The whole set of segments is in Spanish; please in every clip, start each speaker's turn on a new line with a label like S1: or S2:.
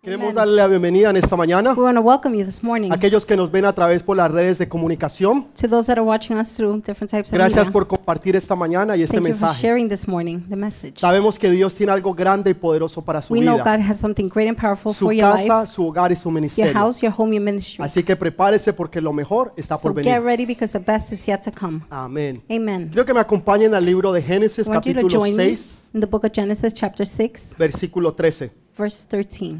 S1: Queremos darle la bienvenida en esta mañana
S2: We want to welcome you this morning
S1: a aquellos que nos ven a través por las redes de comunicación.
S2: to those that are watching us through different types of
S1: Gracias
S2: media.
S1: por compartir esta mañana y este
S2: Thank you for
S1: mensaje.
S2: sharing this morning the message.
S1: Sabemos que Dios tiene algo grande y poderoso para su
S2: We know
S1: vida,
S2: God has something great and powerful
S1: su
S2: for your
S1: casa,
S2: life,
S1: su hogar y su
S2: your
S1: ministerio.
S2: house, your home, your ministry.
S1: Así que prepárese porque lo mejor está
S2: So
S1: por
S2: get
S1: venir.
S2: ready because the best is yet to come.
S1: Amén.
S2: Amen.
S1: Quiero que me acompañen al libro de Génesis
S2: I want you to
S1: capítulo
S2: join me
S1: 6,
S2: in the book of Genesis, chapter 6,
S1: versículo 13.
S2: verse 13.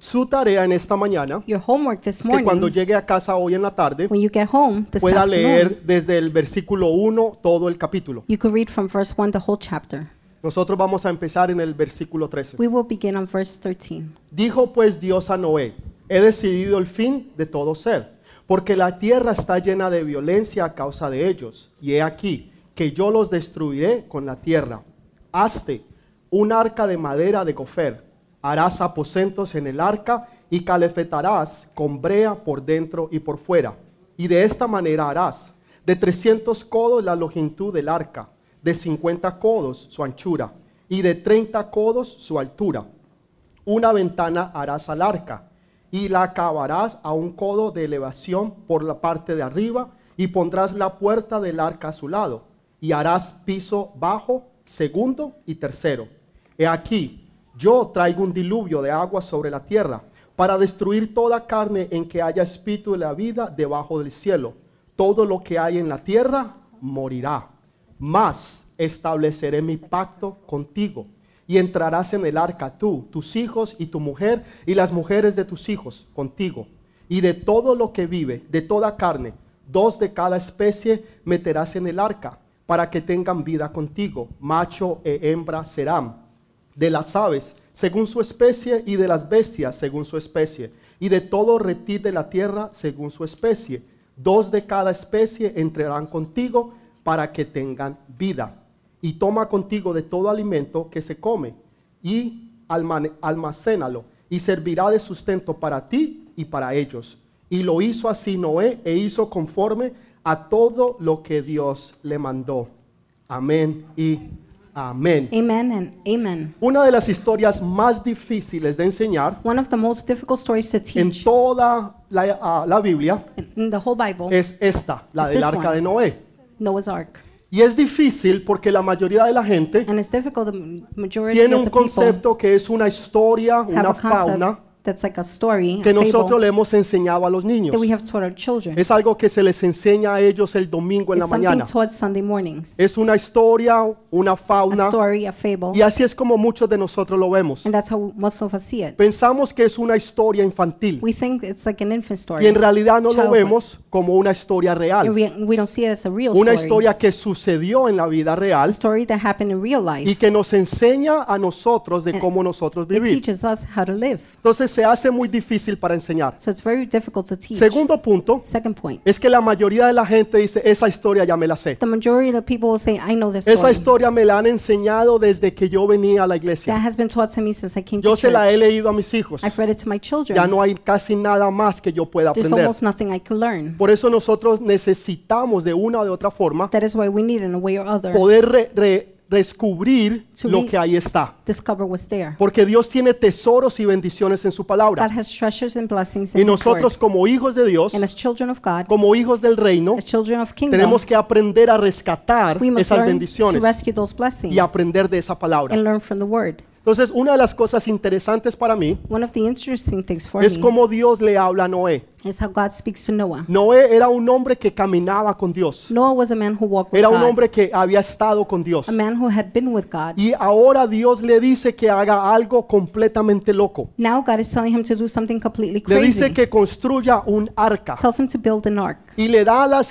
S1: Su tarea en esta mañana
S2: Your homework this
S1: es que cuando
S2: morning,
S1: llegue a casa hoy en la tarde
S2: when you get home this
S1: pueda leer
S2: afternoon,
S1: desde el versículo 1 todo el capítulo.
S2: you could read from verse 1 the whole chapter.
S1: Nosotros vamos a empezar en el versículo 13.
S2: We will begin on verse 13.
S1: Dijo pues Dios a Noé, he decidido el fin de todo ser, porque la tierra está llena de violencia a causa de ellos, y he aquí que yo los destruiré con la tierra. Hazte un arca de madera de gofer, harás aposentos en el arca y calefetarás con brea por dentro y por fuera, y de esta manera harás de 300 codos la longitud del arca, de 50 codos su anchura, y de 30 codos su altura. Una ventana harás al arca y la acabarás a un codo de elevación por la parte de arriba y pondrás la puerta del arca a su lado y harás piso bajo, segundo y tercero. He aquí, yo traigo un diluvio de agua sobre la tierra para destruir toda carne en que haya espíritu de la vida debajo del cielo. Todo lo que hay en la tierra morirá. Mas estableceré mi pacto contigo, y entrarás en el arca tú, tus hijos y tu mujer, y las mujeres de tus hijos contigo. Y de todo lo que vive, de toda carne, dos de cada especie meterás en el arca, para que tengan vida contigo, macho e hembra serán de las aves según su especie y de las bestias según su especie, y de todo reptil de la tierra según su especie. Dos de cada especie entrarán contigo para que tengan vida. Y toma contigo de todo alimento que se come, y almane- almacénalo, y servirá de sustento para ti y para ellos. Y lo hizo así Noé, e hizo conforme a todo lo que Dios le mandó. Amén y amén.
S2: Amen and amen.
S1: Una de las historias más difíciles de enseñar
S2: One of the most difficult stories to
S1: en
S2: teach
S1: toda la, ah, la Biblia
S2: in in the whole Bible
S1: es esta, la
S2: Is
S1: del
S2: this
S1: arca
S2: Oh. Este one?
S1: de Noé.
S2: Noah's Ark.
S1: Y es difícil porque la mayoría de la gente
S2: And it's difficult, the majority
S1: tiene
S2: of
S1: un
S2: the people
S1: concepto que es una historia,
S2: have
S1: una
S2: a
S1: fauna
S2: concept that's like a story,
S1: que
S2: a
S1: nosotros
S2: fable,
S1: le hemos enseñado a los niños.
S2: that we have taught our children.
S1: Es algo que se les enseña a ellos el domingo en la
S2: It's something
S1: mañana.
S2: taught Sunday mornings.
S1: Es una historia, una
S2: A
S1: fauna.
S2: story, a fable.
S1: Y así es como muchos de nosotros lo vemos.
S2: And that's how most of us see it.
S1: Pensamos que es una historia infantil.
S2: We think it's like an infant
S1: Y
S2: story.
S1: en realidad no lo
S2: Childhood.
S1: vemos como una historia
S2: And
S1: real,
S2: we, we don't see it as a real
S1: una
S2: story.
S1: historia que sucedió en la vida
S2: A
S1: real
S2: story that happened in real
S1: y
S2: life. Eh,
S1: que nos enseña a nosotros de
S2: And
S1: cómo nosotros
S2: It
S1: vivir.
S2: teaches us how to live.
S1: Entonces se hace muy difícil para enseñar.
S2: So it's very difficult to teach.
S1: Segundo punto
S2: Second point.
S1: es que la mayoría de la gente dice, esa historia ya me la sé.
S2: The majority of the people will say, I know this
S1: Esa
S2: story.
S1: historia me la han enseñado desde que yo venía a la
S2: That
S1: iglesia.
S2: has been taught to me since I came
S1: Yo
S2: to
S1: se la he
S2: church.
S1: leído a mis hijos.
S2: I've read it to my children.
S1: Ya no hay casi nada más que yo pueda
S2: There's
S1: aprender.
S2: almost nothing I can learn.
S1: Por eso nosotros necesitamos de una o de otra forma
S2: That is why we need, in a way or other,
S1: poder re- re- descubrir
S2: To
S1: lo
S2: be-
S1: que ahí está.
S2: discover what's there.
S1: Porque Dios tiene tesoros y bendiciones en su palabra.
S2: God has treasures and blessings
S1: Y
S2: in His Word.
S1: nosotros como hijos de Dios,
S2: And as children of God,
S1: como hijos del reino,
S2: as children of kingdom,
S1: tenemos que aprender a rescatar
S2: we must
S1: esas
S2: learn to
S1: bendiciones
S2: rescue those blessings
S1: y aprender de esa palabra.
S2: and learn from the Word.
S1: Entonces, una de las cosas interesantes para mí
S2: One of the interesting things for
S1: es
S2: me
S1: cómo Dios le habla a Noé.
S2: is how God speaks to Noah.
S1: Noé era un hombre que caminaba con Dios.
S2: Noah was a man who walked with
S1: Era un
S2: God,
S1: hombre que había estado con Dios.
S2: a man who had been with God.
S1: Y ahora Dios le dice que haga algo completamente loco.
S2: Now God is telling him to do something completely
S1: Le
S2: crazy.
S1: dice que construya un arca
S2: tells him to build an ark
S1: y le da las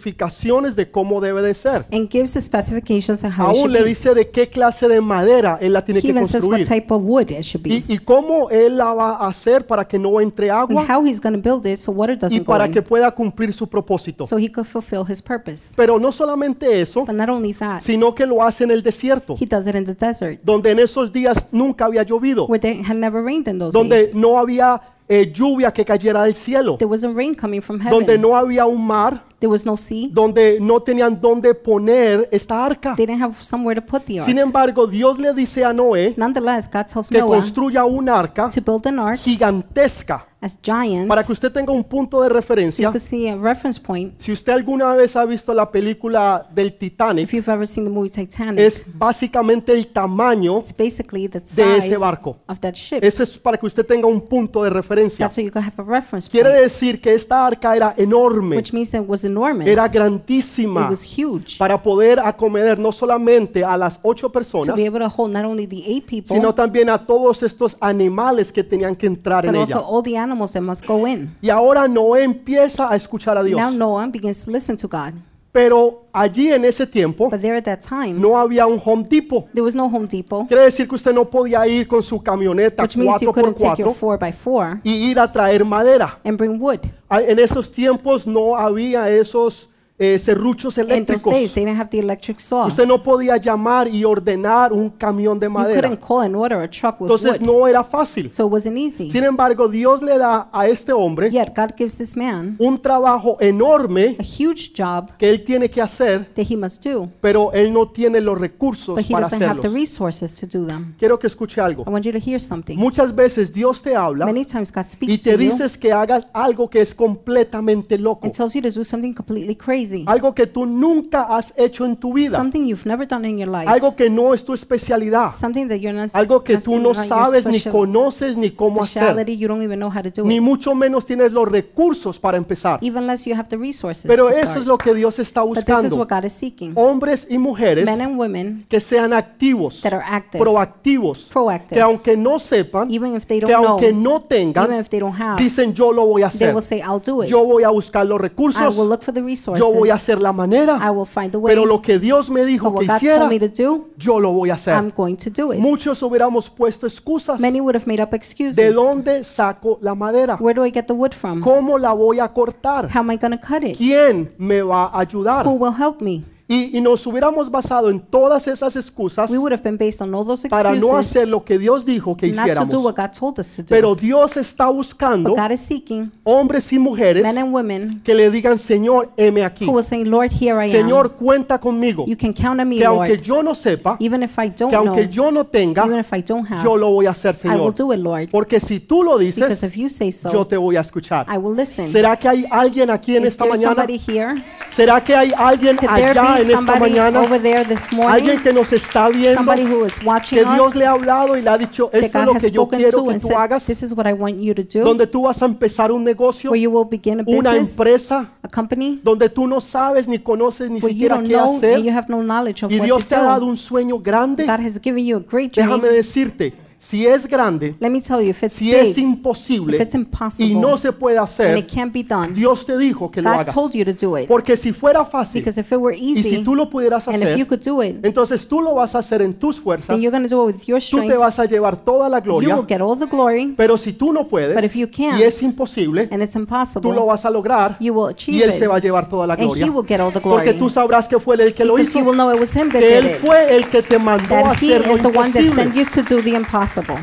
S1: especificaciones de cómo debe de ser.
S2: and gives the specifications on how
S1: Aún
S2: it should
S1: le
S2: be.
S1: dice de qué clase de madera él la tiene
S2: He
S1: que
S2: even says what
S1: construir
S2: type of wood it should be
S1: y, y cómo él la va a hacer para que no entre
S2: and
S1: agua
S2: how he's going to build it so water
S1: y
S2: doesn't go
S1: para
S2: in
S1: que pueda cumplir su propósito.
S2: so he could fulfill his purpose.
S1: Pero no solamente eso,
S2: But not only that,
S1: sino que lo hace en el desierto,
S2: he does it in the desert
S1: donde en esos días nunca había llovido,
S2: where it had never rained in those
S1: donde
S2: days,
S1: no había eh, lluvia que cayera del cielo,
S2: There wasn't rain coming from
S1: donde
S2: heaven.
S1: no había un mar,
S2: there was no sea.
S1: donde no tenían dónde poner esta arca.
S2: They didn't have somewhere to put the ark.
S1: Sin embargo, Dios le dice a Noé
S2: Nonetheless, God tells
S1: que
S2: Noah
S1: construya un arca
S2: to build an ark
S1: gigantesca
S2: as giants.
S1: para que usted tenga un punto de
S2: so you
S1: referencia.
S2: could see a reference point.
S1: Si usted alguna vez ha visto la película del
S2: If
S1: Titanic,
S2: you've ever seen the movie Titanic,
S1: es básicamente el tamaño.
S2: it's basically the
S1: de
S2: size
S1: ese barco.
S2: of that ship.
S1: Eso es para que usted tenga un punto de referencia.
S2: That's so you could have a reference
S1: Quiere
S2: point,
S1: decir que esta arca era enorme,
S2: which means it was enormous.
S1: era
S2: it
S1: grandísima
S2: was huge.
S1: para poder acomodar no solamente a las ocho
S2: to
S1: personas,
S2: be able to hold not only the eight people,
S1: sino también a todos estos animales que tenían que entrar
S2: but
S1: en
S2: also
S1: ella.
S2: all the animals that must go in.
S1: Y ahora Noé empieza a escuchar a Dios.
S2: Now Noah begins to listen to God.
S1: Pero allí en ese tiempo
S2: But there at that time,
S1: no había un Home Depot.
S2: there was no Home Depot,
S1: Quiere decir que usted no podía ir con su camioneta
S2: which means you couldn't take
S1: 4x4
S2: your four by four
S1: y ir a traer madera.
S2: and bring wood.
S1: Ah, En esos tiempos no había esos eh, serruchos
S2: In those
S1: eléctricos.
S2: days, they didn't have the electric saw.
S1: Usted no podía llamar y ordenar un camión de
S2: you couldn't
S1: madera.
S2: call and order a truck with
S1: Entonces
S2: wood.
S1: no era fácil.
S2: so it wasn't easy.
S1: Sin embargo, Dios le da a este hombre
S2: Yet God gives this man
S1: un trabajo enorme
S2: a huge job
S1: que él tiene que hacer,
S2: that he must do,
S1: pero él no tiene los recursos
S2: but he
S1: para
S2: doesn't have the
S1: hacerlo.
S2: resources to do them.
S1: Quiero que escuche algo.
S2: I want you to hear something.
S1: Muchas veces Dios te habla
S2: Many times God
S1: y
S2: speaks
S1: te
S2: to you
S1: dices que hagas algo que es completamente loco,
S2: and tells you to do something completely crazy,
S1: algo que tú nunca has hecho en tu vida,
S2: something you've never done in your life,
S1: algo que no es tu especialidad.
S2: something that you're not
S1: algo que
S2: that's
S1: tú no
S2: not your
S1: sabes ni
S2: special-
S1: conoces ni cómo hacer,
S2: speciality, you don't even know how to do
S1: ni
S2: it,
S1: mucho menos tienes los recursos para empezar.
S2: even unless you have the resources.
S1: Pero
S2: to
S1: eso
S2: start.
S1: es lo que Dios está
S2: but this is
S1: buscando.
S2: what God is seeking:
S1: Hombres y mujeres
S2: men and women
S1: que sean activos,
S2: that are active,
S1: proactivos,
S2: proactive.
S1: que aunque no sepan,
S2: even if they don't
S1: que aunque
S2: know,
S1: no
S2: even
S1: tengan,
S2: if they don't have,
S1: dicen yo lo voy a
S2: they
S1: hacer,
S2: will say, "I'll do it.
S1: yo voy a buscar los
S2: Pues, I will
S1: recursos,
S2: look for the resources.
S1: yo voy a hacer la
S2: I
S1: manera,
S2: will find the way."
S1: pero lo que Dios me
S2: but
S1: dijo que
S2: what God told
S1: hiciera,
S2: me to do,
S1: yo lo voy a
S2: I'm
S1: hacer.
S2: going to do it.
S1: Muchos hubiéramos puesto excusas.
S2: Many would have made up excuses.
S1: ¿De dónde saco la madera?
S2: Where do I get the wood from?
S1: ¿Cómo la voy a cortar?
S2: How am I going to cut it?
S1: ¿Quién me va a ayudar?
S2: Who will help me?
S1: Y, y nos hubiéramos basado en todas esas excusas
S2: We would have been based on all those
S1: para
S2: excuses
S1: no hacer lo que Dios dijo que
S2: not to do
S1: hiciéramos.
S2: what God told us to do.
S1: Pero Dios está
S2: but
S1: buscando
S2: God is seeking
S1: hombres y mujeres
S2: men and women
S1: que le digan, Señor, heme aquí.
S2: who will say, Lord, here I am.
S1: Señor, cuenta conmigo.
S2: You can count on me,
S1: Que aunque
S2: Lord.
S1: yo no sepa,
S2: Even if I don't
S1: que aunque
S2: know,
S1: yo no
S2: even
S1: tenga,
S2: if I don't have,
S1: yo lo voy a hacer,
S2: I will
S1: Señor.
S2: do it, Lord.
S1: Porque si tú lo
S2: Because
S1: dices,
S2: if you say
S1: yo
S2: so,
S1: te voy a escuchar.
S2: I will listen.
S1: ¿Será que hay alguien aquí en
S2: Is
S1: esta
S2: there
S1: mañana?
S2: somebody here?
S1: ¿Será que hay alguien
S2: Could there
S1: allá en
S2: be
S1: esta
S2: somebody
S1: mañana?
S2: over there this
S1: Alguien
S2: morning?
S1: que nos está viendo,
S2: Somebody who is watching
S1: que Dios
S2: us
S1: le ha hablado y le ha dicho,
S2: that
S1: esto es
S2: God
S1: lo
S2: has
S1: que yo
S2: spoken
S1: quiero
S2: to
S1: que
S2: and
S1: tú
S2: said,
S1: hagas,
S2: this is what I want you to do,
S1: donde tú vas a empezar un negocio,
S2: where you will begin a
S1: una
S2: business,
S1: empresa,
S2: a company,
S1: donde tú no sabes ni conoces ni
S2: where you
S1: siquiera
S2: don't
S1: qué
S2: know and you
S1: hacer.
S2: have no knowledge of
S1: Y
S2: what
S1: Dios
S2: to
S1: te ha dado
S2: do.
S1: un sueño grande.
S2: God has given you a great dream.
S1: Déjame decirte, si es grande,
S2: Let me tell you, if it's
S1: si es
S2: big
S1: imposible
S2: if it's
S1: y
S2: impossible,
S1: no se puede
S2: and
S1: hacer,
S2: it can't be done,
S1: Dios te dijo que lo
S2: God
S1: hagas.
S2: told you to do it.
S1: Porque si fuera fácil
S2: Because if it were
S1: y si
S2: easy,
S1: tú lo pudieras
S2: and if you
S1: hacer,
S2: could do it,
S1: entonces tú lo vas a hacer en tus fuerzas.
S2: then you're going to do it with your
S1: tú te
S2: strength.
S1: vas a llevar toda la
S2: You will
S1: gloria,
S2: get all the glory,
S1: pero si tú no
S2: But
S1: puedes
S2: if you can't,
S1: y es imposible,
S2: and it's
S1: tú lo
S2: impossible.
S1: vas a lograr
S2: You will
S1: y
S2: achieve
S1: él se va a
S2: it,
S1: llevar toda la
S2: and He
S1: gloria.
S2: will get all the
S1: Porque
S2: glory.
S1: tú sabrás que fue él el que lo
S2: Because you
S1: hizo,
S2: will know it was Him that
S1: que
S2: did
S1: él
S2: it.
S1: fue el que te mandó a
S2: That He
S1: hacer lo
S2: is the one that sent
S1: imposible.
S2: you to do the impossible.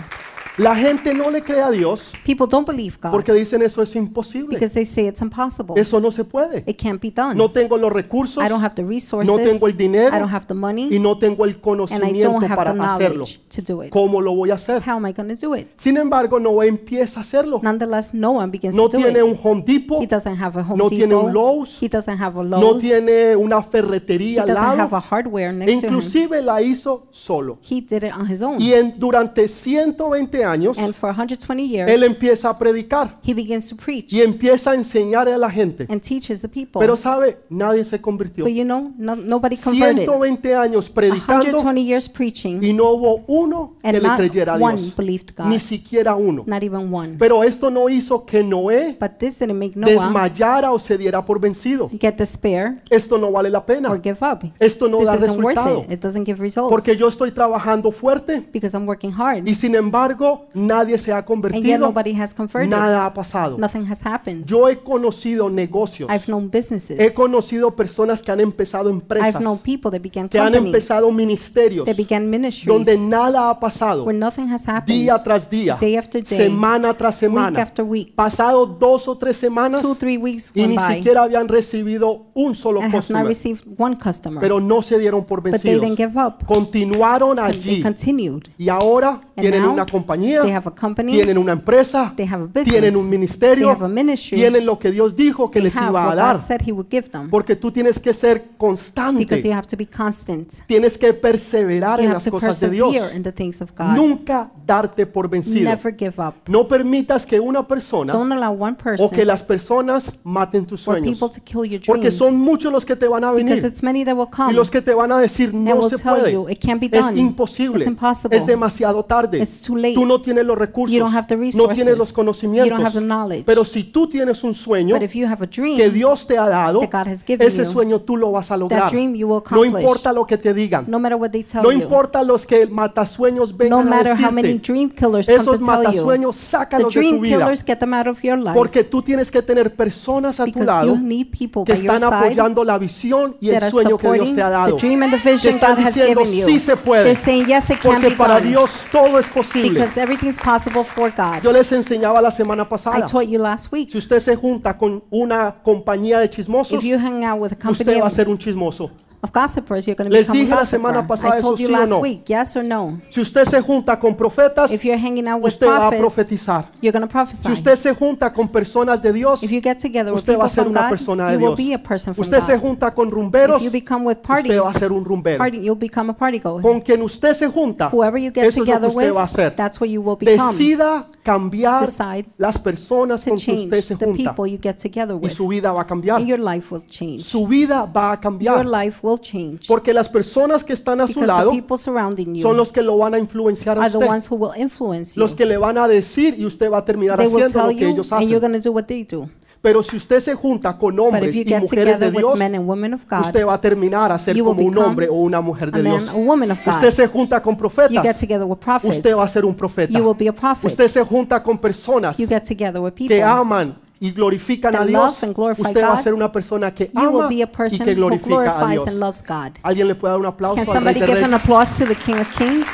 S1: La gente no le cree a Dios
S2: People don't believe God
S1: porque dicen eso es imposible,
S2: because they say it's impossible.
S1: eso no se puede,
S2: It can't be done.
S1: no tengo los recursos
S2: I don't have the resources.
S1: tengo el dinero
S2: I don't have the
S1: y
S2: money.
S1: no tengo el
S2: And I don't
S1: conocimiento
S2: have
S1: para
S2: the
S1: hacerlo.
S2: knowledge to do it.
S1: ¿Cómo lo voy a hacer?
S2: How am I going to do it?
S1: Sin embargo, Noé empieza a hacerlo.
S2: Nonetheless, no one begins
S1: No
S2: to do it.
S1: tiene un Home Depot,
S2: he doesn't have a Home
S1: no
S2: Depot.
S1: tiene un Lowe's,
S2: he doesn't have a
S1: no
S2: Lowe's.
S1: tiene una
S2: he
S1: ferretería al
S2: doesn't have
S1: lado,
S2: a hardware
S1: e
S2: next to him.
S1: inclusive la hizo solo.
S2: He did it on his own.
S1: Y en, durante 120 años,
S2: Hmm. and for 120 years,
S1: él empieza a predicar
S2: he begins to preach
S1: y empieza a enseñar a la gente.
S2: and teaches the people.
S1: Pero sabe, nadie se convirtió.
S2: but you know, no, nobody converted.
S1: 120 años predicando
S2: 120 years preaching,
S1: y no hubo uno que
S2: and
S1: le
S2: not
S1: creyera a
S2: one
S1: Dios,
S2: believed God.
S1: ni siquiera uno.
S2: not even one.
S1: Pero esto no hizo que Noé
S2: but this didn't make Noah
S1: desmayara o se diera por vencido.
S2: get despair
S1: Esto no vale la
S2: or
S1: pena.
S2: give up.
S1: Esto no
S2: this
S1: da
S2: isn't worth
S1: resultado.
S2: it. It doesn't give results
S1: Porque yo estoy trabajando fuerte
S2: because I'm working hard.
S1: y sin embargo pueblo nadie se ha
S2: and yet
S1: convertido,
S2: nobody has converted.
S1: nada ha pasado.
S2: Nothing has happened.
S1: Yo he conocido negocios,
S2: I've known businesses.
S1: he conocido personas que han empezado
S2: I've known
S1: empresas,
S2: people that began
S1: que han
S2: companies.
S1: empezado ministerios,
S2: They began ministries
S1: donde nada ha pasado,
S2: where nothing has happened.
S1: día tras día,
S2: Day after day.
S1: semana tras
S2: Week
S1: semana.
S2: after week.
S1: Pasado dos o tres semanas
S2: Two, three weeks
S1: y
S2: went
S1: ni
S2: by
S1: siquiera habían recibido un solo
S2: and have not
S1: customer,
S2: received one customer.
S1: pero no se dieron por
S2: but they didn't
S1: vencidos.
S2: give up.
S1: Continuaron
S2: They
S1: allí
S2: continued.
S1: y ahora
S2: And
S1: tienen
S2: now
S1: una compañía,
S2: they have a company.
S1: tienen una empresa,
S2: They have a business.
S1: tienen un
S2: they
S1: ministerio,
S2: have a ministry.
S1: tienen lo que Dios dijo que
S2: they
S1: les
S2: have
S1: iba a
S2: what
S1: dar,
S2: God said He would give them.
S1: porque tú tienes que ser
S2: Because you
S1: constante,
S2: have to be constant.
S1: tienes que perseverar
S2: You
S1: en
S2: have
S1: las
S2: to
S1: cosas de Dios,
S2: persevere in the things of God.
S1: nunca darte por vencido.
S2: Never give up.
S1: No permitas que una persona
S2: Don't allow one
S1: o que
S2: person
S1: las personas maten tus
S2: or
S1: sueños.
S2: people to kill your
S1: Porque
S2: dreams.
S1: son muchos los que te van a
S2: Because
S1: venir
S2: it's many that will
S1: y
S2: come.
S1: los que te van a decir no
S2: will
S1: se
S2: tell
S1: puede.
S2: you, "It can't be
S1: Es
S2: done.
S1: imposible.
S2: It's impossible.
S1: Es demasiado tarde.
S2: It's too late.
S1: Tú no tienes los recursos.
S2: You don't have the
S1: No tienes
S2: resources.
S1: los
S2: You don't
S1: conocimientos.
S2: have the knowledge.
S1: Pero si tú tienes un sueño
S2: But if you have a dream,
S1: que Dios te ha dado,
S2: that God has given
S1: ese
S2: you,
S1: sueño tú lo vas a lograr.
S2: that dream you will
S1: No
S2: accomplish.
S1: importa lo que te digan.
S2: no matter what they tell
S1: No
S2: you,
S1: importa los que matasueños
S2: no
S1: vengan a
S2: matter how many
S1: decirte.
S2: dream killers come to
S1: Esos
S2: tell you,
S1: matasueños,
S2: the
S1: sácalos de tu
S2: dream
S1: vida.
S2: killers get them out of your life.
S1: Porque tú tienes que tener personas a tu
S2: because
S1: lado
S2: you need people
S1: que
S2: by your
S1: están
S2: side
S1: apoyando la visión y
S2: that
S1: el
S2: are
S1: sueño que Dios
S2: supporting
S1: te ha
S2: the
S1: dado.
S2: dream and the
S1: Te
S2: vision
S1: están
S2: God has
S1: diciendo,
S2: given you.
S1: sí se puede.
S2: They're saying yes, it can
S1: Porque
S2: be
S1: para
S2: done
S1: Dios todo es posible.
S2: because everything's possible for God.
S1: Yo les enseñaba la semana
S2: I
S1: pasada.
S2: taught you last
S1: Si
S2: week.
S1: usted se junta con una compañía de chismosos,
S2: If you hang out with a company
S1: usted va a
S2: of,
S1: ser un chismoso.
S2: of gossipers, you're going to
S1: Les
S2: become a
S1: dije la
S2: gossiper.
S1: semana pasada
S2: I told
S1: eso,
S2: you
S1: sí o
S2: last
S1: no.
S2: week, yes or no.
S1: Si usted se junta con profetas,
S2: If you're hanging out with
S1: usted va a
S2: prophets,
S1: profetizar.
S2: you're going to
S1: Si
S2: prophesy.
S1: usted se junta con personas de Dios,
S2: If you get together with
S1: usted va
S2: people
S1: a ser
S2: from
S1: una
S2: God,
S1: persona de
S2: you will be a
S1: Dios.
S2: person from
S1: Usted se
S2: God.
S1: junta con rumberos,
S2: If you become with
S1: usted
S2: parties,
S1: va a ser un rumbero.
S2: party, you'll become a party goer.
S1: Con quien usted se junta,
S2: Whoever you get
S1: eso es lo que
S2: together
S1: usted
S2: with,
S1: va a hacer.
S2: that's what you will become.
S1: Decida cambiar
S2: Decide
S1: las personas
S2: to
S1: con que
S2: change
S1: usted se
S2: the
S1: junta
S2: people you get together
S1: y
S2: with,
S1: su vida va a cambiar.
S2: and your life will change.
S1: Su vida va a
S2: Your
S1: cambiar
S2: life will change
S1: porque las personas que están a su
S2: because the
S1: lado
S2: people surrounding
S1: son
S2: you
S1: los que lo van a influenciar a
S2: are the
S1: usted,
S2: ones who will influence you.
S1: los que le van a decir y usted va a terminar
S2: They will
S1: haciendo
S2: tell
S1: lo que
S2: you,
S1: ellos
S2: and you're
S1: hacen.
S2: going to do what they do.
S1: Pero si usted se junta con
S2: But
S1: hombres
S2: if you
S1: y
S2: get
S1: mujeres
S2: together
S1: de
S2: with
S1: Dios,
S2: men and women of God,
S1: usted va a terminar a ser
S2: you will
S1: como un
S2: become
S1: hombre o una mujer
S2: a
S1: de
S2: man,
S1: Dios.
S2: a woman of
S1: Usted
S2: God,
S1: se junta con
S2: you get
S1: profetas,
S2: together with prophets,
S1: usted va a ser un profeta.
S2: you will be a prophet.
S1: Usted se junta con personas
S2: You get together with people.
S1: que aman y glorifican a
S2: that
S1: Dios,
S2: love and glorify
S1: usted va a
S2: God,
S1: ser una persona que
S2: You will
S1: ama
S2: be a
S1: y
S2: person
S1: que
S2: who
S1: glorifica a
S2: glorifies
S1: Dios.
S2: and loves God.
S1: ¿Alguien le puede dar un aplauso
S2: Can
S1: al Rey
S2: somebody
S1: de
S2: give an
S1: Reyes?
S2: applause to the King of Kings?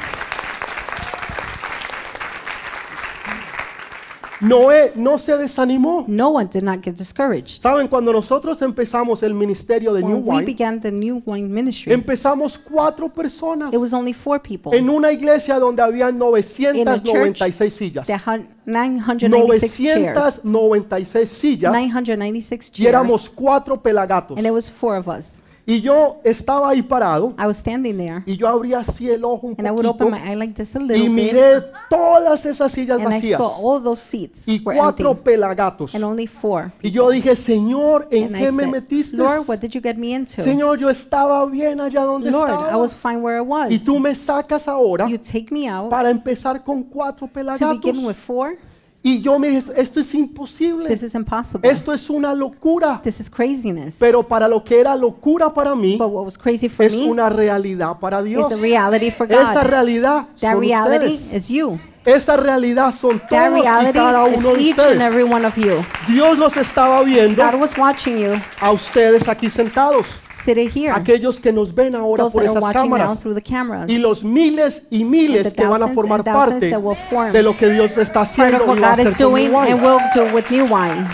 S1: Noé no se desanimó.
S2: No one did not get discouraged.
S1: Saben, cuando nosotros empezamos el ministerio de New
S2: When we
S1: Wine,
S2: began the new wine ministry,
S1: empezamos cuatro personas
S2: it was only four people.
S1: en una iglesia donde había
S2: In
S1: 996 sillas.
S2: There had 996 chairs.
S1: 996 sillas
S2: 996
S1: y éramos
S2: chairs.
S1: cuatro pelagatos.
S2: And it was four of us.
S1: Y yo estaba ahí parado
S2: I was standing there
S1: y yo abría así el ojo un
S2: and I would open
S1: poquito
S2: my eye like this a
S1: y
S2: little bit
S1: miré todas esas sillas
S2: and I
S1: vacías
S2: saw all those seats
S1: y
S2: were empty
S1: cuatro pelagatos.
S2: and only four.
S1: Y yo dije, Señor, ¿en
S2: And I
S1: qué me
S2: said,
S1: metiste?
S2: Lord, what did you get me into?
S1: Señor, yo estaba bien allá donde
S2: Lord, I
S1: estaba.
S2: was fine where I
S1: Y
S2: was.
S1: tú me sacas ahora
S2: You take me out
S1: para empezar con cuatro
S2: to begin
S1: pelagatos.
S2: with four.
S1: Y yo me dije, esto es imposible.
S2: This is impossible.
S1: Esto es una locura.
S2: This is craziness.
S1: Pero para lo que era locura para mí,
S2: But what was crazy for
S1: es
S2: me
S1: una realidad para Dios.
S2: is a reality for
S1: Esa
S2: God.
S1: realidad
S2: That
S1: son
S2: reality
S1: ustedes.
S2: is you.
S1: Esa realidad son
S2: That
S1: todos y
S2: reality
S1: cada
S2: is
S1: uno de
S2: each and
S1: ustedes.
S2: every one of you.
S1: Dios los estaba viendo
S2: God was watching you
S1: a ustedes aquí sentados.
S2: sitting here.
S1: aquellos que nos ven ahora
S2: Those
S1: por
S2: that are
S1: esas
S2: watching now
S1: cámaras
S2: through the cameras.
S1: y los miles y miles
S2: And the
S1: que van a
S2: thousands
S1: formar
S2: and thousands
S1: parte
S2: that will form
S1: de lo que Dios está
S2: Part
S1: haciendo
S2: of what
S1: y va a
S2: God is
S1: hacer con
S2: doing
S1: Uruguay.
S2: and will do with new wine.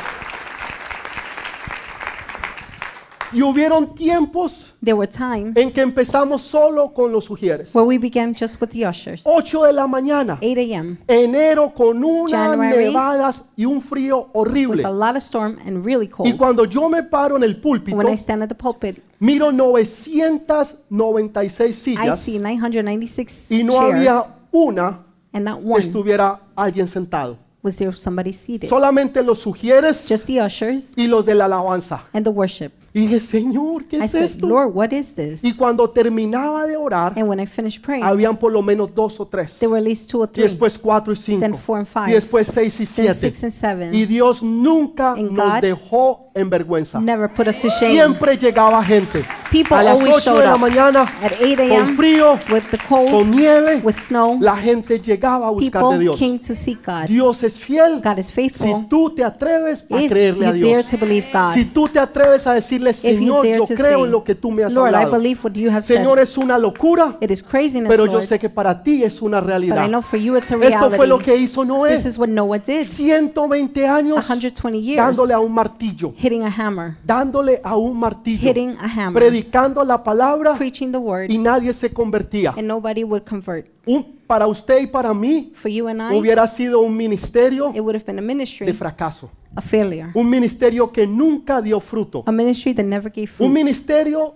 S1: Y hubieron tiempos
S2: There were times
S1: en que empezamos solo con los sugieres.
S2: where we began just with the ushers.
S1: 8 de la mañana,
S2: 8 a.m.
S1: enero con unas
S2: January.
S1: nevadas y un frío horrible.
S2: with a lot of storm and really
S1: Y
S2: cold.
S1: cuando yo me paro en el púlpito,
S2: When I stand at the pulpit,
S1: miro 996
S2: I
S1: sillas
S2: see 996
S1: y no
S2: chairs
S1: había una
S2: and not
S1: que
S2: one
S1: estuviera alguien sentado.
S2: was there somebody seated.
S1: Solamente los sugieres
S2: Just the ushers
S1: y los de la alabanza.
S2: and the worship.
S1: Y dije, Señor, ¿qué
S2: I
S1: es
S2: said,
S1: esto?
S2: Lord, what is this?
S1: Y cuando terminaba de orar,
S2: And when I finished praying,
S1: habían por lo menos dos o tres.
S2: there were at least two or
S1: Y
S2: three,
S1: después cuatro y cinco.
S2: Then four and
S1: Y
S2: five.
S1: después seis y
S2: then
S1: siete.
S2: six and
S1: Y
S2: seven.
S1: Dios nunca
S2: And
S1: nos
S2: God
S1: dejó en vergüenza.
S2: Never put us to shame.
S1: Siempre llegaba gente.
S2: People
S1: A las
S2: always
S1: 8
S2: showed
S1: de la
S2: up.
S1: mañana,
S2: At 8
S1: con
S2: a.m.,
S1: frío,
S2: with the
S1: con
S2: cold,
S1: nieve,
S2: with snow,
S1: la gente llegaba a buscar de
S2: people
S1: Dios.
S2: came to seek God.
S1: Dios es fiel.
S2: God is
S1: Si
S2: faithful.
S1: tú te atreves a
S2: If
S1: creerle a
S2: you dare
S1: Dios,
S2: to believe
S1: si
S2: God,
S1: tú te atreves a decirle,
S2: if you
S1: Señor,
S2: dare
S1: yo
S2: to
S1: creo en lo que tú me
S2: say,
S1: has
S2: Lord, I
S1: hablado.
S2: believe what you have said.
S1: Señor, es una locura,
S2: It is craziness,
S1: pero yo
S2: Lord,
S1: sé que para ti es una
S2: but I
S1: realidad.
S2: know for you it's a
S1: Esto fue lo
S2: reality.
S1: que hizo Noé.
S2: This is what Noah did.
S1: 120 años
S2: 120 years
S1: dándole a un martillo,
S2: hitting a hammer,
S1: dándole a un martillo,
S2: hitting a hammer,
S1: predicando la palabra
S2: preaching the word,
S1: y nadie se convertía.
S2: and nobody would convert.
S1: Un- para usted y para mí
S2: For you and I,
S1: hubiera sido un ministerio
S2: it would have been a
S1: de
S2: ministry,
S1: fracaso,
S2: a failure,
S1: un ministerio que nunca dio fruto.
S2: a ministry that never gave
S1: Un
S2: fruit.
S1: ministerio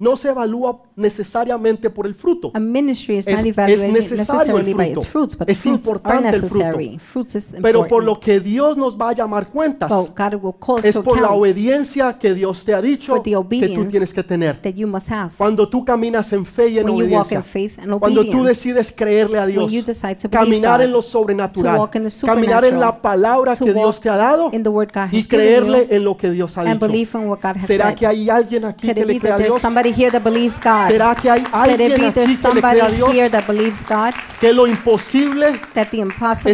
S1: no se evalúa necesariamente por el fruto.
S2: A ministry is
S1: Es-
S2: not
S1: es
S2: evaluated
S1: necesario el
S2: necessarily by its
S1: fruto.
S2: fruits, but the
S1: Es
S2: fruits are
S1: importante el fruto.
S2: necessary. Fruits is
S1: Pero por
S2: important.
S1: lo que Dios nos va a llamar cuentas,
S2: But God will call us
S1: es
S2: to
S1: por la
S2: account
S1: obediencia que Dios te ha dicho
S2: for the
S1: que tú
S2: obedience
S1: tienes que tener.
S2: that you must have
S1: Cuando tú caminas en fe y en
S2: When you walk
S1: obediencia,
S2: in faith and
S1: cuando tú
S2: obedience.
S1: decides creerle a Dios,
S2: When you decide to believe
S1: caminar
S2: God,
S1: en lo
S2: to
S1: sobrenatural,
S2: walk in the
S1: caminar en la
S2: supernatural,
S1: palabra
S2: to
S1: que Dios
S2: walk
S1: te ha dado
S2: in the word God
S1: y
S2: has given
S1: creerle
S2: you
S1: en lo que Dios ha
S2: and
S1: dicho.
S2: believe in what God has
S1: ¿Será que
S2: said.
S1: hay alguien aquí
S2: Could
S1: que
S2: it
S1: le
S2: be
S1: crea
S2: that
S1: a
S2: there's
S1: Dios?
S2: somebody here that believes God?
S1: ¿Será que hay
S2: Could it
S1: alguien
S2: be
S1: aquí
S2: there's
S1: que le crea a
S2: somebody
S1: Dios?
S2: here that believes God?
S1: que lo imposible
S2: That the
S1: es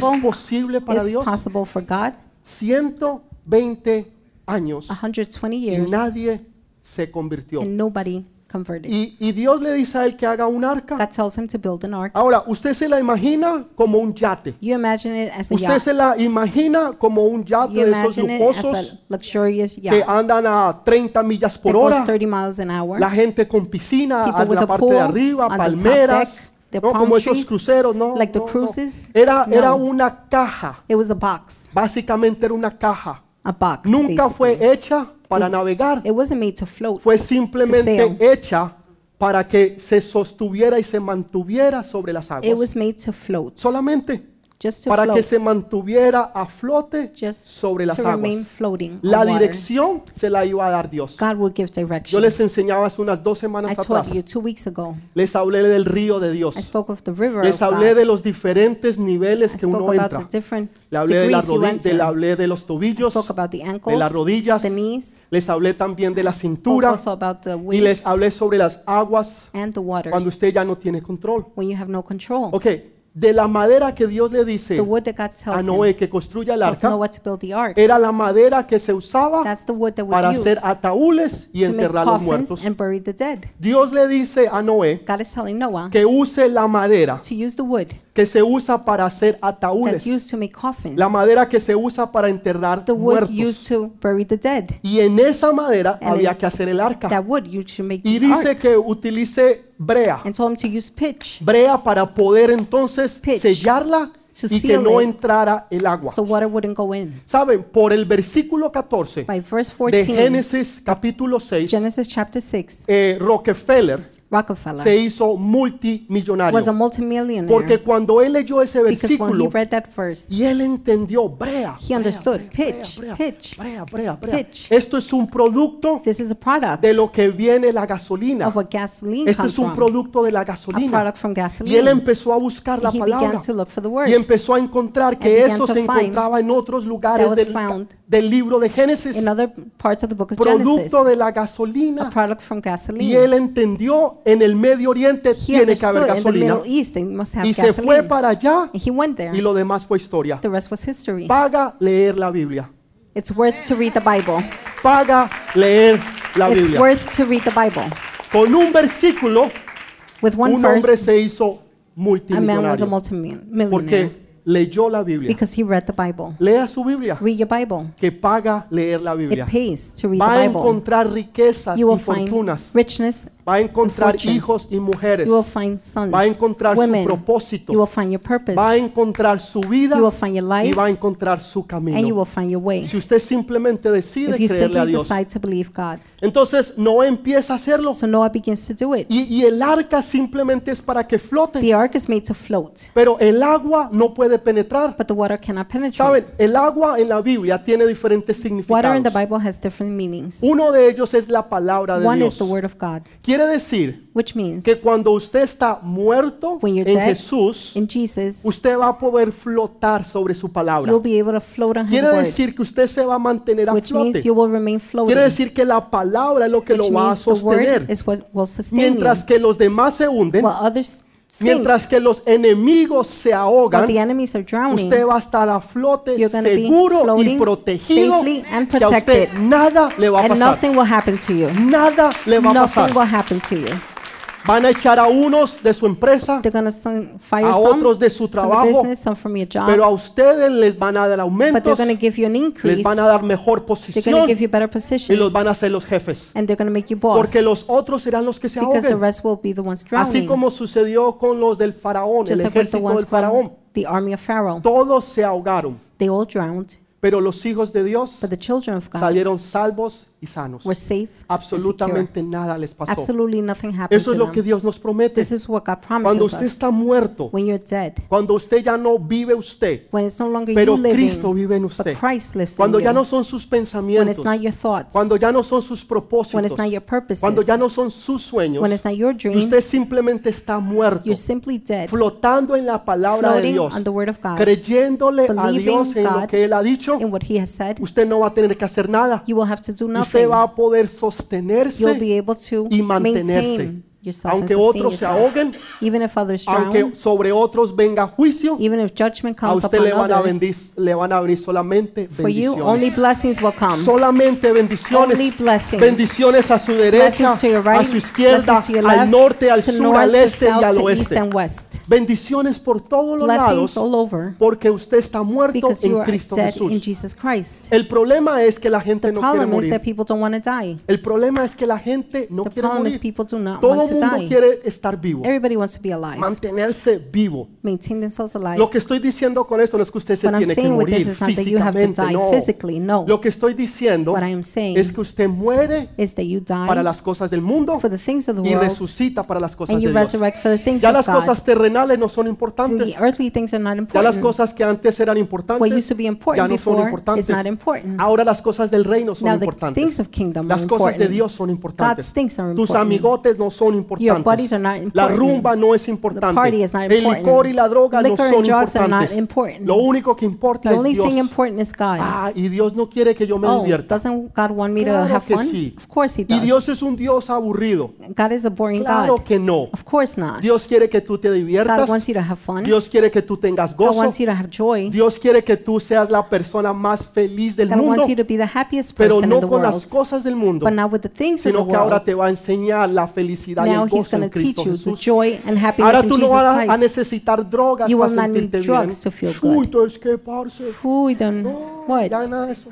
S2: impossible
S1: posible para
S2: is
S1: Dios.
S2: possible for God?
S1: 120 años
S2: 120
S1: y
S2: years
S1: nadie se convirtió.
S2: and nobody converted.
S1: Y, y Dios le dice a él que haga un arca.
S2: God tells him to build an ark.
S1: Ahora, usted se la imagina como un yate.
S2: You imagine it as a
S1: Usted
S2: yacht.
S1: se la imagina como un yate
S2: You
S1: de esos
S2: imagine it as a
S1: lujosos
S2: luxurious
S1: que
S2: yacht
S1: andan a 30 millas
S2: that
S1: por
S2: goes
S1: hora.
S2: 30 miles an hour.
S1: La gente con piscina
S2: People
S1: a
S2: with
S1: la
S2: a
S1: parte de
S2: pool,
S1: arriba,
S2: on the top
S1: palmeras,
S2: deck, the
S1: no
S2: palm
S1: como esos
S2: trees,
S1: cruceros, no.
S2: like the
S1: no, no.
S2: cruises.
S1: Era era
S2: No.
S1: una caja.
S2: It was a box,
S1: Básicamente era una caja.
S2: a box.
S1: Nunca
S2: basically.
S1: fue hecha para navegar,
S2: It wasn't made to float.
S1: fue
S2: to
S1: simplemente
S2: sail.
S1: hecha para que se sostuviera y se mantuviera sobre las
S2: It
S1: aguas.
S2: was made to float,
S1: Solamente
S2: just to
S1: para que
S2: float,
S1: se mantuviera a flote
S2: just
S1: sobre las
S2: to remain
S1: aguas.
S2: floating on
S1: La
S2: water.
S1: dirección se la iba a dar Dios.
S2: God will give
S1: Yo
S2: direction.
S1: les enseñaba hace unas dos
S2: I
S1: semanas
S2: taught
S1: atrás.
S2: you two weeks ago.
S1: Les hablé del río de
S2: I
S1: Dios.
S2: spoke of the river of
S1: Les hablé
S2: God.
S1: de los diferentes niveles
S2: I
S1: que
S2: spoke
S1: uno
S2: about the
S1: entra.
S2: different
S1: Le hablé de, la
S2: degrees you
S1: rodilla,
S2: enter.
S1: le hablé de los
S2: I
S1: tobillos,
S2: spoke about the
S1: de las
S2: ankles,
S1: rodillas.
S2: the knees,
S1: Les hablé también de la
S2: spoke
S1: cintura.
S2: also about the
S1: y les
S2: waist
S1: hablé sobre las aguas
S2: and the
S1: cuando
S2: waters
S1: usted ya no tiene control.
S2: when you have no control.
S1: Ok, de la madera que Dios le dice
S2: The wood that God
S1: a
S2: tells him,
S1: Noé que construya el
S2: tells
S1: arca,
S2: Noah to build the ark.
S1: era la madera que se usaba
S2: That's the wood that
S1: para
S2: we
S1: hacer
S2: use
S1: ataúdes y
S2: to make
S1: enterrar los muertos.
S2: coffins and bury the dead.
S1: Dios le dice a Noé
S2: God is telling Noah
S1: que use la madera
S2: to use the wood
S1: que se usa para hacer ataúdes,
S2: that's used to make coffins,
S1: la madera que se usa para enterrar
S2: the wood used
S1: muertos.
S2: to bury the dead.
S1: Y en esa madera
S2: And
S1: había
S2: in
S1: que hacer el arca.
S2: That wood you should make
S1: Y
S2: the
S1: dice
S2: ark.
S1: que utilice brea.
S2: And told him to use pitch
S1: brea para poder entonces
S2: Pitch.
S1: sellarla
S2: To
S1: y que
S2: seal
S1: no
S2: it.
S1: entrara el agua.
S2: so water wouldn't go in.
S1: Saben, por el versículo 14
S2: By verse
S1: de
S2: 14,
S1: Génesis capítulo 6,
S2: Genesis chapter 6,
S1: eh, Rockefeller se
S2: Rockefeller
S1: hizo
S2: was a
S1: multimillonario. Porque
S2: multimillionaire
S1: cuando él leyó ese
S2: because when he
S1: versículo
S2: read that verse,
S1: y él entendió, brea,
S2: he understood pitch,
S1: brea,
S2: pitch.
S1: brea, brea, brea.
S2: Pitch.
S1: Esto es un producto
S2: This is a product
S1: de lo que viene la gasolina.
S2: of what gasoline
S1: Esto es
S2: comes
S1: un
S2: from,
S1: producto de la
S2: a
S1: gasolina.
S2: product from
S1: Y él
S2: gasoline.
S1: empezó a buscar la
S2: He began
S1: palabra.
S2: to look for the
S1: y
S2: word
S1: empezó a encontrar
S2: And
S1: que
S2: began
S1: eso se
S2: to find
S1: encontraba en otros lugares
S2: was
S1: del,
S2: found
S1: del libro de Génesis,
S2: in other parts of the book of Genesis,
S1: producto de la
S2: a
S1: gasolina.
S2: product from
S1: Y
S2: gasoline.
S1: él entendió en el Medio Oriente
S2: He
S1: tiene que haber
S2: understood in the
S1: gasolina
S2: Middle East they must have
S1: y se fue
S2: gasoline.
S1: para allá
S2: And he went there.
S1: y lo demás fue historia.
S2: The rest was history.
S1: Paga leer la Biblia.
S2: It's worth to read the Bible.
S1: Paga leer la
S2: It's
S1: Biblia.
S2: worth to read the Bible.
S1: Con un versículo
S2: With one
S1: un hombre
S2: verse,
S1: se hizo
S2: a man was a
S1: multimillonario
S2: multimillionaire
S1: porque leyó la Biblia.
S2: because he read the Bible.
S1: Lea su Biblia
S2: Read your Bible.
S1: que paga leer la
S2: It
S1: Biblia.
S2: pays to read the
S1: Va a
S2: Bible.
S1: encontrar riquezas
S2: You will
S1: y
S2: find
S1: fortunas.
S2: richness.
S1: Va a encontrar
S2: fortunes.
S1: hijos y mujeres.
S2: You will find sons,
S1: Va a encontrar su
S2: women.
S1: propósito.
S2: You will find your purpose.
S1: Va a encontrar su vida
S2: You will find your
S1: y
S2: life.
S1: va a encontrar su
S2: And you
S1: camino.
S2: will find your way.
S1: Si usted simplemente decide
S2: If you
S1: creerle a
S2: simply
S1: Dios,
S2: decide to believe God.
S1: entonces Noé empieza a hacerlo
S2: So Noah begins to do it.
S1: y, y el arca simplemente es para que flote,
S2: The ark is made to float,
S1: pero el agua no puede penetrar.
S2: but the water cannot penetrate.
S1: Saben, el agua en la Biblia tiene diferentes
S2: Water in the
S1: significados.
S2: Bible has different meanings.
S1: Uno de ellos es la palabra de
S2: One is
S1: Dios.
S2: the word of God.
S1: Quiere decir
S2: which means
S1: que cuando usted está muerto
S2: When you're
S1: en
S2: dead,
S1: Jesús,
S2: in Jesus,
S1: usted va a poder flotar sobre su palabra.
S2: you'll be able to float on His
S1: Quiere
S2: word,
S1: decir que usted se va a mantener a
S2: which means
S1: flote.
S2: you will remain
S1: Quiere
S2: floating,
S1: decir que la palabra es lo que
S2: which
S1: lo va a
S2: means the word
S1: sostener.
S2: is what will sustain you,
S1: Mientras que los demás se hunden,
S2: while others sink,
S1: mientras que los enemigos se
S2: while
S1: ahogan,
S2: the enemies are drowning.
S1: usted va a estar a flote
S2: You're gonna be
S1: seguro y
S2: floating
S1: protegido.
S2: safely and
S1: Que a usted
S2: protected.
S1: nada le va a
S2: and
S1: pasar.
S2: nothing will happen to you.
S1: Nada le va a pasar.
S2: Nothing will happen to you.
S1: Van a echar a unos de su empresa,
S2: They're gonna some, fire
S1: a
S2: some
S1: otros de su
S2: from the
S1: trabajo,
S2: business, some from your job,
S1: pero a ustedes les van a dar
S2: but they're
S1: aumentos,
S2: gonna give you an
S1: les
S2: increase.
S1: van a dar mejor
S2: they're gonna
S1: posición
S2: give you better
S1: y
S2: positions,
S1: los van a hacer los jefes.
S2: and they're gonna make you boss.
S1: Porque los otros serán los que se
S2: because the
S1: ahoguen.
S2: rest will be the ones
S1: Así
S2: drowning,
S1: como sucedió con los del faraón, el
S2: just like with the
S1: ejército
S2: ones
S1: del
S2: from
S1: faraón.
S2: the army of Pharaoh.
S1: Todos se ahogaron,
S2: They all drowned,
S1: pero los hijos de Dios
S2: but the children of God
S1: salieron salvos y sanos.
S2: were safe. and secure.
S1: Absolutamente nada les pasó.
S2: Absolutely nothing happened
S1: Eso es
S2: to
S1: lo que
S2: them.
S1: Dios nos promete.
S2: This is what God
S1: Cuando
S2: promises
S1: usted
S2: us.
S1: está muerto,
S2: When you're dead,
S1: cuando usted ya no vive usted,
S2: when it's no longer
S1: pero
S2: you living,
S1: Cristo vive en usted.
S2: but Christ lives
S1: Cuando
S2: in you.
S1: ya no son sus
S2: when
S1: pensamientos,
S2: it's not your thoughts,
S1: cuando ya no son sus
S2: when
S1: propósitos,
S2: it's not your purposes,
S1: cuando ya no son sus sueños,
S2: when it's not
S1: y
S2: your
S1: usted
S2: dreams,
S1: simplemente está muerto,
S2: you're simply dead,
S1: flotando en la palabra de
S2: floating
S1: Dios,
S2: on the word of God,
S1: creyéndole a
S2: believing
S1: Dios en lo
S2: God
S1: que Él ha dicho,
S2: in what He has said.
S1: usted no va a tener que hacer nada.
S2: You will have to do
S1: Usted
S2: nothing.
S1: va a poder
S2: You'll be
S1: sostenerse,
S2: able to
S1: y mantenerse.
S2: maintain yourself and
S1: aunque
S2: sustain
S1: otros se
S2: yourself.
S1: ahoguen,
S2: Even if others
S1: aunque
S2: drown,
S1: sobre otros venga juicio,
S2: even if judgment
S1: a
S2: comes
S1: usted le
S2: upon
S1: van a
S2: others,
S1: bendir, le van a venir solamente
S2: for you only
S1: bendiciones.
S2: blessings will come.
S1: Solamente bendiciones,
S2: Only blessings.
S1: bendiciones a su derecha,
S2: Blessings to your
S1: a
S2: right,
S1: su izquierda,
S2: blessings to your
S1: al
S2: left,
S1: norte, al
S2: to
S1: sur,
S2: north,
S1: al
S2: to
S1: este y
S2: south,
S1: al
S2: to east
S1: oeste.
S2: and west.
S1: Bendiciones por todos los
S2: Blessings
S1: lados,
S2: all over
S1: porque usted está muerto
S2: because you
S1: en
S2: are
S1: Cristo
S2: dead in
S1: Jesús.
S2: Jesus Christ.
S1: El problema es que la gente no quiere
S2: Problem is that
S1: morir.
S2: people don't want to die.
S1: El problema es que la gente no
S2: The
S1: quiere
S2: problem is
S1: morir.
S2: people do not
S1: Todo
S2: want
S1: el
S2: to
S1: mundo
S2: die.
S1: quiere estar vivo,
S2: Everybody wants to be alive,
S1: mantenerse vivo.
S2: maintain themselves alive.
S1: Lo que estoy diciendo con esto no es que usted se
S2: What I'm
S1: tiene que
S2: saying with this
S1: morir
S2: is not that you have to
S1: físicamente,
S2: die
S1: no.
S2: physically, no.
S1: Lo que estoy diciendo
S2: What I am saying
S1: es que usted muere
S2: is that you die
S1: para las cosas del mundo
S2: for the things of the
S1: y
S2: world
S1: resucita para las cosas
S2: and
S1: de
S2: you
S1: Dios.
S2: resurrect for the things
S1: Ya
S2: of
S1: las
S2: God.
S1: cosas terrenales no son
S2: So
S1: importantes.
S2: the earthly things are not
S1: Ya las
S2: important.
S1: cosas que antes eran
S2: What
S1: importantes
S2: used to be
S1: ya
S2: important
S1: no son
S2: before is
S1: importantes.
S2: not important.
S1: Ahora las cosas del reino son
S2: Now the things
S1: importantes.
S2: of kingdom are
S1: Las cosas de Dios
S2: important.
S1: son importantes.
S2: God's things are
S1: Tus
S2: important.
S1: amigotes no son importantes.
S2: buddies are not
S1: La
S2: important.
S1: rumba no es
S2: The party
S1: importante.
S2: is not
S1: El licor y la droga no
S2: Liquor and
S1: son
S2: drugs are not
S1: importantes.
S2: important.
S1: Lo único que importa
S2: The
S1: es
S2: only thing
S1: Dios.
S2: important is God.
S1: Ah, y Dios no quiere que yo me
S2: Oh,
S1: divierta.
S2: doesn't God want me to
S1: Claro
S2: have
S1: que
S2: fun?
S1: sí.
S2: Of course He
S1: Y
S2: does.
S1: Dios es un Dios aburrido.
S2: God is a boring
S1: Claro
S2: God.
S1: que no.
S2: Of course not.
S1: Dios quiere que tú te
S2: God wants
S1: diviertas.
S2: you to have fun.
S1: Dios quiere que tú tengas
S2: God
S1: gozo.
S2: wants you to have joy.
S1: Dios quiere que tú seas la persona más feliz del
S2: God
S1: mundo,
S2: wants you to be the happiest
S1: pero
S2: person in
S1: no
S2: the
S1: con las
S2: world.
S1: cosas del mundo,
S2: But now with the things of the
S1: sino que ahora
S2: world,
S1: te va a enseñar la felicidad y
S2: now
S1: el
S2: He's
S1: gozo
S2: going
S1: en
S2: to teach
S1: Cristo
S2: you the
S1: Jesús.
S2: joy and happiness
S1: Ahora
S2: in
S1: tú no
S2: Jesus
S1: vas a- a
S2: Christ.
S1: necesitar drogas
S2: You
S1: para
S2: will not need
S1: sentirte bien.
S2: drugs to feel
S1: Uy,
S2: good.
S1: todo es que parce.
S2: Food and
S1: No,
S2: what?
S1: Ya nada de eso.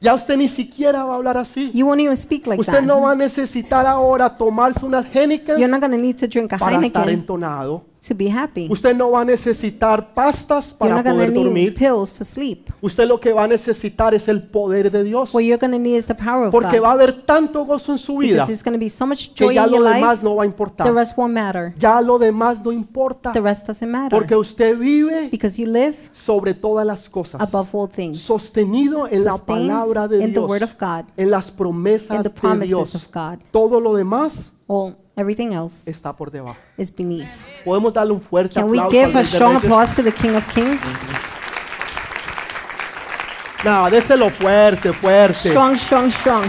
S1: Ya usted ni siquiera va a hablar así.
S2: You won't even speak like
S1: Usted
S2: that.
S1: no va a necesitar ahora tomarse unas Heineken
S2: You're not going to need to drink a
S1: para estar
S2: Heineken
S1: entonado.
S2: to be happy.
S1: Usted no va a necesitar pastas
S2: You're
S1: para
S2: not going
S1: poder
S2: to need
S1: dormir.
S2: pills to sleep.
S1: Usted lo que va a necesitar es el poder de Dios.
S2: What you're going to need is the power of
S1: Porque va a
S2: God.
S1: haber tanto gozo en su vida
S2: Because there's going to be so much
S1: que
S2: joy in
S1: ya
S2: your
S1: lo
S2: life,
S1: demás no va a
S2: the
S1: importar.
S2: rest won't matter.
S1: Ya lo demás no importa.
S2: The rest doesn't matter.
S1: Porque usted vive
S2: Because you live
S1: sobre todas las cosas.
S2: above all things,
S1: Sostenido en la
S2: Sustained
S1: palabra de
S2: in the
S1: Dios.
S2: word of God,
S1: En las
S2: in the
S1: promesas de
S2: promises
S1: Dios.
S2: of God.
S1: Todo lo demás
S2: All, everything else
S1: está por debajo.
S2: is beneath.
S1: Podemos darle un fuerte
S2: Can we
S1: aplauso. al
S2: give
S1: Rey
S2: a
S1: de
S2: strong
S1: Reyes?
S2: applause to the King of Kings?
S1: No, déselo fuerte, fuerte.
S2: Strong, strong, strong.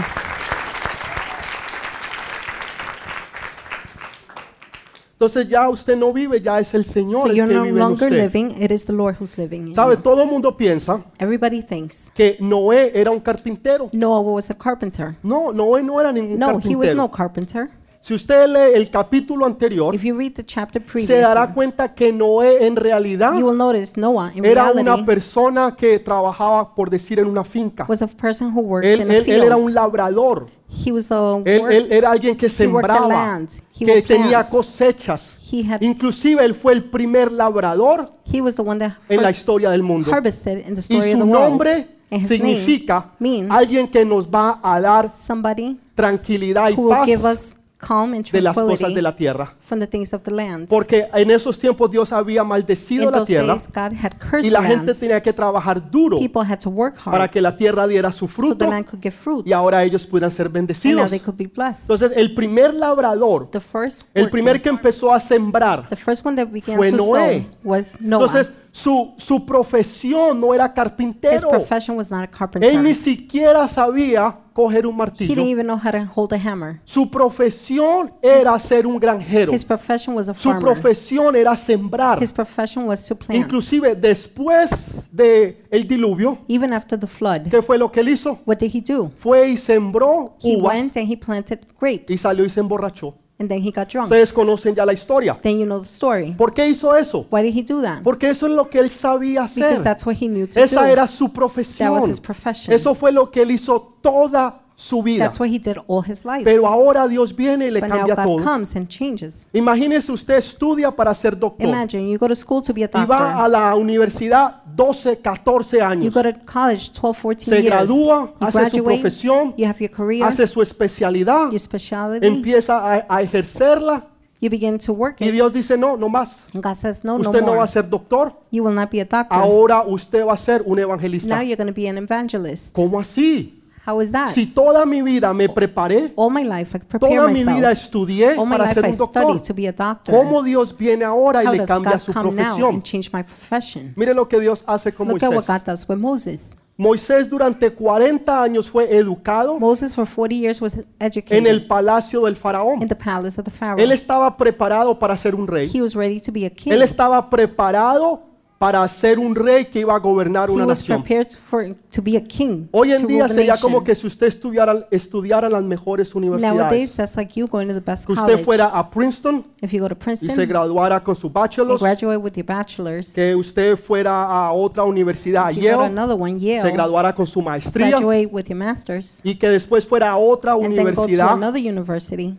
S1: Entonces ya usted no vive, ya es el
S2: So
S1: Señor
S2: you're
S1: el que
S2: no
S1: vive en
S2: longer
S1: usted.
S2: living, it is the Lord who's living in
S1: Sabe,
S2: you.
S1: todo el mundo piensa
S2: Everybody thinks
S1: que Noé era un carpintero.
S2: Noah was a carpenter.
S1: No, Noé no era ningún
S2: No, he was no
S1: carpintero.
S2: carpenter.
S1: Si usted lee el capítulo anterior,
S2: If you read the chapter
S1: se
S2: previous,
S1: dará cuenta que Noé en realidad
S2: you will notice Noah in
S1: era una
S2: reality
S1: persona que trabajaba, por decir, en una finca.
S2: was a person who worked
S1: Él,
S2: in a
S1: él- él era un
S2: field.
S1: labrador.
S2: He was a
S1: Él, él
S2: work.
S1: era alguien que
S2: the
S1: sembraba,
S2: land. He
S1: que
S2: worked
S1: tenía
S2: plants.
S1: cosechas.
S2: He had
S1: Inclusive él fue el primer labrador
S2: he was the one that
S1: en la
S2: first
S1: historia del mundo.
S2: harvested in the
S1: Y
S2: story of
S1: su
S2: the world.
S1: nombre
S2: And his
S1: significa
S2: name means
S1: alguien que nos va a dar
S2: somebody
S1: tranquilidad y
S2: who will give
S1: paz
S2: us calm and
S1: de las cosas de
S2: tranquility
S1: la tierra.
S2: from the things of the land.
S1: Porque en esos tiempos Dios había
S2: In
S1: maldecido la
S2: those
S1: tierra
S2: days, God had cursed
S1: y
S2: the
S1: la gente
S2: land.
S1: tenía que trabajar duro
S2: People had to work
S1: para
S2: hard
S1: que la tierra diera su
S2: so the
S1: fruto
S2: land could give fruits.
S1: y ahora ellos pudieran ser
S2: And now
S1: bendecidos.
S2: they could be blessed.
S1: Entonces el primer labrador,
S2: The first,
S1: el
S2: worker,
S1: primer que empezó a sembrar,
S2: the first one that began
S1: fue
S2: to
S1: Noé.
S2: sow was Noah.
S1: entonces su, su profesión no era
S2: His
S1: carpintero,
S2: profession was not a carpenter.
S1: él ni siquiera sabía coger un
S2: He didn't
S1: martillo,
S2: even know how to hold a hammer.
S1: su profesión era ser un granjero,
S2: His profession was a
S1: su
S2: farmer.
S1: profesión era sembrar.
S2: His profession was to plant.
S1: Inclusive después de el diluvio,
S2: Even after the flood,
S1: ¿qué fue lo que él hizo?
S2: what did he do?
S1: Fue y sembró
S2: He
S1: uvas
S2: went and he planted
S1: y
S2: grapes,
S1: salió y se emborrachó.
S2: and then he got drunk.
S1: Ustedes conocen ya la historia.
S2: Then you know the story.
S1: ¿Por qué hizo eso?
S2: Why did he do that?
S1: Porque eso es lo que él sabía
S2: Because
S1: hacer.
S2: that's what he knew to
S1: Esa
S2: do.
S1: era su
S2: That
S1: profesión.
S2: was his profession.
S1: Eso fue lo que él hizo toda su vida.
S2: That's what he did all his life.
S1: Pero ahora Dios viene y le
S2: But now
S1: cambia
S2: God
S1: todo.
S2: comes and changes.
S1: Imagínese usted estudia para ser doctor
S2: Imagine you go to school to be a
S1: y va a
S2: doctor.
S1: la universidad 12, 14
S2: You
S1: años.
S2: go to college 12, 14
S1: Se
S2: years.
S1: gradúa,
S2: you
S1: hace su
S2: graduate,
S1: profesión,
S2: you have your career,
S1: Hace su especialidad,
S2: your specialty,
S1: empieza a, a ejercerla
S2: you begin to work
S1: y
S2: it.
S1: Dios dice, no, no más.
S2: And God says, no, no
S1: Usted no va
S2: more.
S1: a ser doctor,
S2: You will not be a doctor.
S1: ahora usted va a ser un
S2: Now
S1: evangelista.
S2: you're going to be an evangelist.
S1: ¿Cómo así?
S2: How is that?
S1: Si toda mi vida me preparé,
S2: All my life I prepare
S1: toda mi vida
S2: myself.
S1: estudié
S2: All Oh, my
S1: para
S2: life
S1: ser
S2: I
S1: un doctor,
S2: studied to be a doctor.
S1: ¿cómo Dios viene ahora y
S2: How
S1: le
S2: does
S1: cambia
S2: God
S1: su
S2: come now
S1: profesión?
S2: and change my profession?
S1: Mire lo que Dios hace con
S2: Look at what
S1: Moisés.
S2: God does with Moses.
S1: Moisés durante 40 años fue educado
S2: Moses for 40 years was
S1: en el
S2: educated
S1: palacio del
S2: in
S1: faraón.
S2: the palace of the
S1: Él
S2: Pharaoh.
S1: estaba preparado para ser un rey.
S2: He was ready to be a king.
S1: Él estaba preparado para ser un rey que iba a gobernar
S2: He
S1: una
S2: was
S1: nación.
S2: prepared for to be a king.
S1: Hoy en
S2: to
S1: día
S2: rule the
S1: sería
S2: nation.
S1: como que si usted estudiara, estudiara en las mejores
S2: Nowadays,
S1: universidades,
S2: that's like you going to the best
S1: que usted
S2: college.
S1: fuera a Princeton
S2: if you go to
S1: y se
S2: Princeton
S1: graduara con su
S2: and
S1: bachelor,
S2: graduate with your bachelor's,
S1: que usted fuera a otra universidad, a
S2: if you go to
S1: Yale,
S2: another one,
S1: se
S2: Yale,
S1: graduara con su maestría
S2: graduate with your master's,
S1: y que después fuera a otra
S2: and then go to
S1: universidad
S2: another university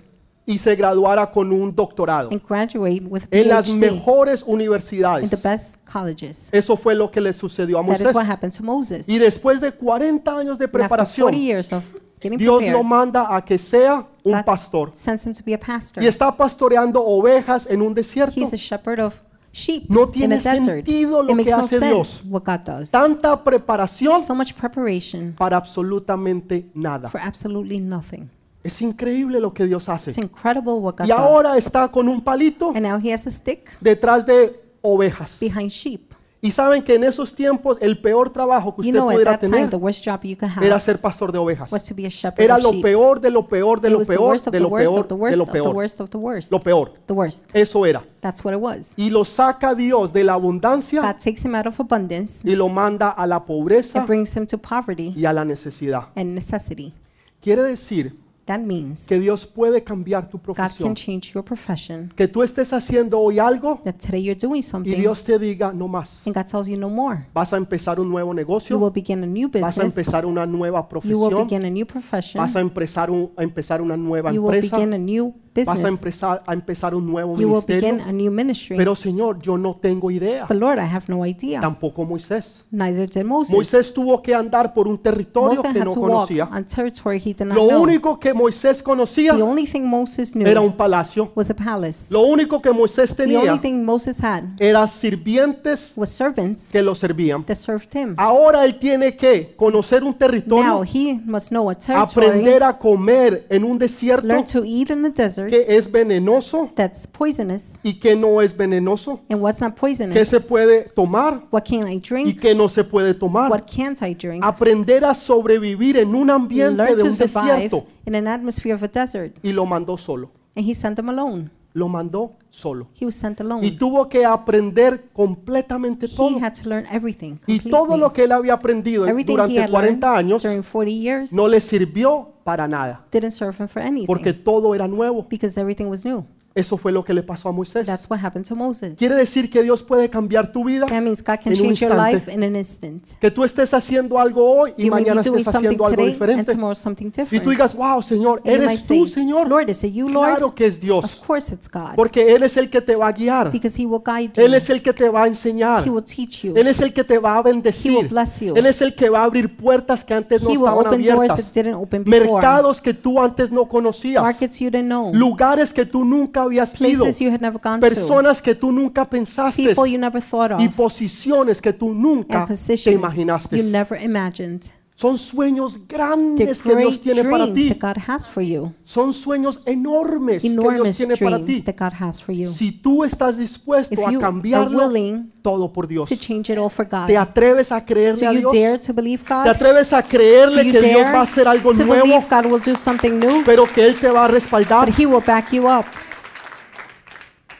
S1: y se graduara con un doctorado.
S2: and graduate with a
S1: En las
S2: PhD
S1: mejores
S2: in the
S1: universidades.
S2: best colleges.
S1: Eso fue lo que le sucedió a
S2: That is
S1: Moisés.
S2: what happened to Moses.
S1: Y después de 40 años de
S2: And after 40
S1: preparación,
S2: years of getting
S1: Dios lo
S2: prepared,
S1: manda a que sea un
S2: God
S1: pastor.
S2: sends him to be a pastor.
S1: Y está pastoreando ovejas en un desierto.
S2: He's a shepherd of sheep
S1: No
S2: in
S1: tiene
S2: a desert.
S1: sentido lo
S2: it makes
S1: que
S2: no
S1: hace
S2: sense
S1: Dios.
S2: what God does.
S1: Tanta preparación
S2: So much preparation
S1: para absolutamente nada.
S2: for absolutely nothing.
S1: Es increíble lo que Dios hace.
S2: It's incredible what God
S1: Y ahora
S2: does.
S1: está con un palito
S2: And now he has a stick
S1: detrás de ovejas.
S2: behind sheep.
S1: Y saben que en esos tiempos el peor trabajo que
S2: You
S1: usted
S2: know, at
S1: pudiera
S2: that time,
S1: tener
S2: the worst job you could
S1: era
S2: have
S1: ser pastor de ovejas.
S2: was to be a shepherd
S1: Era
S2: of
S1: lo
S2: sheep.
S1: peor de lo peor de
S2: It
S1: lo
S2: was the
S1: peor
S2: worst of
S1: de
S2: the
S1: lo
S2: worst of
S1: peor
S2: the
S1: de
S2: worst
S1: lo
S2: of the
S1: peor.
S2: worst of the worst.
S1: Lo peor.
S2: The worst.
S1: Eso era.
S2: That's what it was.
S1: Y lo saca Dios de la abundancia
S2: God takes him out of abundance
S1: y lo manda a la
S2: and
S1: pobreza
S2: brings him to poverty
S1: y a la necesidad.
S2: and necessity.
S1: Quiere decir
S2: That means
S1: que Dios puede cambiar tu
S2: God can
S1: profesión.
S2: change your profession.
S1: Que tú estés haciendo hoy algo
S2: That today you're doing
S1: y
S2: something
S1: Dios te diga no más.
S2: and God tells you no more.
S1: Vas a empezar un nuevo
S2: You
S1: negocio,
S2: will begin a new
S1: vas a
S2: business.
S1: empezar una nueva
S2: You will
S1: profesión,
S2: begin a new profession.
S1: vas a empezar, un- a empezar una nueva
S2: You will
S1: empresa,
S2: begin a new
S1: vas a
S2: business.
S1: empezar a empezar un nuevo
S2: You will begin
S1: ministerio.
S2: a new ministry.
S1: Pero Señor, yo no tengo idea.
S2: But Lord, I have no idea.
S1: Tampoco Moisés.
S2: Neither did Moses.
S1: Moisés tuvo que andar por un territorio
S2: Moses
S1: que
S2: had
S1: no
S2: to walk
S1: conocía.
S2: on territory he did not
S1: Lo
S2: know.
S1: único que Moisés conocía
S2: The only thing Moses
S1: era
S2: knew
S1: un palacio.
S2: was a palace.
S1: Lo único que Moisés
S2: The only
S1: tenía
S2: thing Moses had
S1: eran sirvientes
S2: was servants
S1: que Ah, lo servían.
S2: that served him.
S1: Ahora él tiene que conocer un
S2: Now
S1: territorio,
S2: he must know a territory,
S1: aprender a comer en un
S2: learn
S1: desierto
S2: to eat in the desert
S1: que es venenoso
S2: that's poisonous,
S1: y que no es venenoso,
S2: and what's not
S1: que
S2: poisonous.
S1: se puede tomar
S2: What can I
S1: y
S2: drink?
S1: que no se puede tomar.
S2: What can't I drink?
S1: Aprender a sobrevivir en un ambiente
S2: Learn
S1: de
S2: to
S1: un
S2: survive
S1: desierto
S2: in an atmosphere of a desert.
S1: y lo mandó solo.
S2: And he sent them alone.
S1: Lo mandó solo.
S2: He was sent
S1: Y
S2: alone.
S1: tuvo que aprender completamente
S2: He
S1: todo.
S2: had to learn everything
S1: Y todo
S2: completely.
S1: lo que él había aprendido en-
S2: Everything he
S1: durante
S2: had learned
S1: 40 años
S2: during 40 years
S1: no le sirvió para nada,
S2: didn't serve him for
S1: porque
S2: anything
S1: todo era nuevo.
S2: because everything was new.
S1: Eso fue lo que le pasó a Moisés.
S2: That's what happened to Moses.
S1: Quiere decir que Dios puede cambiar tu vida,
S2: That means God
S1: en un
S2: can change your
S1: instante.
S2: life in an instant.
S1: que tú estés haciendo algo hoy y
S2: You may
S1: mañana
S2: be doing
S1: estés
S2: something
S1: haciendo algo
S2: today and
S1: diferente.
S2: tomorrow something
S1: Y tú
S2: different.
S1: digas, wow, Señor,
S2: And you might
S1: eres tú,
S2: say,
S1: Señor.
S2: Lord, is it you,
S1: Claro
S2: Lord?
S1: que es
S2: Of
S1: Dios,
S2: course it's God.
S1: porque Él es el que te va a guiar.
S2: Because he will guide
S1: Él
S2: you.
S1: es el que te va a enseñar.
S2: He will teach you.
S1: Él es el que te va a
S2: He will
S1: bendecir.
S2: bless you.
S1: Él es el que va a abrir puertas que antes no
S2: He will
S1: estaban
S2: open doors
S1: abiertas.
S2: that didn't open before.
S1: Mercados que tú antes no conocías.
S2: Markets you didn't know.
S1: Lugares que tú nunca habías ido,
S2: places you had never gone to,
S1: personas que tú nunca pensaste
S2: people you never thought
S1: y
S2: of,
S1: posiciones que tú nunca
S2: and
S1: te
S2: positions you
S1: imaginaste.
S2: never imagined.
S1: Son sueños
S2: The
S1: grandes que Dios
S2: great
S1: tiene para
S2: dreams
S1: ti.
S2: that God has for you,
S1: Son sueños enormes que Dios
S2: enormous
S1: tiene para ti.
S2: dreams that God has for you.
S1: Si tú estás
S2: If
S1: dispuesto a
S2: you are
S1: cambiarlo
S2: willing
S1: todo por Dios,
S2: to change it all for
S1: te
S2: God,
S1: atreves a creerle
S2: do
S1: a
S2: you
S1: Dios,
S2: dare to believe
S1: te
S2: God?
S1: atreves a
S2: Do
S1: creerle
S2: you
S1: que Dios va a
S2: dare
S1: hacer algo
S2: to
S1: nuevo,
S2: believe God will do something new?
S1: pero que Él te va a respaldar.
S2: But He will back you up.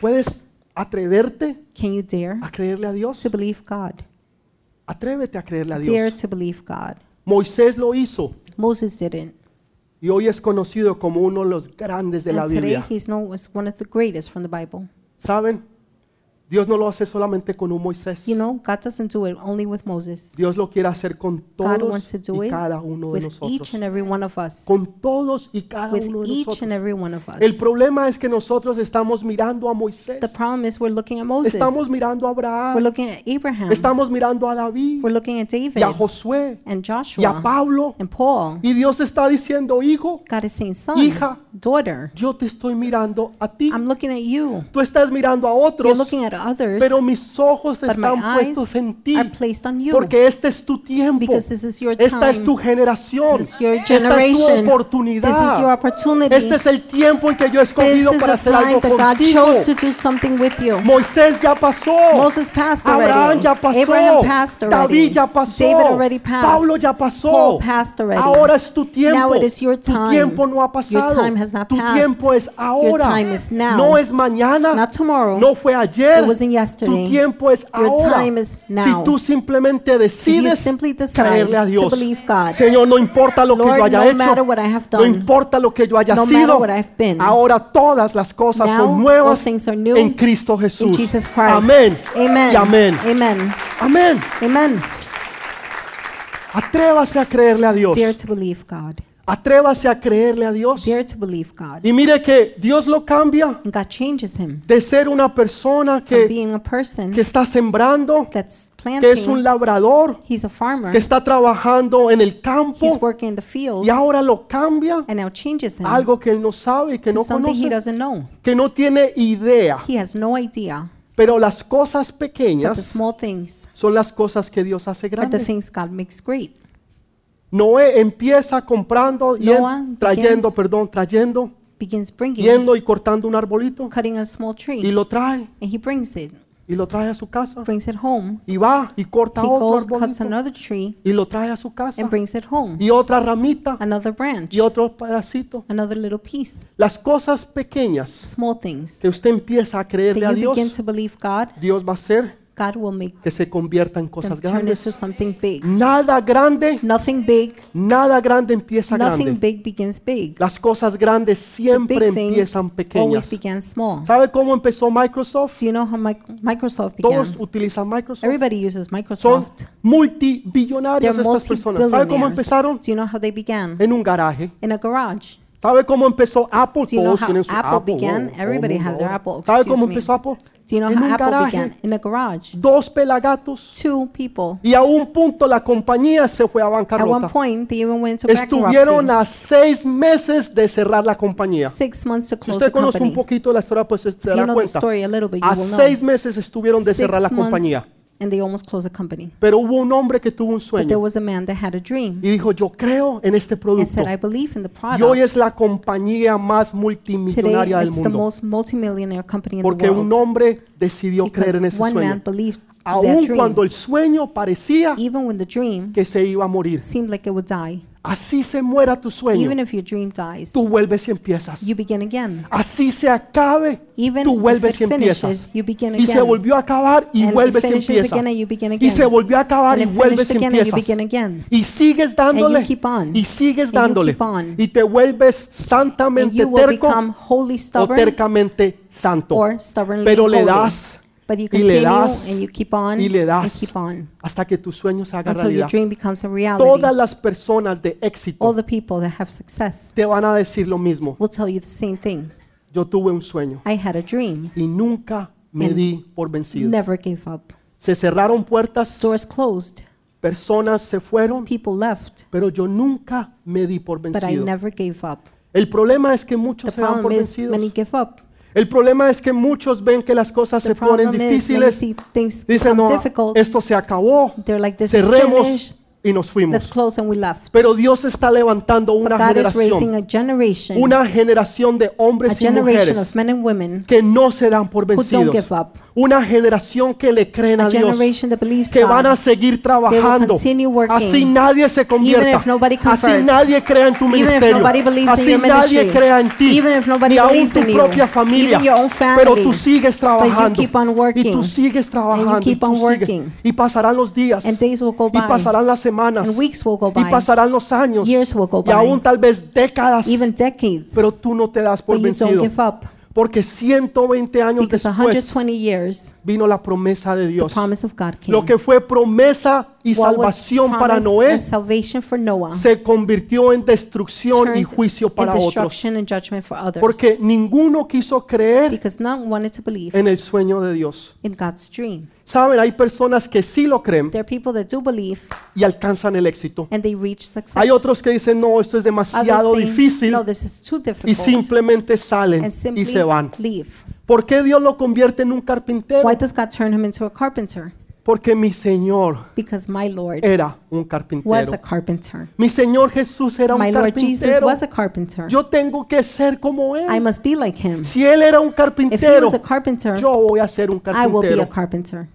S1: ¿Puedes atreverte
S2: Can you dare
S1: a creerle a Dios?
S2: to believe God?
S1: Atrévete a creerle a
S2: Dare
S1: Dios.
S2: to believe God.
S1: Moisés lo hizo
S2: Moses didn't.
S1: y hoy es conocido como uno de los grandes de la
S2: And today
S1: Biblia.
S2: he's known as one of the greatest from the Bible.
S1: ¿Saben? Dios no lo hace solamente con un Moisés.
S2: You know, God doesn't do it only with Moses.
S1: Dios lo quiere hacer con
S2: God wants
S1: todos
S2: to do
S1: y
S2: it
S1: cada uno de
S2: with each
S1: nosotros.
S2: and every one of us.
S1: Con todos y cada
S2: With
S1: uno de
S2: each and
S1: nosotros.
S2: every one of us.
S1: El problema es que nosotros estamos mirando a Moisés.
S2: The problem is we're looking at Moses.
S1: Estamos
S2: We're
S1: mirando a Abraham.
S2: looking at Abraham.
S1: Estamos mirando a David
S2: We're looking at
S1: y
S2: David
S1: a Josué
S2: and
S1: y a
S2: Joshua
S1: Pablo.
S2: and Paul.
S1: Y Dios está diciendo, hijo,
S2: God is saying,
S1: Hija.
S2: son, daughter,
S1: yo te estoy mirando a ti.
S2: I'm looking at you.
S1: Tú estás mirando a
S2: You're
S1: otros,
S2: looking at others,
S1: pero mis ojos
S2: but my
S1: están puestos en ti.
S2: eyes are placed on you.
S1: Porque este es tu tiempo.
S2: Because this is your
S1: Esta es
S2: time.
S1: tu generación.
S2: This is your
S1: Esta es tu
S2: generation. This is your
S1: oportunidad.
S2: opportunity.
S1: Este es el tiempo en que yo he
S2: this
S1: escogido
S2: is
S1: para
S2: the
S1: hacer algo
S2: time that God
S1: contigo.
S2: chose to do something with you.
S1: Moisés ya pasó.
S2: Moses passed
S1: Abraham
S2: already.
S1: ya pasó.
S2: Abraham passed already.
S1: David ya pasó.
S2: David already passed.
S1: Pablo ya pasó.
S2: Paul passed already.
S1: Ahora es tu tiempo.
S2: Now it is your
S1: Tu
S2: time.
S1: tiempo no ha
S2: Your
S1: pasado.
S2: time has not
S1: tu
S2: passed.
S1: tiempo es ahora.
S2: time is now.
S1: No es mañana.
S2: Not tomorrow.
S1: no fue ayer.
S2: It wasn't yesterday.
S1: Tu tiempo es
S2: Your
S1: ahora.
S2: time is
S1: Si
S2: now.
S1: tú simplemente decides
S2: simply decide
S1: creerle a
S2: to
S1: Dios.
S2: believe God.
S1: Señor, no importa lo que
S2: Lord,
S1: yo haya
S2: no
S1: hecho.
S2: matter what I have
S1: No
S2: done.
S1: importa lo que yo haya
S2: No matter
S1: sido.
S2: what I've been.
S1: Ahora todas las cosas
S2: Now,
S1: son
S2: all
S1: nuevas
S2: things are new
S1: en Cristo Jesús.
S2: In Jesus Christ.
S1: Amén.
S2: Amen.
S1: Y amén.
S2: Amen.
S1: Amén.
S2: Amen.
S1: Atrévase a creerle a Dios.
S2: Dare to believe God.
S1: Atrévase a creerle a Dios.
S2: Dare to believe God.
S1: Y mire que Dios lo cambia
S2: And God changes him
S1: de ser una persona
S2: from
S1: que,
S2: being a person
S1: que está sembrando,
S2: that's
S1: que es un
S2: planting.
S1: labrador,
S2: He's a farmer.
S1: que está trabajando en el
S2: He's
S1: campo
S2: working in the field.
S1: y ahora lo cambia
S2: And now changes him
S1: a algo que él no sabe y que
S2: to
S1: no
S2: something he
S1: conoce,
S2: doesn't know.
S1: que no tiene idea.
S2: He has no idea.
S1: Pero las cosas
S2: But the
S1: pequeñas
S2: small things
S1: son las cosas que Dios hace
S2: are the
S1: grandes.
S2: things God makes great.
S1: Noé empieza comprando y
S2: Noah
S1: en- trayendo,
S2: begins-
S1: perdón, trayendo,
S2: Begins bringing,
S1: yendo y cortando un arbolito
S2: cutting a small
S1: y
S2: tree.
S1: lo trae
S2: And he brings it,
S1: y lo trae a su casa
S2: brings it home.
S1: y va y corta
S2: Pues, He
S1: otro
S2: goes, cuts
S1: arbolito
S2: another tree,
S1: y lo trae a su casa
S2: and brings it home.
S1: y otra ramita
S2: Another branch,
S1: y otro pedacito.
S2: another little piece.
S1: Las cosas pequeñas
S2: Small things.
S1: que usted empieza a creerle a
S2: That you
S1: Dios,
S2: begin to believe God,
S1: Dios va a hacer
S2: God will make
S1: que se convierta en
S2: them
S1: cosas
S2: turn into
S1: grandes.
S2: something big.
S1: Nada grande,
S2: Nothing big,
S1: nada grande empieza
S2: nothing
S1: grande.
S2: big begins big.
S1: Las cosas grandes
S2: The
S1: siempre
S2: big things
S1: empiezan
S2: always
S1: pequeñas.
S2: began small.
S1: ¿Sabe cómo empezó Microsoft?
S2: Do you know how mic Microsoft
S1: Todos
S2: began?
S1: utilizan Microsoft.
S2: Everybody uses
S1: Son
S2: Microsoft. They're
S1: multibillonarios estas personas. ¿Sabe cómo
S2: multi-billionaires.
S1: empezaron?
S2: Do you know how they began?
S1: En un garaje.
S2: In a garage.
S1: ¿Sabe cómo empezó Apple?
S2: Do you know
S1: Todos
S2: how
S1: tienen su
S2: Apple
S1: Apple.
S2: began?
S1: oh,
S2: Everybody
S1: oh,
S2: has their
S1: oh.
S2: Apple,
S1: ¿Sabe
S2: excuse
S1: cómo
S2: me.
S1: empezó Apple?
S2: Do you know
S1: en
S2: how
S1: un
S2: Apple
S1: garaje.
S2: began? In a garage.
S1: Dos pelagatos.
S2: Two people.
S1: Y a un punto la compañía se fue a
S2: At one
S1: bancarrota.
S2: point, they even went to
S1: Estuvieron
S2: bankruptcy.
S1: a seis meses de cerrar la compañía.
S2: Six months to
S1: Si
S2: close the
S1: usted conoce
S2: company.
S1: un poquito la historia, pues se
S2: If you
S1: dará
S2: know the
S1: cuenta.
S2: story a little bit, you
S1: A
S2: will know.
S1: seis meses estuvieron de
S2: Six
S1: cerrar la
S2: months,
S1: compañía.
S2: And they almost closed the company.
S1: Pero hubo un hombre que tuvo un
S2: But there
S1: sueño
S2: was a man that had a dream
S1: y dijo, yo creo en este
S2: and
S1: producto.
S2: said, I believe in the
S1: Y hoy
S2: product.
S1: es la compañía más
S2: Today,
S1: multimillonaria del
S2: it's the
S1: mundo.
S2: most multimillionaire company in
S1: Porque
S2: the
S1: un
S2: world.
S1: hombre decidió creer en
S2: Because
S1: ese
S2: one man
S1: sueño.
S2: believed that
S1: Aun cuando
S2: dream,
S1: el sueño parecía
S2: even when the dream
S1: que se iba a morir.
S2: seemed like it would die.
S1: Así se muera tu sueño.
S2: Even if your dream dies,
S1: Tú vuelves y empiezas.
S2: you begin again.
S1: Así se acabe.
S2: Even
S1: Tú vuelves
S2: if
S1: y
S2: it
S1: empiezas.
S2: finishes, you begin
S1: Y se
S2: again.
S1: volvió a acabar y
S2: And it
S1: vuelves y
S2: finishes
S1: empiezas.
S2: again and you begin
S1: Y se
S2: again.
S1: volvió a acabar
S2: And
S1: y
S2: it
S1: vuelves
S2: finished
S1: y
S2: again and you begin
S1: empiezas.
S2: again.
S1: Y sigues dándole. Y sigues
S2: And you
S1: dándole.
S2: keep on.
S1: Y te vuelves
S2: And
S1: santamente
S2: you will
S1: terco
S2: become wholly
S1: o
S2: stubborn
S1: tercamente santo.
S2: or stubbornly
S1: Pero le
S2: holy.
S1: das
S2: But you
S1: y le
S2: continue
S1: das
S2: and you keep on
S1: y le
S2: and
S1: das
S2: keep on
S1: hasta que tu sueño se haga
S2: until your
S1: realidad.
S2: dream becomes a reality.
S1: Todas las personas de
S2: All
S1: éxito
S2: the people that have success
S1: te van a decir lo mismo.
S2: will tell you the same thing.
S1: Yo tuve un sueño
S2: I had a dream.
S1: y nunca me
S2: And
S1: di por vencido.
S2: Never gave up.
S1: Se cerraron puertas,
S2: Doors closed.
S1: personas se fueron,
S2: People left.
S1: pero yo nunca me di por
S2: But I
S1: vencido.
S2: never gave up.
S1: El problema es que
S2: The
S1: muchos se dan por
S2: problem is
S1: vencidos.
S2: many give up.
S1: El problema es que muchos ven que las cosas
S2: The
S1: se ponen
S2: problem is when you
S1: difíciles.
S2: see things
S1: Dicen,
S2: become
S1: no,
S2: difficult,
S1: esto se acabó.
S2: they're like, this is
S1: Cerremos
S2: finished,
S1: y nos
S2: let's
S1: fuimos.
S2: close and we left.
S1: Pero Dios está levantando una
S2: But God is raising
S1: generación,
S2: a generation,
S1: una generación de
S2: a
S1: hombres y
S2: generation
S1: mujeres
S2: of men and women
S1: que no se dan por
S2: who don't
S1: vencidos.
S2: give up.
S1: Una generación que le creen a
S2: A
S1: Dios,
S2: generation that believes
S1: que van a
S2: God.
S1: seguir trabajando.
S2: continue working.
S1: Así nadie se convierta.
S2: if nobody
S1: Así
S2: converts.
S1: nadie crea en tu
S2: Even if
S1: ministerio.
S2: nobody believes in
S1: Así
S2: your
S1: nadie
S2: ministry.
S1: crea en ti.
S2: Even if nobody
S1: Ni aún
S2: believes
S1: tu
S2: in you.
S1: propia familia.
S2: Even your own family.
S1: Pero tú sigues trabajando.
S2: keep on
S1: Y tú
S2: working.
S1: sigues trabajando.
S2: And you keep
S1: y, tú
S2: on
S1: sigues.
S2: working.
S1: Y pasarán los días.
S2: And days will go
S1: y
S2: by.
S1: pasarán las semanas.
S2: and weeks will go
S1: y
S2: by,
S1: pasarán los años.
S2: Years will go
S1: y
S2: by.
S1: aún tal vez décadas.
S2: even decades,
S1: pero tú no te das por
S2: but you don't
S1: vencido.
S2: give up.
S1: Porque 120 años
S2: Because
S1: después
S2: 120 years,
S1: vino la promesa de
S2: the
S1: Dios.
S2: promise of God came.
S1: Lo que fue promesa y
S2: What was
S1: salvación para
S2: promise
S1: Noé
S2: and salvation for Noah
S1: se convirtió en destrucción y
S2: turned
S1: juicio para
S2: in
S1: otros.
S2: destruction and judgment for others.
S1: Porque ninguno quiso creer
S2: because none wanted to believe
S1: en el sueño de Dios.
S2: in God's dream.
S1: Saben, hay personas que sí lo creen
S2: There are people that do believe
S1: y alcanzan el éxito.
S2: and they reach success.
S1: Hay otros que dicen, no, esto es
S2: Others
S1: demasiado
S2: saying,
S1: difícil
S2: no, this is too difficult,
S1: y simplemente salen
S2: and simply
S1: y se van.
S2: leave.
S1: ¿Por qué Dios lo convierte en un carpintero?
S2: Why does God turn him into a carpenter?
S1: Porque mi Señor
S2: Because my Lord
S1: era un
S2: was
S1: carpintero.
S2: a carpenter.
S1: Mi Señor Jesús era
S2: My
S1: un
S2: Lord Jesus
S1: carpintero.
S2: was a carpenter.
S1: Yo tengo que ser como
S2: I
S1: Él.
S2: must be like him.
S1: Si Él era un
S2: If he
S1: carpintero,
S2: was a carpenter,
S1: yo voy a ser un
S2: I will be a
S1: carpintero.
S2: carpenter.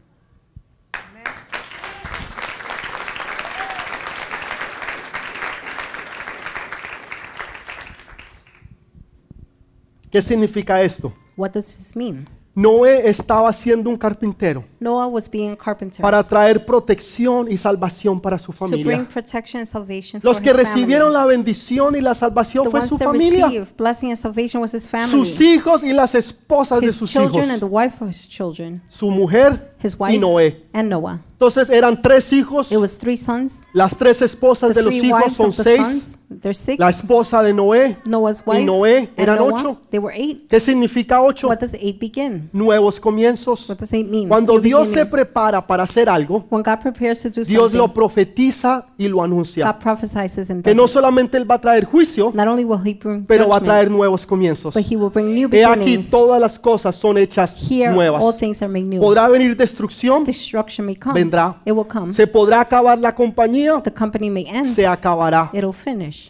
S1: ¿Qué significa esto?
S2: What does this mean?
S1: Noé estaba siendo un carpintero
S2: Noah was being a carpenter
S1: para traer protección y salvación para su
S2: to bring
S1: familia.
S2: protection and salvation
S1: Los
S2: for
S1: que
S2: his family.
S1: recibieron la bendición y la salvación
S2: the
S1: fue
S2: ones
S1: su
S2: that
S1: familia,
S2: received blessing and salvation was his family,
S1: sus hijos y las esposas de
S2: his
S1: sus
S2: children and
S1: hijos,
S2: the wife of his children,
S1: su mujer
S2: his
S1: y
S2: wife
S1: Noé.
S2: and Noah.
S1: Entonces eran tres hijos,
S2: It was three sons,
S1: las tres esposas de
S2: the
S1: los
S2: three
S1: hijos
S2: wives
S1: son
S2: of the
S1: seis,
S2: sons. They're six.
S1: la esposa de Noé,
S2: Noah's
S1: y
S2: wife
S1: Noé
S2: and
S1: eran
S2: Noah.
S1: ocho.
S2: They were eight.
S1: ¿Qué significa ocho?
S2: What does eight begin?
S1: Nuevos comienzos.
S2: What does eight mean?
S1: Cuando
S2: New
S1: Dios se
S2: beginning.
S1: prepara para hacer algo,
S2: when God prepares to do
S1: Dios
S2: something,
S1: lo profetiza y lo anuncia.
S2: God prophesies and
S1: Que no
S2: does it.
S1: solamente Él va a traer juicio,
S2: Not only will He bring
S1: pero va a
S2: judgment,
S1: traer nuevos comienzos.
S2: but He will bring new
S1: He aquí
S2: beginnings.
S1: todas las cosas son hechas
S2: Here, all
S1: nuevas.
S2: things are made new.
S1: Podrá venir destrucción,
S2: Destruction may come.
S1: vendrá.
S2: It will come.
S1: Se podrá acabar la compañía,
S2: the company may end.
S1: se acabará.
S2: It'll finish.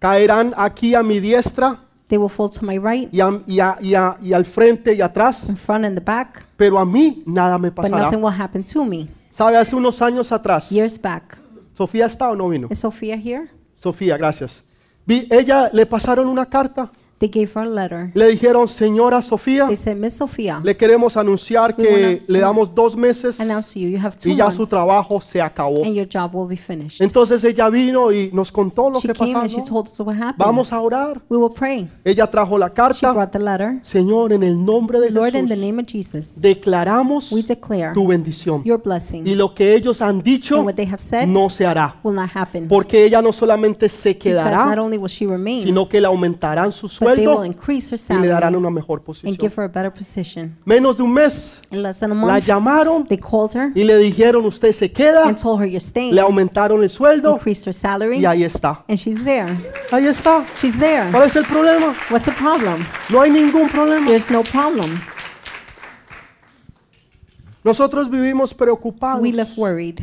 S1: Caerán aquí a mi diestra
S2: They will fall to my right,
S1: y, a- y a- y a- y al frente y atrás,
S2: in front, and the back,
S1: pero a mí nada me
S2: but
S1: pasará.
S2: nothing will happen to me.
S1: Sabe, hace unos años atrás,
S2: Years back.
S1: Sofía está o no vino.
S2: Is Sophia here?
S1: Sofía, gracias. Vi, ella le pasaron una carta,
S2: They gave her a letter.
S1: le dijeron, señora Sofía,
S2: They said, Miss Sophia,
S1: le queremos anunciar que
S2: wanna-
S1: le damos dos meses
S2: announce to you, you have two
S1: y ya su
S2: months,
S1: trabajo se acabó.
S2: and your job will be finished.
S1: Oh. Entonces ella vino y nos contó lo
S2: She
S1: que
S2: came
S1: pasó.
S2: and she told us what happened.
S1: Vamos a orar.
S2: We will pray.
S1: Ella trajo la
S2: She
S1: carta.
S2: brought the letter.
S1: Señor, en el nombre de
S2: Lord, in the
S1: Jesús,
S2: name of Jesus,
S1: declaramos
S2: we declare
S1: tu bendición.
S2: your
S1: Y
S2: blessing
S1: lo que ellos han dicho
S2: And what they have said
S1: no se hará.
S2: will not happen.
S1: Porque ella no solamente se
S2: Because not
S1: quedará,
S2: only will she remain,
S1: sino que le aumentarán su
S2: but they will
S1: sueldo
S2: increase her
S1: y le darán
S2: salary
S1: una mejor
S2: and
S1: posición.
S2: give her a better position.
S1: Menos de un mes
S2: In less than a
S1: la
S2: month,
S1: llamaron
S2: they called her
S1: y le dijeron usted se queda,
S2: and told her you're
S1: le
S2: staying,
S1: aumentaron el sueldo
S2: increased her salary,
S1: y ahí está.
S2: and she's there.
S1: Ahí está.
S2: She's there.
S1: ¿Cuál es el problema?
S2: What's the problem?
S1: No hay ningún problema.
S2: There's no problem.
S1: Nosotros vivimos preocupados
S2: We live worried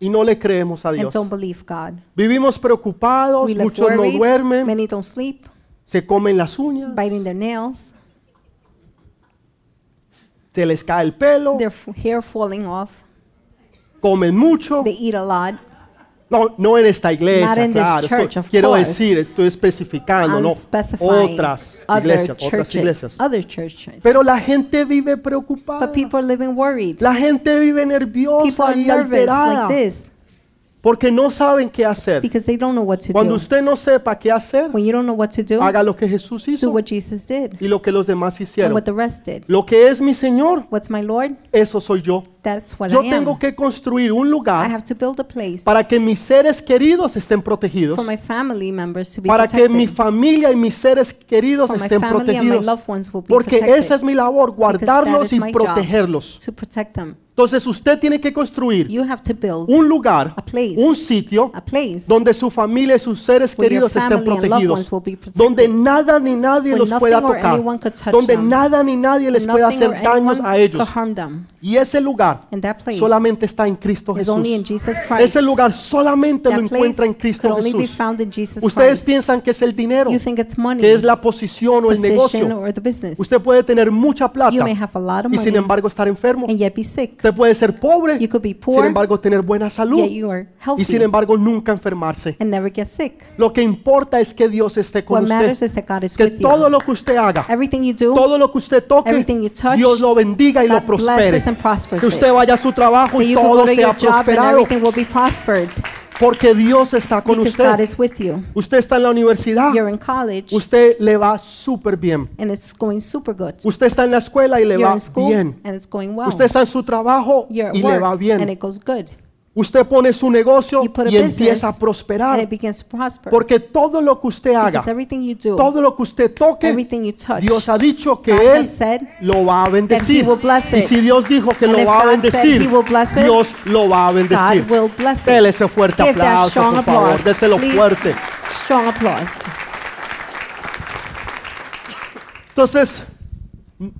S1: y no le creemos a
S2: and
S1: Dios.
S2: don't believe God.
S1: Vivimos preocupados,
S2: We live
S1: muchos no
S2: worried.
S1: duermen,
S2: Many don't sleep,
S1: se comen las uñas,
S2: biting their nails,
S1: se les cae el pelo,
S2: their f- hair falling off.
S1: comen mucho.
S2: They eat a lot.
S1: No, no en esta
S2: Not
S1: iglesia,
S2: in this
S1: claro. estoy-
S2: church, of
S1: quiero
S2: course.
S1: decir, estoy especificando,
S2: I'm
S1: Ah, no.
S2: specifying
S1: Otras
S2: other
S1: iglesias, otras
S2: churches.
S1: iglesias.
S2: Other churches.
S1: Pero la gente vive preocupada.
S2: But people are living worried.
S1: La gente vive
S2: People
S1: nerviosa
S2: are
S1: y
S2: nervous
S1: alterada
S2: like this
S1: porque no saben qué hacer.
S2: because they don't know what to
S1: Cuando
S2: do.
S1: usted no sepa qué hacer,
S2: When you don't know what to do,
S1: haga lo que Jesús
S2: do
S1: hizo
S2: what Jesus did
S1: y lo que los demás
S2: and
S1: hicieron.
S2: what the rest did.
S1: Lo que es mi Señor,
S2: What's my Lord?
S1: eso soy yo.
S2: That's what
S1: Yo
S2: I am.
S1: tengo que construir un
S2: I
S1: lugar
S2: have to build a place
S1: para que mis seres queridos estén protegidos,
S2: for my family members to be
S1: para que
S2: protected.
S1: mi familia y mis seres queridos
S2: for my
S1: estén
S2: family and my
S1: protegidos.
S2: loved ones will be
S1: Porque
S2: protected.
S1: esa es mi labor,
S2: Because that
S1: guardarlos
S2: is
S1: y
S2: my job,
S1: protegerlos.
S2: To protect them.
S1: Entonces usted tiene que construir
S2: You have to build
S1: un lugar,
S2: a place.
S1: un sitio
S2: a place
S1: donde su familia y sus seres
S2: Where your
S1: queridos estén
S2: family and loved
S1: protegidos,
S2: ones will be protected.
S1: donde nada ni nadie
S2: Where
S1: los
S2: nothing
S1: pueda
S2: or
S1: tocar,
S2: anyone could touch
S1: donde
S2: them.
S1: nada ni nadie les pueda
S2: Nothing or
S1: hacer daños
S2: anyone
S1: a
S2: could
S1: ellos.
S2: harm them.
S1: Y ese lugar
S2: And that place
S1: solamente está en Cristo
S2: is only in
S1: Jesús.
S2: Jesus Christ.
S1: Ese lugar solamente
S2: that
S1: lo encuentra
S2: place
S1: en
S2: could
S1: Cristo
S2: only be
S1: Jesús.
S2: found in Jesus
S1: Ustedes
S2: Christ.
S1: piensan que es el dinero,
S2: You think it's money,
S1: que es la posición o el
S2: position,
S1: negocio.
S2: or the business.
S1: Usted puede tener mucha
S2: You
S1: plata
S2: may have a lot of
S1: y sin
S2: money
S1: embargo estar enfermo.
S2: and yet be sick.
S1: Usted puede ser pobre,
S2: You could be
S1: sin
S2: poor,
S1: embargo tener buena
S2: Yet
S1: salud
S2: you are
S1: y sin
S2: healthy
S1: embargo nunca enfermarse.
S2: and never get sick.
S1: Lo que importa es que Dios esté
S2: What
S1: con
S2: matters
S1: usted.
S2: is that God is
S1: Que
S2: with
S1: todo
S2: you.
S1: lo que usted haga,
S2: Everything you do,
S1: todo lo que usted toque,
S2: Everything you touch,
S1: Dios lo bendiga y lo
S2: God
S1: prospere.
S2: blesses and prospers
S1: Que usted
S2: it.
S1: vaya a su trabajo
S2: that
S1: y
S2: you can go
S1: todo
S2: to your
S1: sea
S2: job and
S1: prosperado.
S2: everything will be prospered
S1: Porque Dios está con
S2: because God
S1: usted.
S2: is with you.
S1: Usted está en la universidad,
S2: You're in college
S1: usted le va súper bien.
S2: and it's going super good.
S1: Usted está en la escuela y le
S2: You're
S1: va
S2: in school
S1: bien.
S2: and it's going well.
S1: Usted está en su trabajo
S2: You're at
S1: y le va
S2: work and
S1: bien.
S2: it goes good.
S1: Usted pone su negocio
S2: You put a
S1: y empieza a
S2: business and
S1: prosperar.
S2: it begins to prosper.
S1: Porque todo lo que usted haga,
S2: Because everything you do,
S1: todo lo que usted toque,
S2: everything you touch,
S1: Dios ha dicho que
S2: God
S1: Él
S2: has said
S1: lo va a bendecir.
S2: will bless
S1: Y
S2: it.
S1: si Dios dijo que
S2: And
S1: lo
S2: if
S1: va a
S2: God said
S1: bendecir,
S2: he will bless it,
S1: Dios lo va a
S2: God
S1: bendecir.
S2: will bless
S1: Dele
S2: it.
S1: ese fuerte
S2: Give that
S1: aplauso,
S2: strong
S1: por favor.
S2: applause.
S1: Déselo
S2: Please,
S1: fuerte.
S2: Strong applause.
S1: Entonces,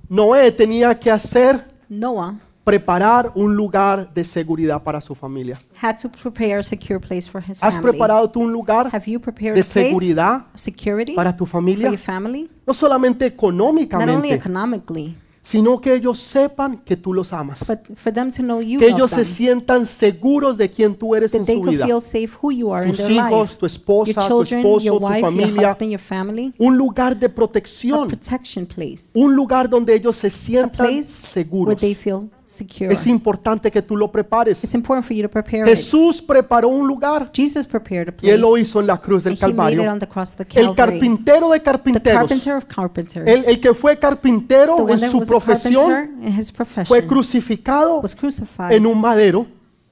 S1: Noé tenía que hacer,
S2: Noah
S1: preparar un lugar de seguridad para su familia.
S2: had to prepare a secure place for his
S1: ¿Has
S2: family.
S1: preparado tú un lugar
S2: Have you prepared
S1: de
S2: a place
S1: seguridad
S2: of security
S1: para tu
S2: for
S1: familia?
S2: your family?
S1: No solamente
S2: Not only
S1: económicamente,
S2: economically,
S1: sino que ellos sepan que tú los amas.
S2: but for them to know you
S1: Que
S2: love
S1: ellos
S2: them.
S1: se sientan seguros de quién tú eres en
S2: that they
S1: su
S2: could
S1: vida.
S2: feel safe who you are in
S1: Tus
S2: their
S1: hijos,
S2: life.
S1: tu esposa,
S2: Your
S1: tu
S2: children,
S1: esposo,
S2: your
S1: tu
S2: wife, your
S1: familia.
S2: husband, your family.
S1: Un lugar de
S2: A
S1: protección.
S2: protection place.
S1: Un lugar donde ellos se
S2: A
S1: sientan
S2: place where
S1: seguros.
S2: they feel secure.
S1: Es importante que tú lo prepares.
S2: It's important for you to prepare it.
S1: Jesús preparó un lugar
S2: Jesus prepared a
S1: y él lo
S2: place.
S1: hizo en la cruz del
S2: and he made it
S1: Calvario.
S2: on the cross of the
S1: El
S2: Calvary.
S1: carpintero de
S2: The
S1: carpinteros,
S2: carpenter of carpenters.
S1: el, el que fue
S2: the
S1: carpintero
S2: one
S1: en
S2: that
S1: su
S2: was a carpenter
S1: profesión,
S2: in his
S1: fue
S2: profession
S1: crucificado
S2: was crucified
S1: en un madero.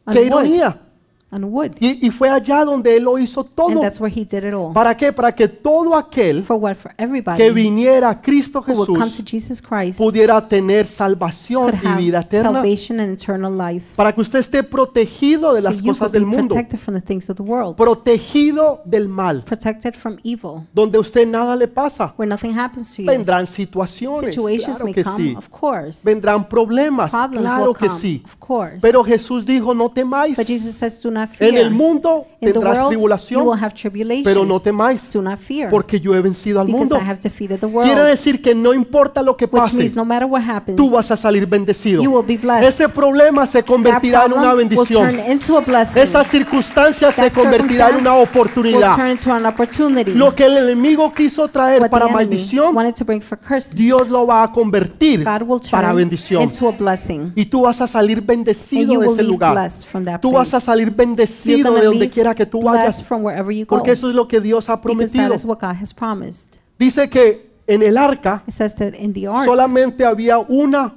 S2: On
S1: ¡Qué
S2: wood.
S1: ironía!
S2: on wood.
S1: Y, y fue allá donde él lo hizo todo.
S2: And that's where he did it all.
S1: ¿Para qué? Para que todo aquel
S2: For what? For
S1: que
S2: everybody
S1: viniera a Cristo
S2: who would come
S1: Jesús
S2: to Jesus Christ
S1: pudiera tener
S2: could
S1: salvación y vida
S2: have
S1: eterna.
S2: salvation and eternal life.
S1: Para que usted esté protegido de
S2: So
S1: las
S2: you
S1: cosas
S2: could
S1: del
S2: be
S1: mundo,
S2: protected from the things of the world.
S1: protegido del mal,
S2: protected from evil,
S1: donde a usted nada le pasa.
S2: where nothing happens to you.
S1: Vendrán situaciones,
S2: Pues Situations
S1: claro
S2: may
S1: que
S2: come,
S1: sí.
S2: of course.
S1: Vendrán problemas,
S2: Problems
S1: claro
S2: will
S1: que
S2: come,
S1: sí.
S2: of course.
S1: Pero Jesús dijo, no temáis.
S2: But Jesus says, do not fear.
S1: En el mundo
S2: In the
S1: tendrás
S2: world, you will
S1: tribulación,
S2: have tribulations.
S1: pero no temáis,
S2: do not fear,
S1: porque yo he vencido al
S2: because
S1: mundo.
S2: I have defeated the world.
S1: Quiere decir que no importa lo que
S2: which
S1: pase,
S2: means no matter what happens,
S1: tú vas a salir bendecido.
S2: You will be blessed.
S1: Ese problema se
S2: that
S1: convertirá en
S2: problem
S1: una
S2: will turn
S1: bendición.
S2: into a blessing.
S1: Esa circunstancia se
S2: That
S1: convertirá en una
S2: circumstance will
S1: oportunidad.
S2: turn into an opportunity.
S1: Lo que el enemigo quiso traer
S2: what the
S1: para
S2: enemy
S1: maldición,
S2: wanted to bring for curse,
S1: Dios lo va a convertir
S2: God will
S1: para
S2: turn
S1: bendición.
S2: into a blessing.
S1: Y tú vas a salir
S2: and you
S1: bendecido de
S2: will
S1: ese
S2: leave
S1: lugar.
S2: blessed from that
S1: Tú
S2: place.
S1: vas a salir
S2: You're
S1: bendecido
S2: gonna
S1: de donde
S2: leave
S1: quiera que tú
S2: blessed
S1: vayas,
S2: from wherever you go.
S1: porque eso es lo que Dios ha
S2: because that
S1: prometido.
S2: is what God has promised.
S1: Dice que en el arca
S2: It says that in the ark
S1: solamente había una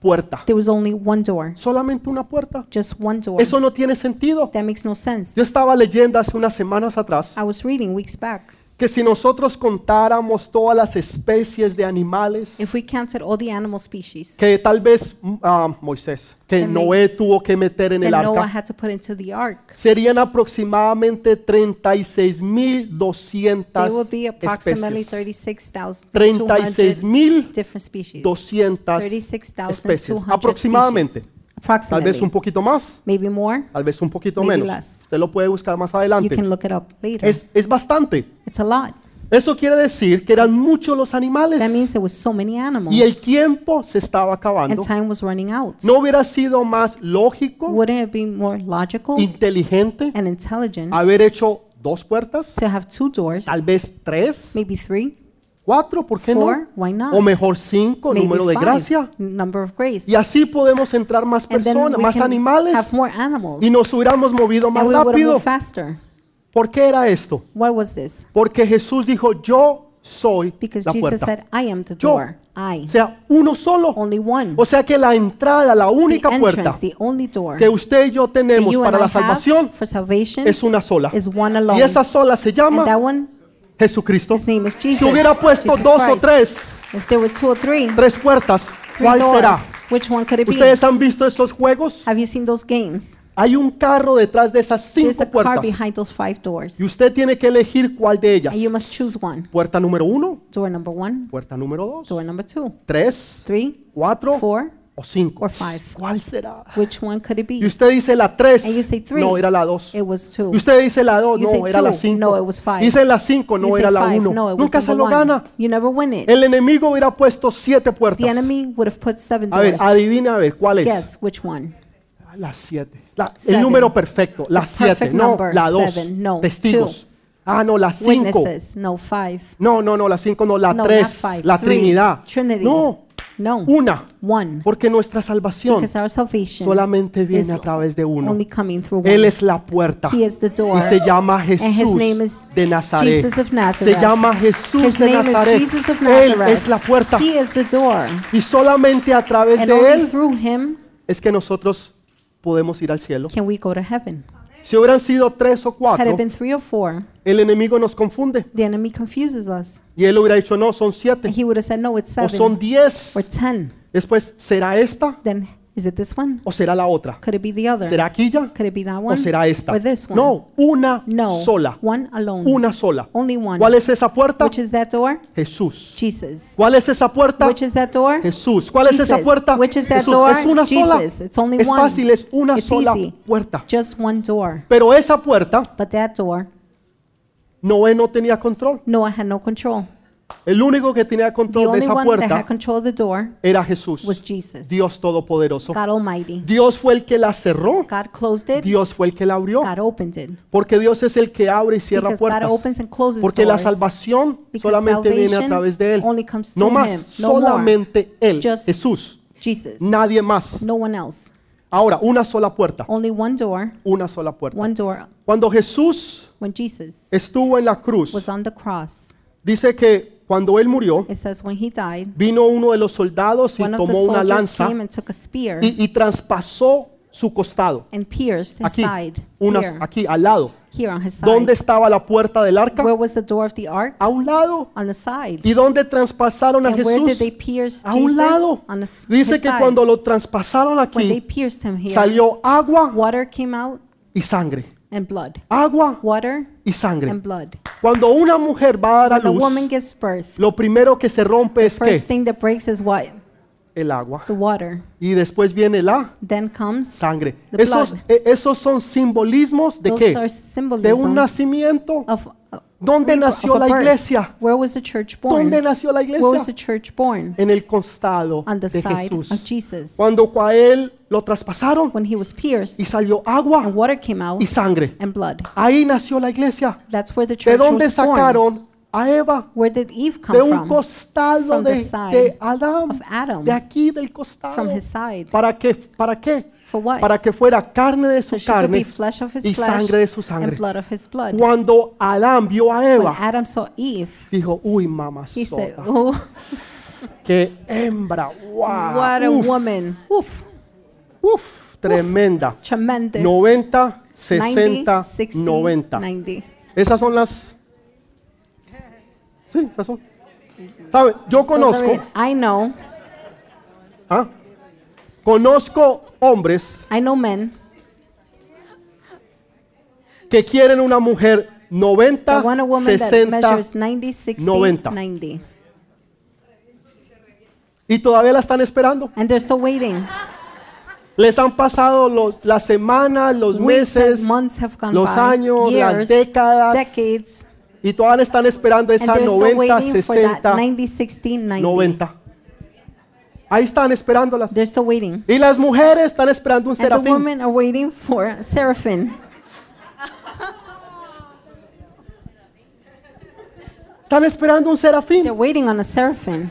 S1: puerta,
S2: there was only one door,
S1: solamente una puerta.
S2: just one door.
S1: Eso no tiene sentido.
S2: that makes no sense.
S1: Yo estaba leyendo hace unas semanas atrás
S2: I was reading weeks back.
S1: que si nosotros contáramos todas las especies de animales
S2: If we counted all the animal species
S1: que tal vez mm, ah, Moisés, que
S2: That may-
S1: Noé tuvo que meter en
S2: that
S1: el
S2: Noah
S1: arca,
S2: had to put into the ark,
S1: serían aproximadamente
S2: there would
S1: 36.200
S2: be approximately
S1: especies.
S2: 36,200
S1: 36,000
S2: different species.
S1: 200 especies,
S2: 36,200
S1: aproximadamente.
S2: species.
S1: Tal vez un
S2: Approximately.
S1: poquito más,
S2: Maybe more.
S1: tal vez un poquito
S2: Maybe
S1: menos.
S2: less.
S1: Usted lo puede buscar más
S2: You
S1: adelante.
S2: can look it up later.
S1: Es, es bastante.
S2: it's a lot.
S1: Eso quiere decir que eran muchos los animales
S2: That means there was so many animals.
S1: y el tiempo se estaba acabando.
S2: and time was running out.
S1: ¿No hubiera sido más lógico,
S2: Wouldn't it be more logical
S1: inteligente,
S2: and intelligent
S1: haber hecho dos puertas?
S2: to have two doors,
S1: Tal vez tres,
S2: maybe three,
S1: cuatro, ¿por qué no?
S2: Four, why not?
S1: O mejor cinco,
S2: maybe
S1: número de
S2: five,
S1: gracia.
S2: number of grace,
S1: Y así podemos entrar más
S2: and then
S1: personas,
S2: we
S1: más
S2: can
S1: animales
S2: have more animals,
S1: y nos hubiéramos movido más
S2: and we would have
S1: rápido.
S2: moved faster.
S1: ¿Por qué era esto?
S2: What was this?
S1: Porque Jesús dijo, yo soy
S2: Because
S1: la
S2: Jesus
S1: puerta.
S2: said, "I am the
S1: Yo,
S2: door. eye.
S1: O sea, uno solo.
S2: Only one.
S1: O sea que la entrada, la
S2: The
S1: única puerta
S2: entrance, the only door
S1: que usted y yo
S2: that
S1: tenemos
S2: you and
S1: para
S2: I
S1: la
S2: have
S1: salvación
S2: for salvation
S1: es una sola.
S2: is one
S1: Y
S2: alone.
S1: esa sola se
S2: And that
S1: llama
S2: one,
S1: Jesucristo.
S2: his name is Jesus.
S1: Si hubiera puesto
S2: Jesus
S1: dos o
S2: Christ.
S1: tres,
S2: If there were two or three,
S1: tres puertas,
S2: three
S1: ¿cuál
S2: doors,
S1: será?
S2: which one could it be?
S1: ¿Ustedes han visto esos juegos?
S2: Have you seen those games?
S1: Hay un carro detrás de esas
S2: There's a
S1: cinco
S2: car
S1: puertas.
S2: behind those five doors.
S1: Y usted tiene que elegir cuál de ellas.
S2: And you must choose one.
S1: Puerta número uno,
S2: Door number one,
S1: puerta número dos,
S2: door number two,
S1: tres,
S2: three,
S1: cuatro
S2: four.
S1: o cinco.
S2: or five.
S1: ¿Cuál será?
S2: Which one could it
S1: Y
S2: be?
S1: usted dice la tres.
S2: And you say three.
S1: No, era la dos.
S2: It was two.
S1: Y usted dice la dos.
S2: You
S1: No,
S2: say
S1: era la
S2: two. No, it
S1: cinco.
S2: was five.
S1: Dice la cinco.
S2: You
S1: No,
S2: say
S1: era la
S2: five.
S1: uno.
S2: No, it was
S1: Nunca se
S2: number
S1: lo
S2: one.
S1: gana.
S2: You never win it.
S1: El enemigo hubiera puesto siete puertas.
S2: The enemy would have put seven
S1: A ver,
S2: doors.
S1: adivina a ver cuál es.
S2: Guess which one?
S1: Ah, La siete. La- el
S2: Seven.
S1: número perfecto. La siete.
S2: perfect
S1: No,
S2: number,
S1: la dos.
S2: seven. No,
S1: Testigos.
S2: two.
S1: Ah, no, la cinco.
S2: Witnesses. No, five.
S1: No, no, no, la cinco, no, la
S2: No, not
S1: tres.
S2: five.
S1: La
S2: Three.
S1: Trinidad.
S2: Trinity.
S1: No,
S2: No.
S1: una.
S2: One.
S1: Porque nuestra salvación
S2: Because our salvation
S1: solamente
S2: is
S1: viene a través de uno.
S2: only coming through one.
S1: Él es la puerta.
S2: He is the door.
S1: Y se llama Jesús
S2: name is
S1: de Nazaret.
S2: Jesus of Nazareth.
S1: Se llama Jesús
S2: His
S1: de
S2: name is
S1: Nazaret.
S2: Jesus of
S1: Él
S2: Nazareth.
S1: es la puerta.
S2: He is the door.
S1: Y solamente a través
S2: And
S1: de
S2: only
S1: Él
S2: through him
S1: es que nosotros podemos ir al cielo.
S2: can we go to heaven.
S1: Si hubieran sido tres o
S2: Had
S1: cuatro,
S2: it been three or four,
S1: el enemigo nos confunde.
S2: the enemy confuses us.
S1: Y él hubiera dicho, no, son siete.
S2: And he would have said, no, it's
S1: O son
S2: seven
S1: diez.
S2: or ten.
S1: Después, ¿será esta
S2: Then is it this one?
S1: o será la otra?
S2: Could it be the other?
S1: ¿Será aquella
S2: Could it be that
S1: o
S2: one?
S1: será esta?
S2: Or this one?
S1: No, una
S2: No.
S1: sola.
S2: One alone.
S1: Una sola.
S2: Only one.
S1: ¿Cuál es esa puerta?
S2: Which is that door?
S1: Jesús.
S2: Jesus.
S1: ¿Cuál es esa puerta?
S2: Which is that door?
S1: Jesús. ¿Cuál es
S2: Jesus.
S1: esa puerta?
S2: Which is that
S1: Jesús.
S2: door?
S1: Es una sola.
S2: Jesus. It's only
S1: Es
S2: one.
S1: fácil, es una
S2: It's
S1: sola
S2: easy.
S1: puerta.
S2: Just one door.
S1: Pero esa puerta
S2: But that door,
S1: Noé no tenía control.
S2: Noah had no control.
S1: El único que tenía
S2: The
S1: control de
S2: only
S1: esa
S2: one that had
S1: puerta
S2: control of the door
S1: era
S2: was
S1: Jesús,
S2: Jesus,
S1: Dios todopoderoso.
S2: God Almighty.
S1: Dios fue el que la cerró,
S2: God closed it.
S1: Dios fue el que la abrió,
S2: God opened it.
S1: porque Dios es el que abre y cierra
S2: Because God
S1: puertas.
S2: opens and closes
S1: Porque la
S2: doors.
S1: salvación
S2: Because
S1: solamente viene a
S2: salvation
S1: través de él.
S2: only comes
S1: No
S2: through
S1: más,
S2: him. No more.
S1: solamente él,
S2: Just-
S1: Jesús,
S2: Jesus.
S1: nadie más.
S2: No one else.
S1: Ahora, una sola puerta,
S2: Only one door.
S1: una sola puerta.
S2: One door.
S1: Cuando Jesús
S2: When Jesus
S1: estuvo en la cruz,
S2: was on the cross,
S1: dice que cuando él murió,
S2: it says when he died,
S1: vino uno de los soldados y
S2: one of the
S1: tomó una
S2: soldiers
S1: lanza
S2: came and took a spear
S1: y, y traspasó su costado.
S2: and pierced his
S1: Aquí,
S2: side.
S1: una-
S2: here,
S1: aquí al lado.
S2: here on his side.
S1: ¿Dónde estaba la puerta del arca?
S2: Where was the door of the ark?
S1: A un lado.
S2: On the side.
S1: ¿Y dónde traspasaron a
S2: And where did
S1: Jesús?
S2: they pierce
S1: A un
S2: Jesus?
S1: lado.
S2: On the s-
S1: Dice
S2: his
S1: que
S2: side.
S1: cuando lo traspasaron
S2: when they
S1: aquí,
S2: pierced him here,
S1: salió agua
S2: water came out
S1: y sangre.
S2: and blood.
S1: Agua
S2: Water
S1: y sangre.
S2: and blood.
S1: Cuando una mujer va a dar a
S2: The woman
S1: luz,
S2: gives birth.
S1: lo primero que se rompe es
S2: First
S1: que
S2: thing that breaks is what?
S1: el agua.
S2: The water.
S1: Y después viene la
S2: Then comes
S1: sangre.
S2: The
S1: Esos,
S2: blood.
S1: e- esos son simbolismos de
S2: Those
S1: qué?
S2: are
S1: De un
S2: symbolisms
S1: nacimiento.
S2: of, uh, of
S1: ¿Dónde
S2: a
S1: nació la
S2: birth.
S1: iglesia?
S2: Where was the church born?
S1: ¿Dónde nació la
S2: Where was the
S1: iglesia?
S2: church born?
S1: En el costado
S2: On the
S1: de
S2: side of
S1: Jesús.
S2: Jesus.
S1: Cuando a él lo traspasaron
S2: When he was pierced
S1: y salió agua
S2: and water came out
S1: y sangre.
S2: and blood.
S1: Ahí nació la iglesia.
S2: That's where the
S1: ¿De
S2: church
S1: dónde
S2: was born.
S1: sacaron a Eva?
S2: Where did Eve come
S1: De un
S2: from?
S1: costado
S2: From the
S1: de,
S2: side
S1: de Adán.
S2: of Adam.
S1: De aquí del costado.
S2: From his side.
S1: ¿Para qué? ¿Para qué?
S2: For what?
S1: Para que fuera carne de
S2: So
S1: su
S2: she could be
S1: carne
S2: flesh of his
S1: y
S2: flesh
S1: sangre de su
S2: and
S1: sangre.
S2: blood of his blood.
S1: Cuando Adán vio a
S2: When
S1: Eva,
S2: Adam saw Eve,
S1: dijo, uy,
S2: he said,
S1: mamazota,
S2: "Oh,
S1: qué hembra, Ah.
S2: what a
S1: wow, uf,
S2: woman! Oof,
S1: uf, tremenda.
S2: tremendous."
S1: 90,
S2: 90,
S1: 60,
S2: 60,
S1: 90.
S2: 90.
S1: Esas son las. Sí, esas son. ¿Sabe? Yo
S2: Those are
S1: conozco,
S2: it. I know.
S1: ¿ah? conozco hombres
S2: I know men
S1: que quieren una mujer
S2: that want
S1: 90,
S2: a woman that
S1: 60
S2: measures 90, 60,
S1: 90.
S2: 90.
S1: y todavía la están esperando.
S2: And they're still waiting.
S1: Les han pasado los, las semanas, los
S2: Weeks and
S1: meses
S2: months have gone
S1: los
S2: by.
S1: años, las
S2: years,
S1: décadas,
S2: decades.
S1: y todavía están esperando
S2: And
S1: esa
S2: they're still
S1: 90,
S2: waiting for that
S1: 60,
S2: 90, 60, 90.
S1: 90. Ahí están esperándolas.
S2: They're still waiting.
S1: Y las mujeres están esperando un
S2: And the
S1: serafín.
S2: women are waiting for Seraphim.
S1: Están esperando un serafín.
S2: They're waiting on a Seraphim.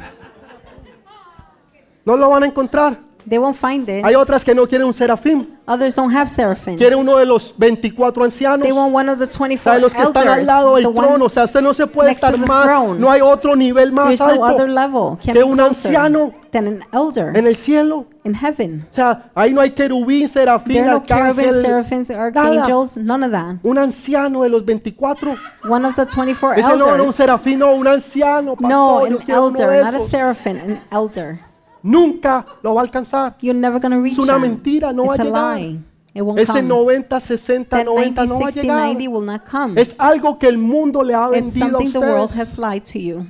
S1: No lo van a encontrar.
S2: They won't find it.
S1: Hay otras que no quieren un serafín,
S2: Others don't have seraphim.
S1: quieren uno de los 24 ancianos.
S2: They want one of the
S1: O
S2: 24
S1: sea, de los que están al
S2: elders.
S1: lado
S2: the
S1: del
S2: one-
S1: trono, o sea, usted no se puede
S2: next to
S1: estar
S2: the
S1: más,
S2: throne.
S1: no hay otro nivel más
S2: there's no other
S1: alto
S2: level
S1: que
S2: can be
S1: un
S2: closer
S1: anciano.
S2: than an elder
S1: en el cielo.
S2: in heaven.
S1: O sea, ahí no hay querubín, serafín,
S2: There are no cherubim,
S1: arcángel,
S2: seraphims,
S1: nada.
S2: archangels, none of that.
S1: Un anciano de los 24.
S2: One of the 24
S1: Ese no era un
S2: elders.
S1: serafín, no, un anciano, pastor,
S2: No,
S1: yo
S2: an
S1: quiero uno
S2: elder,
S1: de
S2: not a
S1: esos.
S2: seraphim, an elder.
S1: Nunca lo va a alcanzar.
S2: You're never going to reach
S1: Es una
S2: them.
S1: mentira, no va
S2: It's
S1: a
S2: a
S1: llegar.
S2: lie. It won't
S1: Ese
S2: come.
S1: 90, 60,
S2: That
S1: 90 no
S2: 90,
S1: va a
S2: 60,
S1: llegar.
S2: 90 will not come.
S1: Es algo que el mundo le ha
S2: It's
S1: vendido a
S2: something the world
S1: ustedes
S2: has lied to you,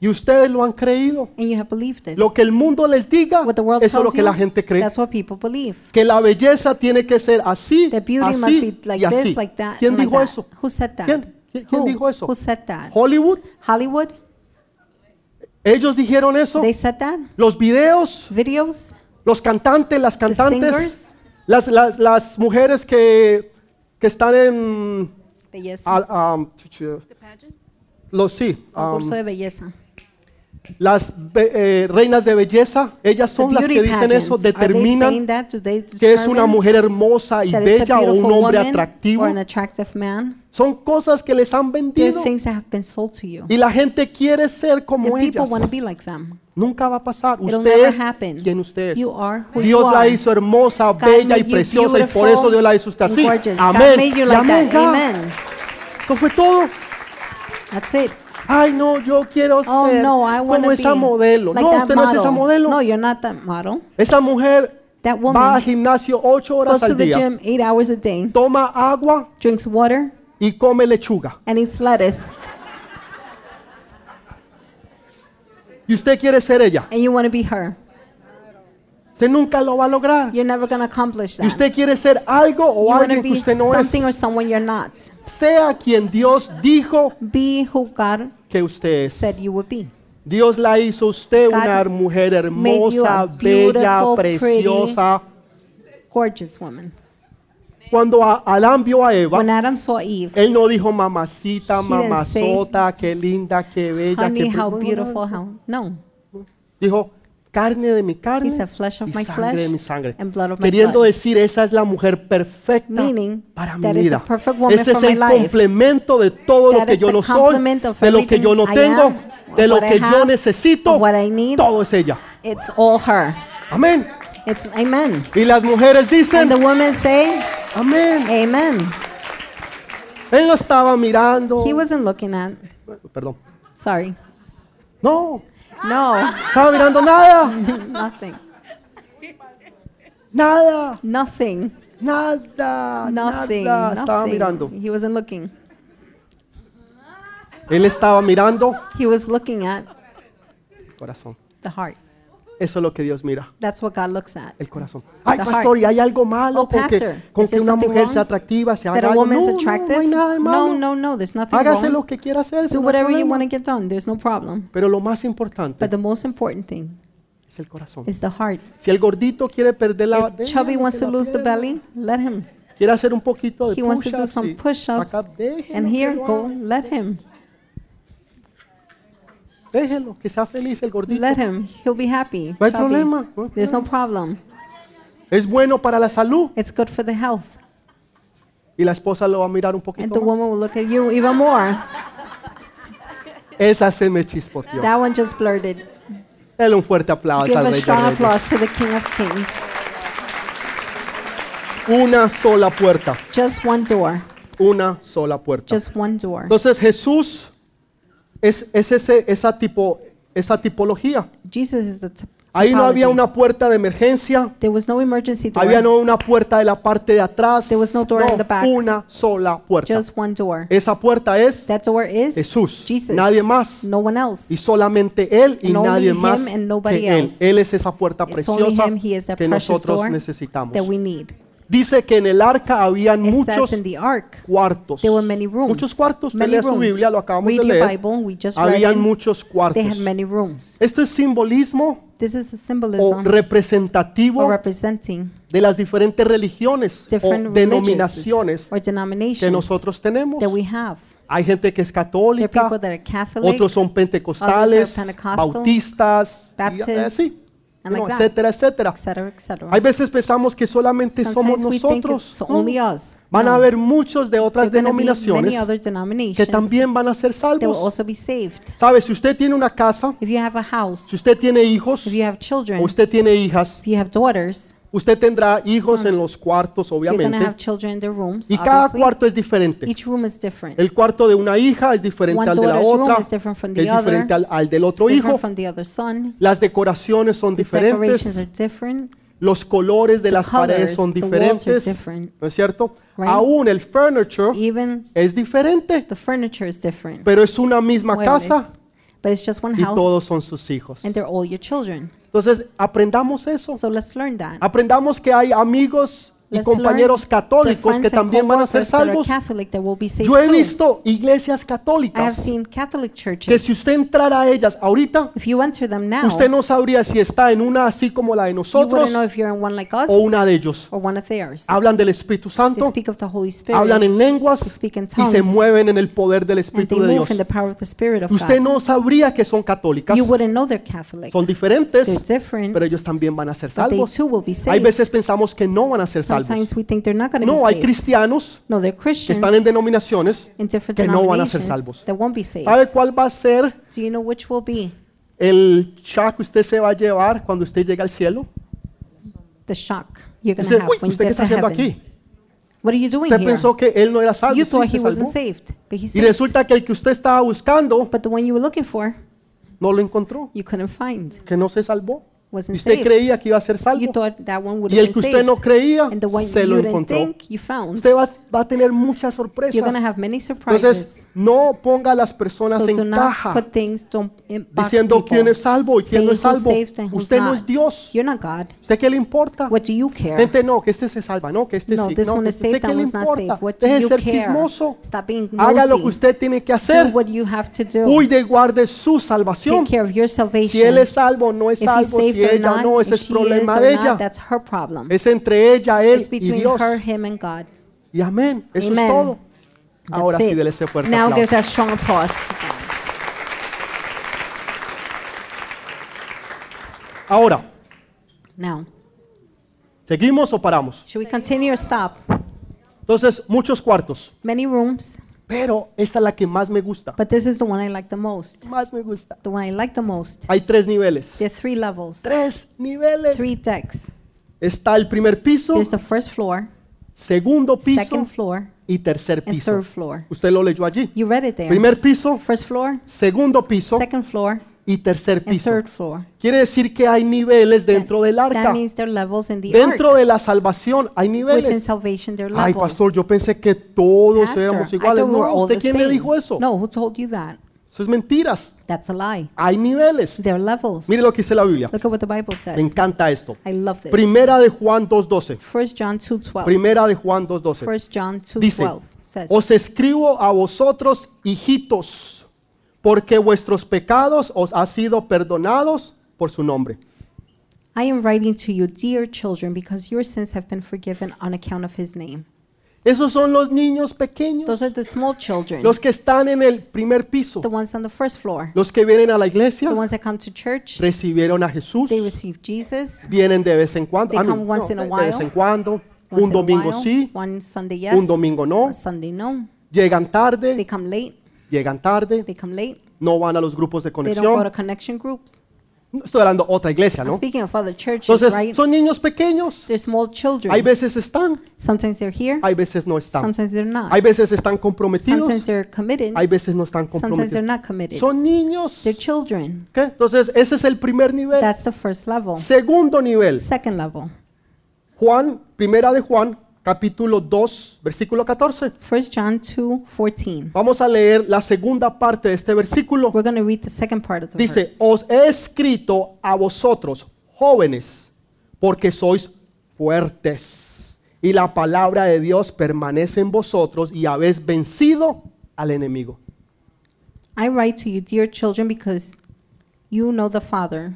S1: y ustedes lo han creído.
S2: and you have believed it.
S1: Lo que el mundo les diga,
S2: What the world
S1: eso es lo
S2: tells
S1: que
S2: you,
S1: la gente cree.
S2: that's what people believe.
S1: Que la belleza tiene que ser así,
S2: The beauty must be
S1: así
S2: like
S1: y así.
S2: this, like that,
S1: ¿Quién
S2: and like
S1: dijo
S2: that.
S1: eso?
S2: Who said that?
S1: ¿Quién? ¿Qui- quién
S2: Who?
S1: dijo eso?
S2: Who said that?
S1: Hollywood,
S2: Hollywood?
S1: ellos dijeron eso.
S2: They said that?
S1: Los videos,
S2: Videos?
S1: los cantantes, las cantantes,
S2: singers.
S1: las, las, las mujeres que, que están en...
S2: Belleza.
S1: al- am, los sí, am,
S2: Concurso de belleza.
S1: las be- eh, reinas de belleza, ellas
S2: The
S1: son las
S2: beauty
S1: que dicen eso,
S2: pageants. Are they saying
S1: determinan
S2: that? Do they
S1: que es una
S2: determine
S1: mujer hermosa y
S2: that it's
S1: bella
S2: a
S1: o un
S2: beautiful
S1: hombre
S2: woman
S1: atractivo.
S2: Or an attractive man.
S1: Son cosas que les han
S2: There
S1: vendido
S2: are things that have been sold to you.
S1: y la gente quiere ser como
S2: And people
S1: ellas.
S2: want to be like them.
S1: Nunca va a pasar.
S2: It'll
S1: Usted
S2: never
S1: es
S2: happen.
S1: quien usted es.
S2: You are who you
S1: Dios la
S2: are.
S1: hizo hermosa,
S2: God
S1: bella y
S2: made you
S1: preciosa y por eso
S2: beautiful
S1: Dios la hizo usted
S2: and
S1: así.
S2: gorgeous. God
S1: Amén.
S2: made you
S1: Y
S2: like
S1: amén.
S2: that.
S1: ja.
S2: Amen.
S1: Eso fue todo.
S2: That's it.
S1: Ay, no, yo quiero
S2: Oh
S1: ser
S2: no, I want to
S1: como
S2: be
S1: esa modelo.
S2: like
S1: no,
S2: that
S1: usted no
S2: model.
S1: es esa modelo.
S2: No, you're not that model.
S1: Esa mujer
S2: That
S1: va al
S2: woman
S1: gimnasio ocho
S2: goes
S1: horas
S2: to
S1: al
S2: the
S1: día,
S2: gym eight hours a day,
S1: toma agua
S2: drinks water,
S1: y come lechuga.
S2: and eats lettuce.
S1: Y usted quiere ser ella.
S2: And you want to be her.
S1: Usted nunca lo va a lograr.
S2: You're never going to accomplish
S1: Y
S2: that.
S1: usted quiere ser algo
S2: you
S1: o
S2: want to
S1: alguien que
S2: be
S1: usted no es.
S2: something or someone you're not.
S1: Sea quien Dios dijo
S2: Be who God
S1: que usted es.
S2: said you would be.
S1: Dios la hizo usted
S2: God
S1: una mujer
S2: made you
S1: hermosa,
S2: a
S1: bella,
S2: beautiful,
S1: preciosa.
S2: Gorgeous woman.
S1: Cuando a- Adán vio a Eva,
S2: When Adam saw Eve,
S1: él no dijo mamacita,
S2: He didn't
S1: mamazota, qué linda, qué bella, qué pre-".
S2: honey,
S1: No, no,
S2: how
S1: no.
S2: beautiful, how. No.
S1: Dijo carne de mi carne
S2: He said, "Flesh of
S1: y
S2: my
S1: sangre de
S2: flesh
S1: mi sangre.
S2: and blood of my
S1: Queriendo
S2: blood.
S1: decir, esa es la mujer perfecta
S2: Meaning,
S1: para mi
S2: that is the
S1: vida.
S2: perfect woman
S1: Ese es
S2: for my
S1: el
S2: life.
S1: complemento de todo lo
S2: That
S1: que
S2: is
S1: yo
S2: the
S1: no soy,
S2: complement of
S1: de lo que yo no
S2: everything I
S1: tengo,
S2: am, of
S1: de lo
S2: what I
S1: que yo
S2: have,
S1: necesito.
S2: of what I need.
S1: Todo es ella.
S2: It's all her.
S1: Amén.
S2: It's amen.
S1: Y las mujeres dicen,
S2: And the women say,
S1: amén.
S2: Amen.
S1: Él no estaba mirando.
S2: He wasn't looking at.
S1: Perdón.
S2: Sorry.
S1: No,
S2: No,
S1: estaba mirando nada.
S2: nothing.
S1: Nada,
S2: Nothing.
S1: nada,
S2: Nothing.
S1: nada. Estaba mirando.
S2: Nothing. He wasn't looking.
S1: Él estaba mirando
S2: He was looking at
S1: corazón.
S2: the heart.
S1: Eso es lo que Dios mira,
S2: That's what God looks at.
S1: el corazón. Ay,
S2: The
S1: pastor, ¿y hay algo malo
S2: Oh,
S1: con que-
S2: pastor,
S1: con
S2: is
S1: que
S2: there
S1: una
S2: something
S1: mujer sea
S2: wrong?
S1: atractiva, se
S2: That
S1: haga
S2: a
S1: algo? No,
S2: woman is
S1: no, no
S2: attractive?
S1: hay nada de
S2: No,
S1: malo.
S2: no, no. There's nothing
S1: Hágase
S2: wrong.
S1: lo que quiera hacer.
S2: Do
S1: no hay
S2: whatever you
S1: problema.
S2: want to get done. There's no problem.
S1: Pero lo más importante
S2: But the most important thing
S1: es el corazón.
S2: is the heart.
S1: Si el gordito quiere perder la
S2: If Chubby wants to lose the belly, let him.
S1: quiere hacer un poquito de
S2: He wants to do
S1: push-ups
S2: some
S1: y
S2: push-ups.
S1: sacar- déjelo
S2: And
S1: que
S2: here,
S1: lo
S2: go,
S1: haga.
S2: let him.
S1: Déjelo, que sea feliz el gordito.
S2: Let him. He'll be happy.
S1: No hay
S2: Chubby.
S1: problema, no hay
S2: There's no problem.
S1: Es bueno para la salud
S2: It's good for the health.
S1: y la esposa lo va a mirar un
S2: And the
S1: poquito. más.
S2: woman will look at you even more.
S1: Esa se me chispoteó.
S2: That one just blurted.
S1: Dale un fuerte aplauso
S2: Give
S1: al
S2: a
S1: Rey de
S2: strong
S1: Reyes.
S2: applause to the King of Kings.
S1: Una sola puerta,
S2: Just one door.
S1: una sola puerta.
S2: Just one door.
S1: Entonces Jesús es, es ese- esa, tipo, esa tipología.
S2: Jesus is the t-
S1: Ahí no había
S2: typology.
S1: una puerta de emergencia,
S2: There was no emergency
S1: había
S2: door.
S1: no una puerta de la parte de atrás,
S2: There was no door in the back.
S1: una sola puerta.
S2: Just one door.
S1: Esa puerta es
S2: That door is
S1: Jesús,
S2: Jesus.
S1: nadie más.
S2: No one else.
S1: Y solamente Él y
S2: And only
S1: nadie
S2: him
S1: más
S2: and nobody
S1: que Él.
S2: else.
S1: Él es esa puerta
S2: It's only
S1: preciosa
S2: him. He is that
S1: que
S2: precious
S1: nosotros
S2: door
S1: necesitamos.
S2: that we need.
S1: Dice que en el arca habían
S2: It
S1: muchos
S2: says in the ark,
S1: cuartos.
S2: there were many rooms.
S1: Muchos cuartos. Usted
S2: Many
S1: lea su
S2: rooms.
S1: Biblia, lo acabamos
S2: Read
S1: de
S2: your
S1: leer.
S2: Bible, we just read
S1: Habían
S2: it.
S1: muchos cuartos.
S2: they had many rooms.
S1: Esto es simbolismo
S2: This is a
S1: o
S2: symbolism
S1: representativo
S2: or representing
S1: de las diferentes religiones o
S2: different
S1: denominaciones
S2: religions or
S1: que
S2: denominations
S1: nosotros tenemos.
S2: that we have.
S1: Hay gente que es
S2: There are
S1: católica,
S2: people that are Catholic,
S1: otros son
S2: others
S1: pentecostales,
S2: are Pentecostal,
S1: bautistas, y
S2: Baptist,
S1: así.
S2: And
S1: no,
S2: like that.
S1: etcétera, etcétera.
S2: etc., etc.
S1: Hay veces pensamos que solamente somos
S2: Sometimes we think
S1: nosotros.
S2: it's
S1: ¿no?
S2: only us.
S1: Van a
S2: No.
S1: haber muchos de otras
S2: There are gonna be
S1: denominaciones
S2: many other
S1: que
S2: denominations
S1: también van a ser
S2: that will
S1: salvos.
S2: also be saved.
S1: Sabe, si usted tiene una casa,
S2: If you have a house,
S1: si usted tiene hijos
S2: if you have
S1: o
S2: children,
S1: usted tiene hijas,
S2: if you have daughters,
S1: usted tendrá hijos
S2: Sons.
S1: en los cuartos,
S2: you're going to
S1: obviamente.
S2: have children in their rooms.
S1: Y cada
S2: obviously.
S1: cuarto es diferente.
S2: Each room is different.
S1: El cuarto de una hija es diferente
S2: One
S1: al de la
S2: daughter's room
S1: otra,
S2: is different from
S1: es
S2: the other,
S1: diferente al, al del otro
S2: different
S1: hijo.
S2: from the other son.
S1: Las decoraciones son
S2: The decorations
S1: diferentes,
S2: are different.
S1: los colores de
S2: the
S1: las paredes
S2: colors,
S1: son
S2: the walls are
S1: diferentes,
S2: different.
S1: ¿no es cierto?
S2: Right?
S1: Aún el furniture
S2: Even
S1: es diferente,
S2: the furniture is different.
S1: pero es una misma
S2: Muebles.
S1: casa
S2: but it's just one
S1: y
S2: house,
S1: todos son sus hijos.
S2: and they're all your children.
S1: Entonces, aprendamos eso.
S2: So let's learn that.
S1: Aprendamos que hay amigos Ah, y
S2: Let's learn
S1: compañeros
S2: that
S1: católicos
S2: friends
S1: que
S2: and
S1: también van a ser
S2: coworkers that are
S1: salvos.
S2: Catholic that will be saved
S1: Yo he
S2: too.
S1: visto iglesias
S2: I have
S1: católicas
S2: seen Catholic
S1: que
S2: churches.
S1: si usted entrara a ellas ahorita,
S2: If you enter them now,
S1: usted no sabría si está en una así como la de
S2: you
S1: nosotros
S2: wouldn't know if you're in one like us
S1: o una de ellos.
S2: or one of theirs.
S1: Hablan del Espíritu
S2: They
S1: Santo,
S2: speak of the Holy Spirit,
S1: hablan en
S2: they
S1: lenguas
S2: speak in
S1: y se
S2: tongues,
S1: mueven en el poder del
S2: and they
S1: Espíritu de Dios.
S2: move in the power of the Spirit of
S1: Usted
S2: God.
S1: no sabría que son católicas,
S2: You wouldn't know they're Catholic.
S1: son diferentes,
S2: They're different,
S1: pero ellos también van a ser
S2: but they
S1: salvos.
S2: too will be
S1: Hay
S2: saved.
S1: veces pensamos que no van a ser salvos.
S2: Sometimes we think they're not going to
S1: No,
S2: be
S1: hay
S2: saved.
S1: cristianos
S2: no, they're
S1: que
S2: Christians
S1: están en denominaciones.
S2: in different
S1: que no van a ser
S2: denominations
S1: salvos.
S2: that won't be saved.
S1: ¿Sabe cuál va a ser
S2: Do you know which will be
S1: el chá que usted se va a llevar cuando usted llegue al cielo?
S2: the shock you're going
S1: Dice,
S2: to have
S1: uy,
S2: when you
S1: ¿usted qué
S2: get
S1: está
S2: to
S1: haciendo
S2: heaven?
S1: aquí?
S2: What are you doing
S1: Usted
S2: here?
S1: pensó que él no era salvo.
S2: You
S1: sí,
S2: thought
S1: se
S2: he wasn't
S1: salvó.
S2: saved, but he's
S1: Y
S2: saved.
S1: resulta que el que usted estaba buscando
S2: But the one you were looking for,
S1: no lo encontró,
S2: you couldn't find,
S1: que no se salvó. Y
S2: wasn't
S1: usted
S2: saved.
S1: creía que iba a ser
S2: You
S1: salvo.
S2: thought that one would
S1: Y el
S2: have
S1: que
S2: been
S1: usted
S2: saved.
S1: no creía
S2: and the one
S1: se lo
S2: you didn't
S1: encontró.
S2: think you found.
S1: Usted va, va a tener muchas
S2: You're going to
S1: sorpresas.
S2: have many surprises.
S1: Entonces, no ponga a las personas
S2: So do
S1: en
S2: not
S1: caja
S2: put things, don't in- box
S1: diciendo
S2: people.
S1: quién es salvo y quién no es
S2: saying who's
S1: salvo.
S2: saved and who's
S1: Usted no
S2: not.
S1: es Dios.
S2: You're not God.
S1: ¿Usted qué le importa?
S2: What do you care?
S1: Gente, no, que este se salva, no, que este
S2: No,
S1: sí.
S2: this
S1: No,
S2: one
S1: que
S2: is
S1: este-
S2: saved,
S1: ¿usted qué
S2: that
S1: le
S2: one's not
S1: importa?
S2: saved. What do
S1: Deje de
S2: you
S1: ser
S2: care?
S1: chismoso.
S2: Stop being
S1: Haga lo
S2: nosy.
S1: que usted tiene que
S2: Do
S1: hacer.
S2: what you have to do.
S1: Cuide y guarde su salvación.
S2: Take care of your
S1: Si él
S2: salvation.
S1: es salvo, no es
S2: If he's
S1: salvo. Si
S2: saved or
S1: ella
S2: not,
S1: no, ese
S2: if
S1: es
S2: she is
S1: problema
S2: or
S1: de
S2: not,
S1: ella.
S2: that's her problem.
S1: Es entre ella, él
S2: It's
S1: y
S2: between
S1: Dios.
S2: her, him, and God.
S1: Y amén. Eso es
S2: Amen.
S1: todo.
S2: That's
S1: Ahora sí,
S2: it.
S1: dele ese fuerte
S2: Now give
S1: aplauso.
S2: that strong applause. to God.
S1: Ahora,
S2: Now,
S1: ¿seguimos o paramos?
S2: should we continue or stop?
S1: Entonces, muchos cuartos.
S2: Many rooms,
S1: Pero esta es la que más me gusta.
S2: but this is the one I like the most.
S1: Más me gusta.
S2: The one I like the most.
S1: Hay tres niveles.
S2: There are three levels,
S1: Tres niveles.
S2: three decks.
S1: Está el primer piso,
S2: There's the first floor,
S1: segundo piso
S2: second floor,
S1: y tercer
S2: and
S1: piso.
S2: third floor.
S1: Usted lo leyó allí.
S2: You read it there.
S1: Primer piso,
S2: First floor,
S1: segundo piso
S2: second floor,
S1: y tercer
S2: and
S1: piso.
S2: third floor.
S1: Quiere decir que hay niveles dentro del
S2: That
S1: arca.
S2: means there are levels in the
S1: Dentro
S2: ark.
S1: de la salvación hay
S2: Within
S1: niveles.
S2: salvation, there are
S1: Ay,
S2: levels.
S1: pastor, yo pensé que todos
S2: Pastor,
S1: éramos
S2: I
S1: iguales.
S2: thought we were
S1: No,
S2: all
S1: ¿usted
S2: the
S1: quién le
S2: same.
S1: dijo eso?
S2: No, who told you that?
S1: Eso es mentiras.
S2: That's a lie.
S1: Hay niveles.
S2: There are levels.
S1: Mire lo que dice la Biblia.
S2: Look at what the Bible says.
S1: Me encanta esto.
S2: I love this.
S1: Primera de Juan 2.12.
S2: 1 John 2:12.
S1: Primera de Juan 2.12.
S2: 1 John
S1: Dice, "Oh,
S2: 2:12 says,
S1: os escribo a vosotros, hijitos, porque vuestros pecados os han sido perdonados por su nombre.
S2: I am writing to you, dear children, because your sins have been forgiven on account of his name.
S1: Esos son los niños pequeños,
S2: Those are the small children,
S1: los que están en el primer piso,
S2: the ones on the first floor,
S1: los que vienen a la iglesia,
S2: the ones that come to church,
S1: recibieron a Jesús,
S2: they receive Jesus
S1: vienen de vez en cuando,
S2: They
S1: I mean,
S2: come once in a
S1: de vez
S2: while.
S1: en cuando,
S2: once
S1: un
S2: in a
S1: domingo
S2: while,
S1: sí,
S2: one Sunday yes,
S1: un domingo no,
S2: one Sunday no.
S1: llegan
S2: They
S1: tarde,
S2: come late,
S1: llegan tarde,
S2: they come late.
S1: no van a los grupos de
S2: They don't go
S1: conexión.
S2: to connection groups.
S1: No Estoy hablando otra iglesia,
S2: I'm
S1: ¿no?
S2: Speaking of other churches,
S1: Entonces,
S2: right?
S1: son niños pequeños.
S2: They're small
S1: Hay
S2: children.
S1: veces están,
S2: Sometimes they're here,
S1: hay veces no están.
S2: sometimes they're
S1: Hay
S2: not.
S1: veces están
S2: Sometimes
S1: comprometidos,
S2: they're committed,
S1: hay veces no están
S2: sometimes they're
S1: comprometidos.
S2: not committed.
S1: Son niños.
S2: They're children.
S1: ¿ok? Entonces, ese es el primer nivel.
S2: That's the first level.
S1: Segundo nivel,
S2: Second level.
S1: Juan, primera de Juan, capítulo 2, versículo 14.
S2: 1 John 2 14.
S1: Vamos a leer la segunda parte de este versículo.
S2: We're going to read the second part of the
S1: Dice,
S2: verse.
S1: os he escrito a vosotros, jóvenes, porque sois fuertes y la palabra de Dios permanece en vosotros y habéis vencido al enemigo.
S2: I write to you, dear children, because you know the Father.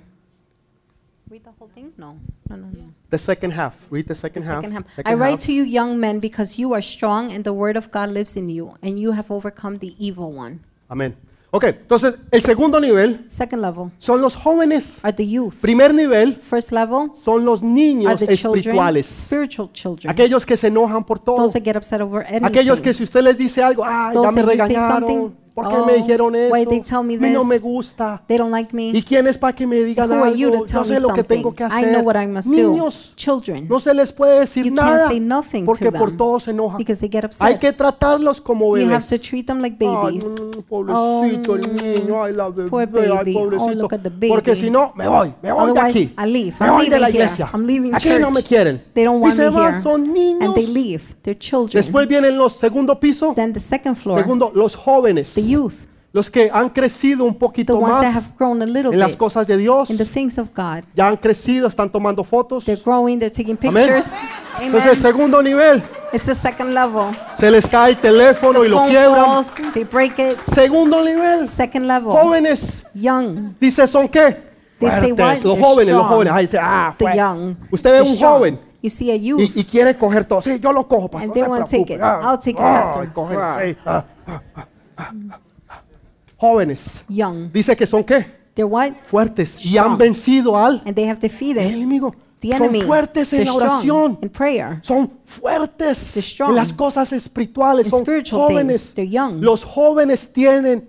S2: Read the whole thing? No. No, no, no.
S1: The second half. Read the second
S2: The
S1: half.
S2: second half.
S1: Second
S2: I write
S1: half.
S2: to you, young men, because you are strong and the word of God lives in you, and you have overcome the evil one.
S1: Amén. Ok, entonces el segundo nivel
S2: Second level
S1: son los jóvenes.
S2: are the youth.
S1: Primer nivel
S2: First level
S1: son los
S2: are
S1: niños
S2: the children,
S1: espirituales.
S2: spiritual children.
S1: Aquellos que se enojan por todo.
S2: Those that get upset over
S1: Aquellos que
S2: anything.
S1: si usted les dice algo, ah, ya
S2: Those
S1: me
S2: that you say something,
S1: regañaron. ¿Por qué me
S2: oh,
S1: dijeron eso?
S2: why they tell me
S1: A mí no
S2: this?
S1: me gusta.
S2: They don't like
S1: ¿Y
S2: me.
S1: quién es para que me digan
S2: Who are you
S1: algo?
S2: to
S1: Yo
S2: tell me
S1: sé lo que tengo
S2: something?
S1: que
S2: I know
S1: hacer.
S2: what I must do.
S1: Niños,
S2: Children,
S1: no se les puede decir
S2: You can't
S1: nada
S2: say nothing to
S1: porque por
S2: them
S1: todo se enojan.
S2: because they get
S1: Hay
S2: upset.
S1: que tratarlos como
S2: You have
S1: bebés.
S2: to treat them like
S1: Ay,
S2: babies.
S1: mm, pobrecito el
S2: Oh,
S1: niño, ay la bebé,
S2: poor
S1: ay,
S2: baby. Oh,
S1: pobrecito.
S2: look at the baby.
S1: Porque si no, me voy, me voy de
S2: Otherwise,
S1: aquí.
S2: I leave.
S1: Me
S2: I'm
S1: voy de la
S2: leaving here.
S1: iglesia.
S2: I'm leaving
S1: Aquí no
S2: church.
S1: me quieren.
S2: They don't
S1: y
S2: want
S1: se
S2: me
S1: van,
S2: here.
S1: son niños.
S2: And they leave. They're children.
S1: Después vienen los segundo piso,
S2: then the second floor,
S1: segundo los jóvenes,
S2: the youth,
S1: los que han crecido un
S2: the
S1: poquito
S2: ones that
S1: más
S2: have grown a little
S1: en las
S2: bit
S1: cosas de Dios.
S2: in the things of God.
S1: Ya han crecido, están tomando fotos.
S2: They're growing, they're taking
S1: Amén.
S2: pictures. Amen.
S1: Entonces, segundo nivel,
S2: It's the second level.
S1: se les cae el teléfono y
S2: The
S1: lo
S2: phone
S1: quiebran.
S2: falls, they break it.
S1: Segundo nivel,
S2: Second level.
S1: jóvenes,
S2: Young.
S1: Dice, ¿son qué?
S2: They say what?
S1: Fuertes, los
S2: They're
S1: jóvenes, los
S2: strong.
S1: jóvenes. Ahí dice, ah,
S2: The
S1: fuerte.
S2: young.
S1: Usted ve
S2: the
S1: un
S2: strong.
S1: joven
S2: You see a youth.
S1: y, y quiere coger todo. Sí, yo lo cojo, pastor.
S2: And they
S1: no se
S2: wanna take
S1: preocupe.
S2: it.
S1: Ah,
S2: I'll take it,
S1: ah,
S2: pastor.
S1: y cogen,
S2: Wow.
S1: sí, ah, ah, ah, ah. Jóvenes.
S2: young.
S1: Dice que son qué?
S2: They're what?
S1: Fuertes. Y
S2: Strong.
S1: han vencido al
S2: And they have defeated
S1: enemigo.
S2: the
S1: Son
S2: enemy.
S1: fuertes en
S2: they're
S1: la
S2: strong
S1: oración.
S2: in prayer.
S1: Son fuertes
S2: They're strong.
S1: en las cosas espirituales.
S2: In
S1: Son
S2: spiritual things.
S1: jóvenes.
S2: They're young.
S1: Los jóvenes tienen
S2: The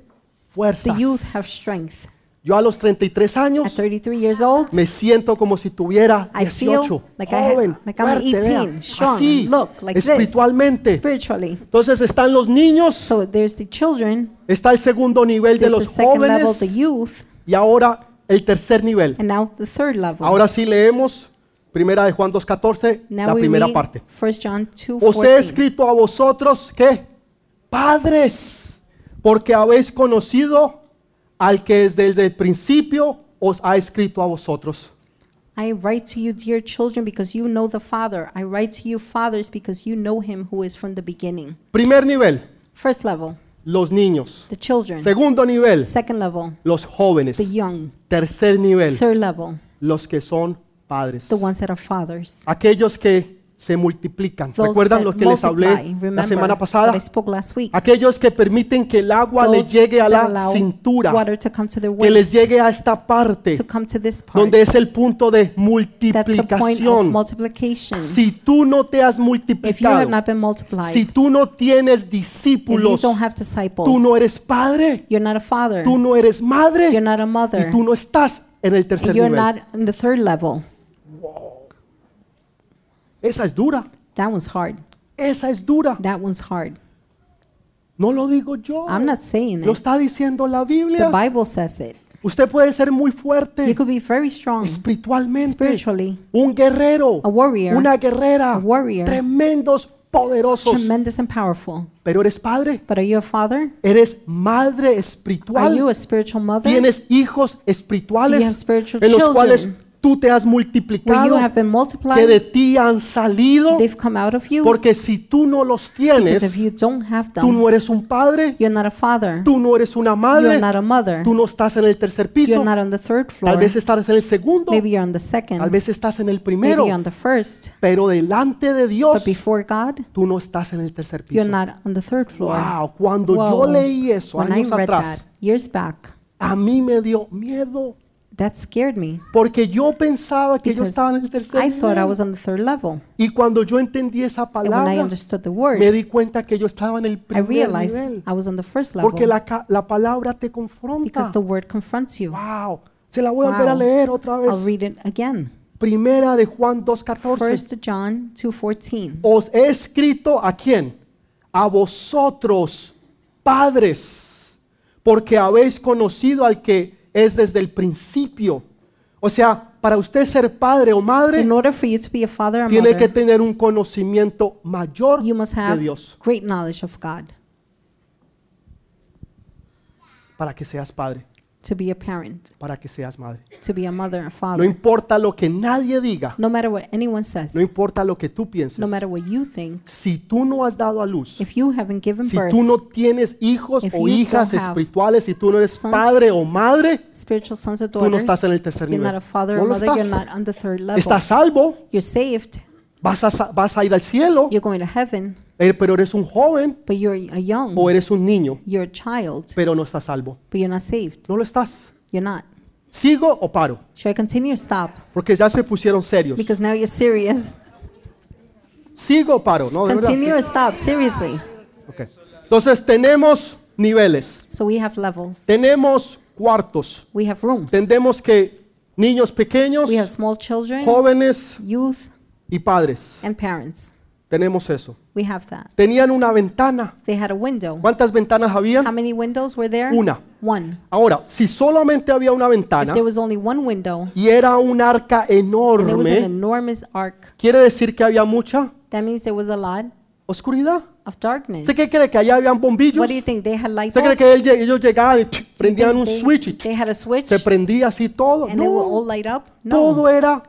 S1: fuerzas.
S2: youth have strength.
S1: Yo a los 33
S2: At
S1: años
S2: 33 years old,
S1: Me siento como si tuviera
S2: I feel
S1: 18.
S2: like I had-
S1: Joven,
S2: like I'm
S1: fuerte,
S2: 18,
S1: vea.
S2: strong,
S1: así,
S2: look, like this.
S1: espiritualmente.
S2: spiritually.
S1: Entonces están los niños,
S2: So there's the children,
S1: está el segundo nivel de
S2: there's the
S1: los
S2: second level, the
S1: jóvenes
S2: youth,
S1: y ahora el tercer nivel.
S2: and now the third level.
S1: Ahora sí leemos Primera de Juan 2:14,
S2: now
S1: la
S2: we
S1: primera
S2: read
S1: parte.
S2: 1 John 2,
S1: Os he
S2: 14.
S1: escrito a vosotros que padres, porque habéis conocido al que desde el principio os ha escrito a vosotros.
S2: I write to you, dear children, because you know the Father. I write to you, fathers, because you know him who is from the beginning.
S1: Primer nivel,
S2: First level,
S1: los niños.
S2: the children.
S1: Segundo nivel,
S2: Second level,
S1: los jóvenes.
S2: the young.
S1: Tercer nivel,
S2: Third level,
S1: los que son padres.
S2: the ones that are fathers.
S1: Aquellos que se multiplican.
S2: Those
S1: ¿Recuerdan
S2: that
S1: lo que les
S2: multiply.
S1: hablé la
S2: Remember
S1: semana
S2: what
S1: pasada?
S2: I spoke last week.
S1: Aquellos que permiten que el agua les
S2: Those
S1: llegue a
S2: that
S1: la
S2: allow
S1: cintura,
S2: water to come to their
S1: que les
S2: waist,
S1: llegue a esta parte
S2: to come to this part.
S1: donde es el punto de
S2: That's the point of
S1: multiplicación.
S2: multiplication.
S1: Si tú no te has
S2: If you have
S1: multiplicado,
S2: not been multiplied,
S1: si tú no tienes
S2: if you
S1: discípulos,
S2: don't have
S1: tú
S2: disciples,
S1: no eres padre,
S2: you're not a father,
S1: tú no eres
S2: you're
S1: madre
S2: not a mother,
S1: y tú no estás en el tercer
S2: and you're
S1: nivel.
S2: not in the third level.
S1: Esa es dura.
S2: That one's hard.
S1: Esa es dura.
S2: That one's hard.
S1: No lo digo yo.
S2: I'm not saying
S1: Lo
S2: it.
S1: está diciendo la Biblia.
S2: The Bible says it.
S1: Usted puede ser muy
S2: You
S1: fuerte
S2: could be very strong,
S1: espiritualmente.
S2: spiritually,
S1: Un guerrero.
S2: A warrior.
S1: Una guerrera.
S2: A warrior.
S1: Tremendos, poderosos.
S2: tremendous and powerful.
S1: Pero eres padre.
S2: But are you a father?
S1: Eres madre
S2: Are you
S1: espiritual.
S2: a spiritual mother?
S1: Tienes hijos
S2: Do you have
S1: espirituales
S2: spiritual
S1: en los
S2: children?
S1: cuales tú te has
S2: Where you
S1: multiplicado.
S2: have been
S1: Que de
S2: multiplied,
S1: ti han salido.
S2: they've come out of you.
S1: Porque si tú no los
S2: Because if
S1: tienes,
S2: you don't have
S1: tú
S2: them,
S1: no eres un padre.
S2: you're not a father,
S1: Tú no eres una
S2: you're
S1: madre.
S2: not a mother,
S1: Tú no estás en el tercer
S2: you're
S1: piso.
S2: not on the third
S1: Tal
S2: floor,
S1: vez estás en el segundo.
S2: maybe you're on the
S1: Tal
S2: second,
S1: vez estás en el
S2: maybe
S1: primero.
S2: you're on the first.
S1: Pero delante de Dios,
S2: But before God,
S1: tú no estás en el tercer
S2: you're
S1: piso.
S2: not on the third floor.
S1: Wow, cuando
S2: Wow.
S1: yo leí eso
S2: When I
S1: años
S2: read that
S1: atrás,
S2: years back,
S1: a mí me dio miedo.
S2: that scared me.
S1: Porque yo pensaba que yo
S2: Because
S1: estaba en el tercer
S2: I thought I
S1: nivel.
S2: was on the third level.
S1: Y cuando yo entendí esa
S2: And when I
S1: palabra,
S2: understood the
S1: me
S2: word,
S1: di cuenta que yo estaba en el
S2: I
S1: primer
S2: realized
S1: nivel.
S2: I was on the first
S1: Porque
S2: level
S1: la, ca- la palabra te confronta.
S2: because the word confronts you.
S1: Wow, se la voy a volver a
S2: Wow.
S1: leer otra
S2: I'll
S1: vez.
S2: read it again.
S1: Primera de Juan 2.14.
S2: First John 2:14.
S1: os he escrito a quién? A vosotros, padres, porque habéis conocido al que es desde el principio. O sea, para usted ser padre o madre,
S2: In order for you to be a father or
S1: tiene que
S2: mother,
S1: tener un conocimiento mayor
S2: you must
S1: de
S2: have
S1: Dios
S2: great knowledge of God
S1: para que seas padre,
S2: to be a parent,
S1: para que seas madre.
S2: to be a mother and
S1: No
S2: father.
S1: importa lo que nadie diga,
S2: No matter what anyone says,
S1: no importa lo que tú pienses.
S2: no matter what you think,
S1: Si tú no has dado a luz,
S2: if you haven't given
S1: si
S2: birth,
S1: tú no tienes hijos
S2: If
S1: o
S2: you
S1: hijas
S2: don't have
S1: espirituales, si tú no eres
S2: sons-
S1: padre o madre,
S2: spiritual sons or
S1: Tú no
S2: daughters,
S1: estás en el tercer
S2: you're
S1: nivel.
S2: not a father
S1: No
S2: or
S1: lo
S2: mother, you're
S1: estás.
S2: not on the third level.
S1: estás salvo,
S2: You're saved,
S1: vas a, sa- vas a ir al cielo,
S2: you're going to heaven,
S1: Eh, Pero eres un joven
S2: But you're a young,
S1: o eres un niño,
S2: you're a child,
S1: pero no estás salvo.
S2: but you're not saved.
S1: No lo estás.
S2: You're not.
S1: ¿Sigo o paro?
S2: Should I continue or stop?
S1: Porque ya se pusieron serios.
S2: Because now you're serious.
S1: ¿Sigo o paro? No, de verdad.
S2: Continue or stop, seriously.
S1: Ok. Entonces tenemos niveles,
S2: So we have levels.
S1: tenemos cuartos,
S2: We have rooms.
S1: entendemos que niños pequeños,
S2: We have small children,
S1: jóvenes
S2: youth,
S1: y padres,
S2: and parents.
S1: tenemos eso.
S2: We have that.
S1: Tenían una ventana.
S2: They had a window.
S1: ¿Cuántas ventanas
S2: How
S1: habían?
S2: many windows were there?
S1: Una.
S2: One.
S1: Ahora, si solamente había una
S2: If
S1: ventana
S2: there was only one window
S1: y era un arca
S2: and it was an
S1: enorme,
S2: enormous arc,
S1: quiere decir que había mucha
S2: that means there was a lot
S1: oscuridad.
S2: of darkness.
S1: ¿Usted qué cree que allá habían bombillos?
S2: What do
S1: ¿Usted
S2: you think? They had light
S1: cree
S2: bulbs?
S1: que él lle- ellos llegaban y pff,
S2: Do you think
S1: prendían un
S2: they-
S1: switch y
S2: They had a switch
S1: se prendía así todo?
S2: and they would all
S1: No,
S2: light up? No.
S1: todo era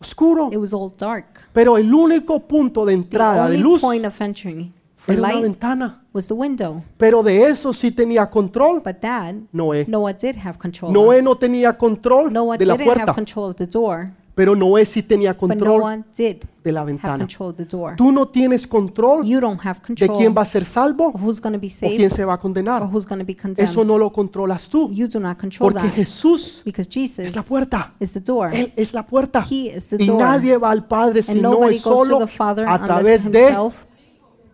S1: oscuro.
S2: It was all dark.
S1: Pero el único punto de
S2: The
S1: entrada de
S2: only
S1: luz
S2: point of entry for
S1: era una
S2: light
S1: ventana.
S2: was the window.
S1: Pero de eso sí tenía control
S2: But that
S1: Noé.
S2: Noah did have control. of.
S1: Noé no tenía control
S2: Noah
S1: de la
S2: didn't have
S1: puerta,
S2: control of the door,
S1: pero Noé sí tenía
S2: but
S1: control
S2: Noah did
S1: de la
S2: have
S1: ventana.
S2: control of the door.
S1: Tú no tienes control
S2: You don't have
S1: de quién
S2: control
S1: va a ser salvo
S2: of
S1: o
S2: who's going to be
S1: quién
S2: saved
S1: se va a
S2: or
S1: condenar.
S2: who's going to be
S1: Eso no
S2: condemned.
S1: lo controlas tú,
S2: You do not control
S1: porque
S2: that
S1: Jesús
S2: because
S1: es la
S2: Jesus
S1: puerta.
S2: is the door.
S1: Él es la puerta.
S2: He is the
S1: Y
S2: door.
S1: nadie va al Padre
S2: And
S1: sino
S2: nobody
S1: es
S2: goes to
S1: solo
S2: the Father
S1: a
S2: unless
S1: través de
S2: himself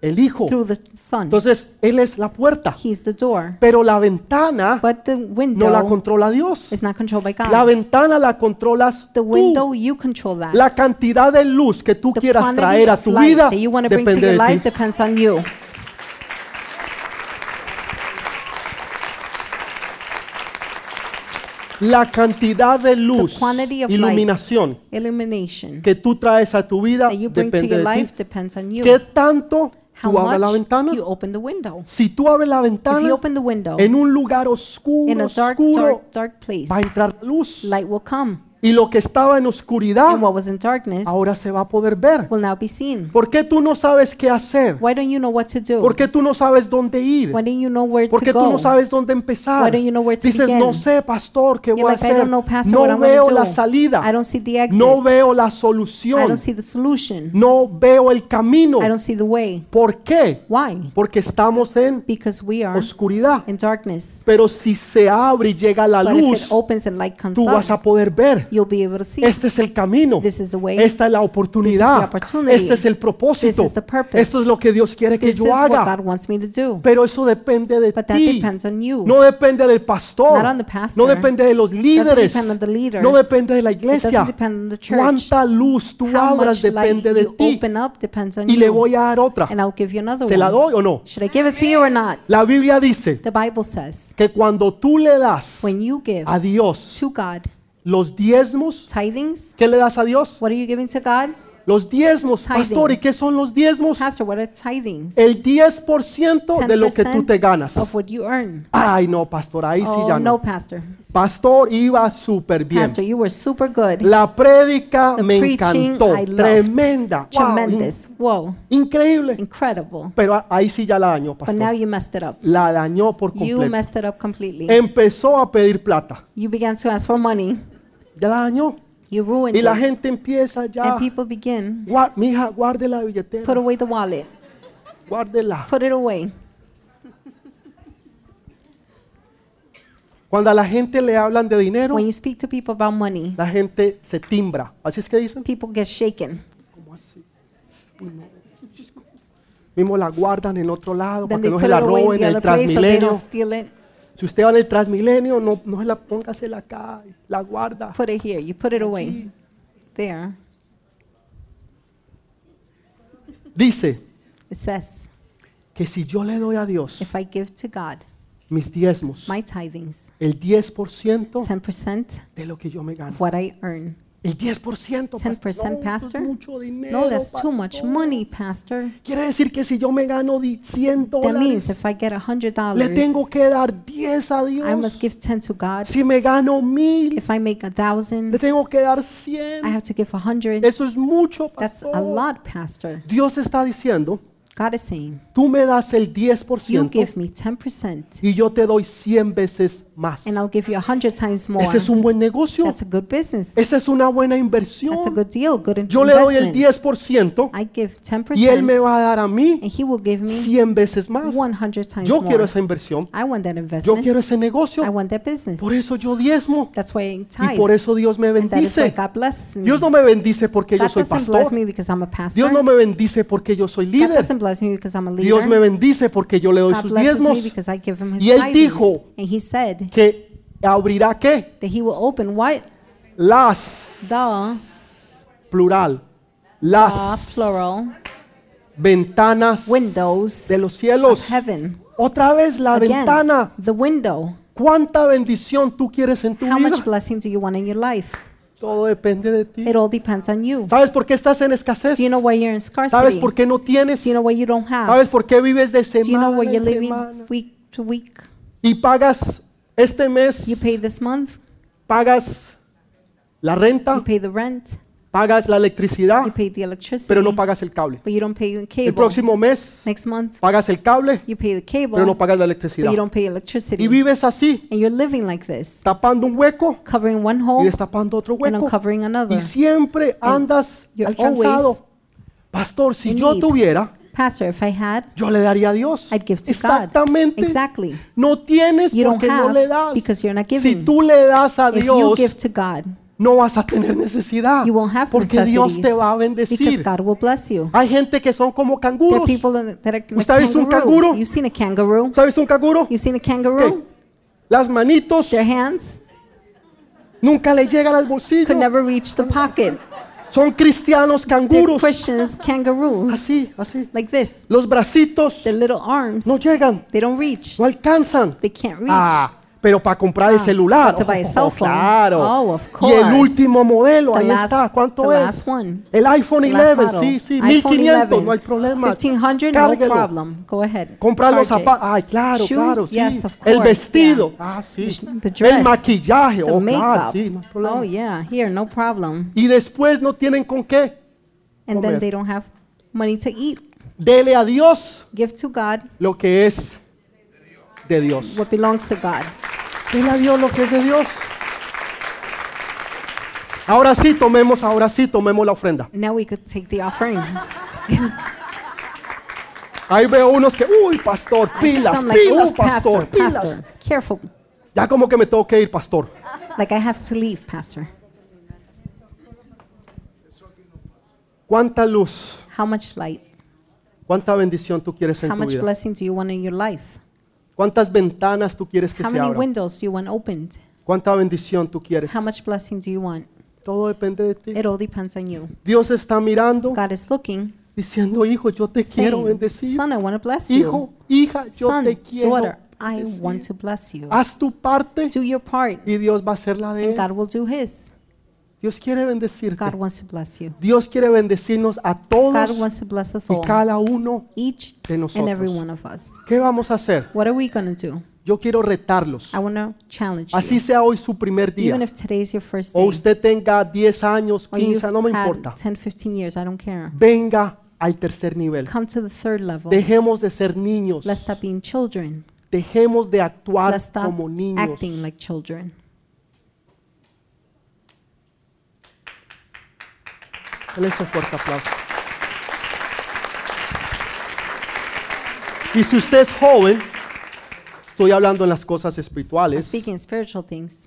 S1: el Hijo.
S2: through the Son.
S1: Entonces, Él es la puerta.
S2: He's the door.
S1: Pero la ventana
S2: But the
S1: no la
S2: window
S1: controla Dios.
S2: is not controlled by
S1: La
S2: God.
S1: ventana la controlas
S2: The
S1: tú.
S2: window, you control that.
S1: La cantidad de luz que tú
S2: The
S1: quieras
S2: quantity
S1: traer a
S2: of
S1: tu
S2: light
S1: vida
S2: that you want to bring to
S1: depende
S2: your
S1: de
S2: life
S1: ti.
S2: depends on you.
S1: La cantidad de luz,
S2: quantity of light
S1: iluminación
S2: Illumination
S1: que tú traes a tu vida
S2: that you bring to
S1: depende
S2: your
S1: de ti.
S2: life depends on
S1: ¿Qué
S2: you.
S1: tanto
S2: How
S1: tú abres la ventana?
S2: much you open the window.
S1: Si tú abres la
S2: If you
S1: ventana
S2: open the window
S1: en un lugar oscuro,
S2: in a dark,
S1: oscuro,
S2: dark, dark place,
S1: va a entrar luz.
S2: light will come.
S1: Y lo que estaba en oscuridad
S2: And what was in darkness
S1: ahora se va a poder ver.
S2: will now be seen.
S1: ¿Por qué tú no sabes qué hacer?
S2: Why don't you know what to do?
S1: ¿Por qué tú no sabes dónde ir?
S2: Why don't you know where
S1: ¿Por
S2: to
S1: qué tú no
S2: go?
S1: sabes dónde empezar?
S2: Why don't you know where to
S1: Dices,
S2: begin?
S1: no sé, pastor, qué voy
S2: You're
S1: a
S2: like, I
S1: hacer.
S2: don't know, Pastor, what
S1: No
S2: I'm going
S1: veo la
S2: to do. I
S1: salida.
S2: don't see the
S1: No
S2: exit.
S1: veo la
S2: I
S1: solución.
S2: don't see the solution.
S1: No veo el camino.
S2: I don't see the way.
S1: ¿Por qué?
S2: Why?
S1: Porque estamos en
S2: Because we are
S1: oscuridad.
S2: in darkness.
S1: Pero si se abre y llega la
S2: But if
S1: luz,
S2: it opens and light comes
S1: tú vas
S2: up,
S1: a poder ver.
S2: you'll be able to see.
S1: Este es el camino.
S2: This is the way.
S1: Esta es la oportunidad.
S2: opportunity.
S1: Este es el propósito.
S2: This is the purpose.
S1: Esto es lo que Dios quiere que
S2: This is
S1: yo
S2: what
S1: haga.
S2: God wants me to do.
S1: Pero eso depende de
S2: But that
S1: ti.
S2: depends on you.
S1: No depende del pastor.
S2: Not on the pastor.
S1: No depende de los líderes.
S2: depend on the leaders.
S1: No depende de la
S2: It doesn't
S1: iglesia.
S2: depend on the church.
S1: Cuánta luz tú
S2: How
S1: abras
S2: much light
S1: depende de
S2: you
S1: ti.
S2: open up depends on
S1: Y le
S2: you.
S1: voy a dar otra.
S2: And I'll give you another
S1: ¿Se la
S2: one.
S1: doy o no?
S2: Should I give it to you or not?
S1: La Biblia dice
S2: The Bible says
S1: que cuando tú le das
S2: when you give
S1: a Dios
S2: to God
S1: los diezmos,
S2: tithings,
S1: ¿qué le das a Dios?
S2: what are you giving to God?
S1: Los diezmos, pastor, ¿y
S2: Tithings.
S1: qué son los diezmos?
S2: Pastor, what are tithings?
S1: El 10% de lo que tú te ganas.
S2: Of what you earn.
S1: Ay, no, pastor, ahí sí
S2: Oh,
S1: ya
S2: no,
S1: no.
S2: Pastor.
S1: Pastor iba súper bien.
S2: Pastor, you were super good.
S1: La prédica
S2: The
S1: me
S2: preaching
S1: encantó,
S2: I loved.
S1: tremenda, wow, in-
S2: Tremendous. Whoa.
S1: increíble.
S2: Incredible.
S1: Pero a- ahí sí ya la dañó,
S2: But now
S1: pastor.
S2: you messed it up.
S1: La dañó por
S2: You
S1: completo.
S2: messed it up completely.
S1: Empezó a pedir plata,
S2: You began to ask for money.
S1: ya la dañó.
S2: You ruined
S1: Y la
S2: it.
S1: gente empieza ya.
S2: And people begin,
S1: "Gua- Mija, guarde la
S2: put
S1: billetera,
S2: away the wallet.
S1: guárdela.
S2: Put it away.
S1: Cuando a la gente le hablan de dinero,
S2: When you speak to people about money,
S1: la gente se timbra. Así es que dicen.
S2: people get shaken.
S1: ¿Cómo así? Uy, no. Mismo la guardan en otro lado para
S2: Then they
S1: que no
S2: put
S1: se
S2: it
S1: la
S2: away in
S1: roben
S2: the
S1: en el
S2: other place so they
S1: Transmilenio.
S2: don't steal it.
S1: Si usted va en el Transmilenio, no, no se la póngasela acá, la guarda.
S2: Put it here. You put it away. There.
S1: Dice
S2: It says,
S1: que si yo le doy a Dios
S2: if I give to God
S1: mis diezmos,
S2: my tithings,
S1: el 10%
S2: 10%
S1: de lo que yo me gano.
S2: of what I earn.
S1: El 10%, pastor. No, eso
S2: 10%,
S1: es
S2: pastor.
S1: mucho dinero,
S2: No, that's too much
S1: pastor.
S2: money, Pastor.
S1: Quiere decir que si yo me gano di- 100
S2: That means
S1: dólares,
S2: if I get
S1: le
S2: $100,
S1: tengo que dar 10 a
S2: I
S1: Dios.
S2: must give 10 to God.
S1: Si me gano 1000,
S2: If I make a thousand,
S1: le tengo que dar
S2: I
S1: 100.
S2: have to give a hundred.
S1: Eso es mucho,
S2: That's
S1: pastor.
S2: a lot, Pastor.
S1: Dios está diciendo
S2: God is saying,
S1: Tú me das el
S2: You
S1: 10%
S2: give me 10%,
S1: y yo te doy 100 veces más.
S2: and I'll give you 100 times more.
S1: Ese es un buen negocio.
S2: That's a good business.
S1: Esa es una buena
S2: That's a
S1: inversión.
S2: good deal, good in-
S1: Yo le doy el
S2: investment.
S1: 10%
S2: I give 10%,
S1: y él me va a dar a mí
S2: and He will give me
S1: 100 veces más.
S2: 100 times
S1: Yo quiero
S2: more.
S1: esa inversión.
S2: I want that
S1: Yo
S2: investment.
S1: quiero ese
S2: I
S1: negocio.
S2: want that business.
S1: Por eso yo diezmo
S2: That's why I
S1: y por
S2: tithe.
S1: eso Dios me
S2: And that is why
S1: bendice.
S2: God blesses me.
S1: Dios no me bendice porque yo
S2: God
S1: soy
S2: doesn't
S1: pastor.
S2: bless me because I'm a pastor.
S1: Dios no me bendice porque yo soy
S2: God
S1: líder.
S2: doesn't bless me because I'm a leader.
S1: Dios me bendice porque yo le doy
S2: God
S1: sus
S2: blesses me
S1: diezmos.
S2: because I give him his
S1: Y él
S2: tithes.
S1: dijo-
S2: and he said
S1: Que abrirá qué?
S2: that he will open what?
S1: Las,
S2: The,
S1: plural,
S2: uh,
S1: las
S2: plural,
S1: ventanas
S2: windows
S1: de los
S2: of
S1: cielos.
S2: heaven.
S1: Otra vez la
S2: Again,
S1: ventana.
S2: the window.
S1: ¿Cuánta bendición tú quieres en tu
S2: How much
S1: vida?
S2: blessing do you want in your life?
S1: Todo depende de ti.
S2: It all depends on you.
S1: ¿Sabes por qué estás en escasez?
S2: Do you know why you're in
S1: ¿Sabes
S2: scarcity?
S1: por qué no tienes?
S2: Do you know why you don't have?
S1: ¿Sabes por qué vives de
S2: Do you know
S1: semana
S2: why you're
S1: en
S2: living
S1: semana?
S2: week to week?
S1: Y pagas este mes,
S2: You pay this month,
S1: pagas la
S2: you
S1: renta,
S2: pay the rent,
S1: pagas la electricidad,
S2: you pay the electricity,
S1: pero no pagas el cable.
S2: but you don't pay the
S1: El
S2: cable.
S1: próximo mes
S2: Next month,
S1: pagas el cable,
S2: you pay the cable,
S1: pero no
S2: but
S1: pagas la electricidad.
S2: you don't pay
S1: Y
S2: electricity.
S1: vives así,
S2: And you're living like this,
S1: tapando un hueco
S2: covering one
S1: y
S2: hole
S1: destapando otro
S2: and
S1: hueco.
S2: uncovering another.
S1: Y siempre andas
S2: you're always
S1: alcanzado. Pastor, si
S2: in
S1: yo
S2: need.
S1: tuviera,
S2: Pastor, if I had,
S1: yo le daría a Dios.
S2: I'd give to God.
S1: Exactamente.
S2: Exactly.
S1: No tienes
S2: You don't
S1: porque no
S2: have
S1: le das.
S2: because you're not
S1: Si
S2: giving.
S1: tú le das a
S2: If you
S1: Dios,
S2: give to God,
S1: no vas a tener necesidad.
S2: you won't have
S1: Porque Dios te va a
S2: necessities because
S1: bendecir.
S2: God will bless you.
S1: Hay gente que son como
S2: There are
S1: canguros.
S2: people that that are like
S1: ¿Usted ha visto un
S2: kangaroos.
S1: canguro?
S2: You've seen a kangaroo.
S1: ¿Usted ha visto un canguro?
S2: You've seen a kangaroo.
S1: Ok. Las manitos
S2: Their hands
S1: nunca le llegan al
S2: could
S1: bolsillo.
S2: never reach the pocket.
S1: Son cristianos
S2: They're
S1: canguros.
S2: Christians kangaroos,
S1: Así, así.
S2: like this.
S1: Los bracitos
S2: Their little arms,
S1: no llegan,
S2: they don't reach.
S1: no alcanzan.
S2: They can't reach.
S1: Ah, pero para comprar el
S2: Ah,
S1: celular.
S2: but to buy a
S1: Oh,
S2: cell phone.
S1: claro.
S2: Oh, of
S1: y el
S2: course.
S1: último modelo,
S2: The
S1: ahí
S2: last-
S1: está.
S2: the
S1: ¿Cuánto es?
S2: last one.
S1: El iPhone
S2: The last
S1: 11,
S2: model.
S1: sí, sí,
S2: iPhone
S1: 1500,
S2: 11.
S1: no hay problema.
S2: 1500, no
S1: Cárguelo.
S2: problem. Go ahead.
S1: Comprar los ah,
S2: Charge it.
S1: zapatos. Ay, claro,
S2: Shoes?
S1: claro. sí.
S2: Yes, of
S1: el
S2: course,
S1: vestido.
S2: yeah.
S1: Ah, sí.
S2: The dress.
S1: El maquillaje.
S2: The
S1: oh, claro,
S2: makeup.
S1: sí, no hay problema.
S2: oh yeah, here, no problem.
S1: Y después no tienen con qué.
S2: And
S1: Comer.
S2: then they don't have money to eat.
S1: Dele a Dios
S2: Give to God
S1: lo que es de Dios.
S2: what belongs to God.
S1: Dele a Dios lo que es de Dios. Ahora sí, tomemos, ahora sí, tomemos la ofrenda.
S2: Now we could take the offering.
S1: Ahí veo unos que, uy, pastor,
S2: I see
S1: pilas,
S2: some like,
S1: pilas,
S2: oh,
S1: pastor,
S2: pastor,
S1: pilas.
S2: pastor, careful.
S1: Ya como que me tengo que ir, pastor.
S2: Like I have to leave, pastor.
S1: ¿Cuánta luz,
S2: How much light?
S1: cuánta bendición tú quieres en
S2: How
S1: tu
S2: much
S1: vida?
S2: blessing do you want in your life?
S1: ¿Cuántas ventanas tú quieres que
S2: How
S1: se
S2: many
S1: abran?
S2: windows do you want opened?
S1: ¿Cuánta bendición tú quieres?
S2: How much blessing do you want?
S1: Todo depende de ti.
S2: It all depends on you.
S1: Dios está mirando,
S2: God is looking,
S1: diciendo, hijo, yo te quiero
S2: saying,
S1: bendecir.
S2: Son, I want to bless you.
S1: Hijo, hija, yo
S2: Son,
S1: te quiero.
S2: daughter, I want to bless you.
S1: Haz tu parte
S2: Do your part,
S1: y Dios va a hacer la de
S2: and
S1: él.
S2: God will do His.
S1: Dios quiere bendecirte.
S2: God wants to bless you.
S1: Dios quiere bendecirnos a
S2: God
S1: todos
S2: wants to bless us
S1: y
S2: all,
S1: cada uno.
S2: each
S1: de
S2: and every
S1: nosotros.
S2: one of us.
S1: ¿Qué vamos a hacer?
S2: What are we going to do?
S1: Yo quiero retarlos.
S2: I want to challenge
S1: Así
S2: you.
S1: sea hoy su primer día.
S2: Even if today is your first
S1: O
S2: day,
S1: usted tenga 10 años,
S2: or you've
S1: 15, no me importa.
S2: had 10, 15 years, I don't care.
S1: Venga al tercer nivel.
S2: Come to the third level.
S1: Dejemos de ser niños.
S2: Let's stop being children.
S1: Dejemos de actuar
S2: Let's stop
S1: como niños.
S2: acting like children.
S1: Dale ese fuerte aplauso. Y si usted es joven, estoy hablando en las cosas
S2: I'm
S1: espirituales,
S2: speaking of spiritual things.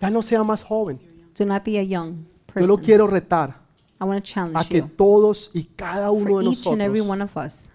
S1: ya no sea más joven.
S2: Do not be a young
S1: Yo lo
S2: person.
S1: quiero retar
S2: I want to
S1: a
S2: challenge
S1: que
S2: you.
S1: todos y cada uno
S2: for
S1: de
S2: each and every
S1: nosotros
S2: one of us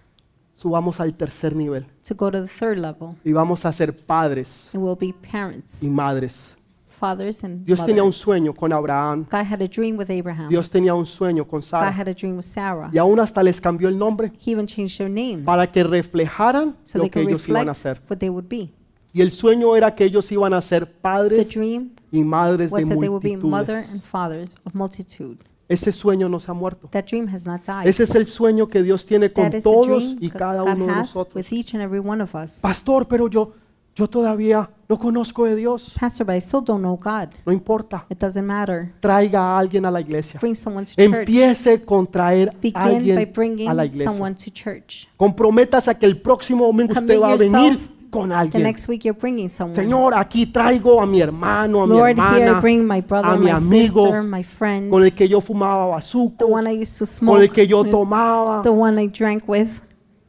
S1: subamos al tercer nivel
S2: to go to the third level
S1: y vamos a ser padres
S2: and we'll be parents,
S1: y madres.
S2: fathers, and
S1: Dios tenía un
S2: mothers.
S1: sueño con Abraham,
S2: God had a dream with Abraham.
S1: Dios tenía un sueño con
S2: God
S1: Sara
S2: had a dream with Sarah.
S1: y aún hasta les cambió el nombre
S2: He even changed their names
S1: para que reflejaran
S2: so
S1: lo
S2: they
S1: que
S2: could
S1: ellos iban a
S2: reflect
S1: hacer.
S2: what they would be.
S1: Y el sueño era que ellos iban a ser
S2: The
S1: padres
S2: dream
S1: y madres de
S2: was that they would be mother
S1: multitudes.
S2: and fathers of multitude.
S1: Ese sueño nos ha muerto.
S2: That dream has not died.
S1: Ese es el sueño que Dios tiene con
S2: that is the
S1: todos
S2: dream
S1: y
S2: God-
S1: cada
S2: God
S1: uno de
S2: has
S1: nosotros.
S2: with each and every one of us.
S1: Pastor, pero yo yo todavía No conozco de Dios.
S2: Pastor, but I still don't know God.
S1: No importa.
S2: It doesn't matter.
S1: Traiga a alguien a la iglesia.
S2: Bring someone to church.
S1: Empiece con traer a
S2: Begin by
S1: alguien a la
S2: bringing
S1: iglesia.
S2: someone to church.
S1: Comprométase a que el próximo momento usted
S2: Commit
S1: va a
S2: yourself
S1: venir con
S2: The
S1: alguien.
S2: next week you're bringing someone.
S1: Señor, aquí traigo a mi hermano, a mi
S2: Lord, here I
S1: hermana,
S2: bring my brother,
S1: a mi
S2: my
S1: amigo,
S2: sister, my friend,
S1: con el que yo fumaba
S2: the
S1: bazuco,
S2: one I used to
S1: con el
S2: smoke,
S1: que yo
S2: with,
S1: tomaba,
S2: the one I drank with,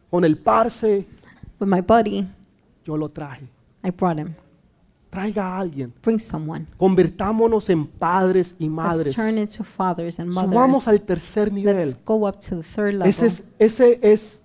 S1: con el parce.
S2: with my buddy.
S1: Yo lo traje.
S2: I brought him.
S1: Traiga a alguien.
S2: Bring someone.
S1: Convertámonos en padres y
S2: Let's
S1: madres.
S2: turn into fathers and mothers.
S1: Subamos al tercer nivel.
S2: Let's go up to the third level.
S1: Ese es, ese es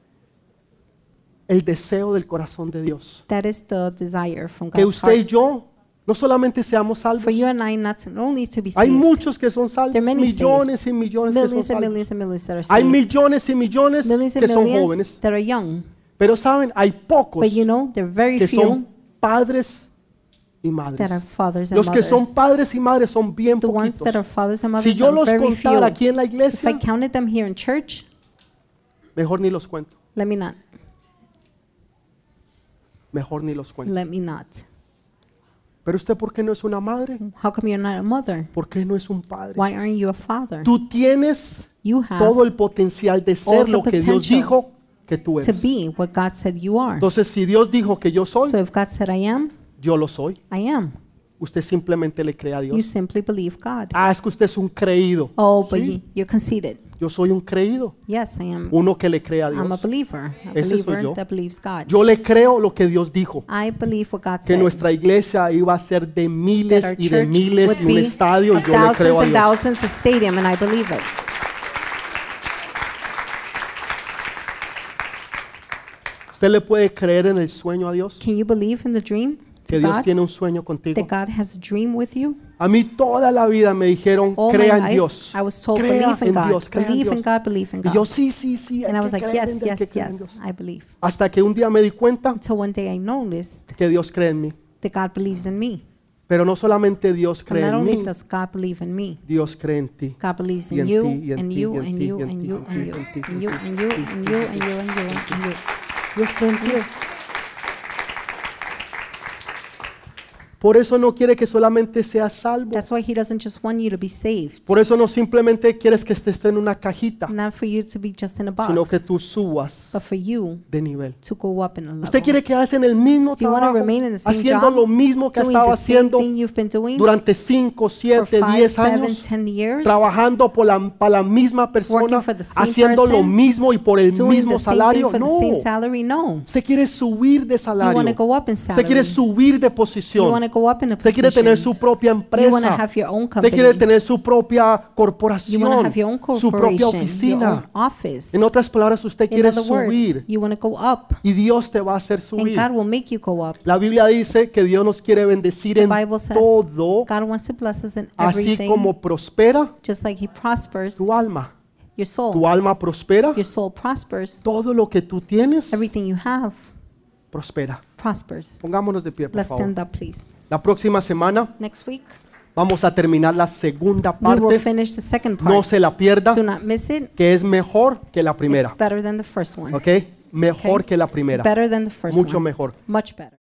S1: el deseo del corazón de Dios.
S2: that is the desire from
S1: Que
S2: God's
S1: usted y
S2: heart.
S1: yo no solamente seamos
S2: For
S1: salvos.
S2: you and I not to- only to be
S1: Hay
S2: saved,
S1: muchos que son salvos,
S2: There are many saved.
S1: millones y millones que son
S2: millions and
S1: salvos.
S2: millions and millions that are
S1: Hay
S2: saved,
S1: millones y millones
S2: millions and
S1: que son
S2: millions
S1: jóvenes,
S2: that are young.
S1: pero saben, hay pocos
S2: But you know, there are very
S1: que son
S2: few
S1: padres y
S2: that are
S1: madres.
S2: fathers and
S1: Los que
S2: mothers.
S1: son padres y madres son bien
S2: The ones
S1: poquitos.
S2: that are fathers and
S1: Si
S2: mothers
S1: yo
S2: are
S1: los
S2: very few.
S1: contara aquí en la
S2: If I
S1: iglesia,
S2: counted them here in church,
S1: mejor ni los cuento,
S2: let me not.
S1: mejor ni los cuento.
S2: Let me not.
S1: Pero usted, ¿por qué no es una madre?
S2: How come you're not a mother?
S1: ¿Por qué no es un padre?
S2: Why aren't you a father?
S1: Tú tienes
S2: You have
S1: todo el potencial de ser
S2: the
S1: lo que Dios
S2: potential
S1: dijo que tú
S2: to
S1: eres.
S2: be what God said you are.
S1: Entonces, si Dios dijo que yo soy,
S2: So if God said I am,
S1: yo lo soy.
S2: I am.
S1: Usted simplemente le cree a
S2: You
S1: Dios.
S2: simply believe God.
S1: Ah, es que usted es un creído.
S2: Oh, but
S1: Sí.
S2: you, you're conceited.
S1: Yo soy un creído,
S2: Yes, I am.
S1: uno que le cree a
S2: I'm a
S1: Dios.
S2: believer. A
S1: Ese soy yo.
S2: believer that believes God.
S1: Yo le creo lo que Dios dijo,
S2: I believe what God
S1: que
S2: said.
S1: nuestra iglesia iba a ser de
S2: That
S1: miles
S2: our
S1: y de
S2: church
S1: miles
S2: would
S1: y un
S2: be
S1: estadio y
S2: of
S1: yo le creo
S2: thousands
S1: a
S2: and
S1: Dios.
S2: thousands of stadium, and I believe it.
S1: Usted le puede creer en el sueño a Dios,
S2: Can you believe in the dream
S1: que
S2: to
S1: Dios
S2: God?
S1: tiene un sueño contigo.
S2: That God has a dream with you?
S1: A mí toda la vida me dijeron,
S2: All
S1: crea
S2: Oh, my
S1: en Dios.
S2: life, I was told,
S1: Crea
S2: believe in
S1: en Dios,
S2: God,
S1: crea en
S2: believe in
S1: Dios.
S2: God, believe in
S1: Y yo
S2: God.
S1: sí, sí, sí. hay
S2: And I
S1: que
S2: was like,
S1: creer en
S2: yes,
S1: Dios, hay que
S2: yes,
S1: creer en
S2: yes,
S1: Dios".
S2: I believe.
S1: Hasta que un día me di cuenta
S2: Until one day I noticed
S1: que Dios cree en mí.
S2: that God believes in me.
S1: Pero no solamente Dios
S2: And
S1: cree
S2: not
S1: en
S2: only
S1: mí,
S2: does God believe in me,
S1: Dios cree en ti.
S2: God believes
S1: Y en
S2: in you,
S1: ti, y en
S2: and
S1: ti, y
S2: you,
S1: en
S2: and
S1: ti,
S2: you,
S1: y en
S2: and
S1: ti,
S2: you,
S1: y en
S2: and you,
S1: ti,
S2: and
S1: y en
S2: you, and
S1: ti, y en ti, y en
S2: you, and you, and you, and you, and you.
S1: Dios cree en ti. Por eso no quiere que solamente seas salvo.
S2: That's why He doesn't just want you to be saved,
S1: Por eso no simplemente quieres que estés en una cajita,
S2: not for you to be just in a
S1: sino
S2: box,
S1: que tú subas
S2: but for you
S1: de nivel.
S2: to go up in a level.
S1: Usted quiere quedarse en el mismo
S2: Do you want to
S1: trabajo,
S2: remain in the same
S1: haciendo
S2: job,
S1: lo mismo que ha
S2: doing
S1: estado
S2: the same
S1: haciendo
S2: thing you've been doing
S1: durante 5,
S2: for
S1: 7,
S2: five,
S1: 10
S2: seven,
S1: años,
S2: ten years,
S1: trabajando por la, para la misma persona,
S2: for the same
S1: haciendo lo
S2: person,
S1: mismo y por el
S2: doing
S1: mismo
S2: the same thing
S1: salario.
S2: for
S1: No,
S2: the same salary? No.
S1: usted quiere subir de
S2: You want to
S1: salario,
S2: go up in
S1: usted quiere
S2: salary.
S1: subir de
S2: You want
S1: posición,
S2: to go up in a
S1: usted quiere tener
S2: position.
S1: su propia
S2: You want to
S1: empresa,
S2: have your own
S1: usted quiere
S2: company.
S1: tener su propia
S2: You want to
S1: corporación,
S2: have your own
S1: su propia
S2: corporation, your own
S1: oficina.
S2: office.
S1: En otras palabras, usted
S2: In
S1: quiere
S2: other words,
S1: subir
S2: you want to go up,
S1: y Dios te va a hacer
S2: and
S1: subir.
S2: God will make you go up.
S1: La Biblia dice que Dios nos quiere bendecir
S2: The
S1: en
S2: Bible says
S1: todo,
S2: God wants to bless us in
S1: así
S2: everything,
S1: como prospera
S2: just like He prospers
S1: tu alma.
S2: your
S1: Tu
S2: soul.
S1: alma prospera,
S2: Your soul prospers.
S1: todo lo que tú tienes
S2: Everything you have
S1: prospera.
S2: prospers.
S1: Pongámonos de pie, por
S2: Let's
S1: favor.
S2: stand up, please.
S1: La próxima semana
S2: Next week,
S1: vamos a terminar la segunda
S2: we will
S1: parte.
S2: finish the second
S1: No
S2: part.
S1: se la pierda,
S2: Do not miss it.
S1: que es mejor que la
S2: It's
S1: primera.
S2: better than the first one.
S1: ¿Ok? Mejor que la primera.
S2: Better than the first
S1: Mucho
S2: one.
S1: mejor.
S2: Much better.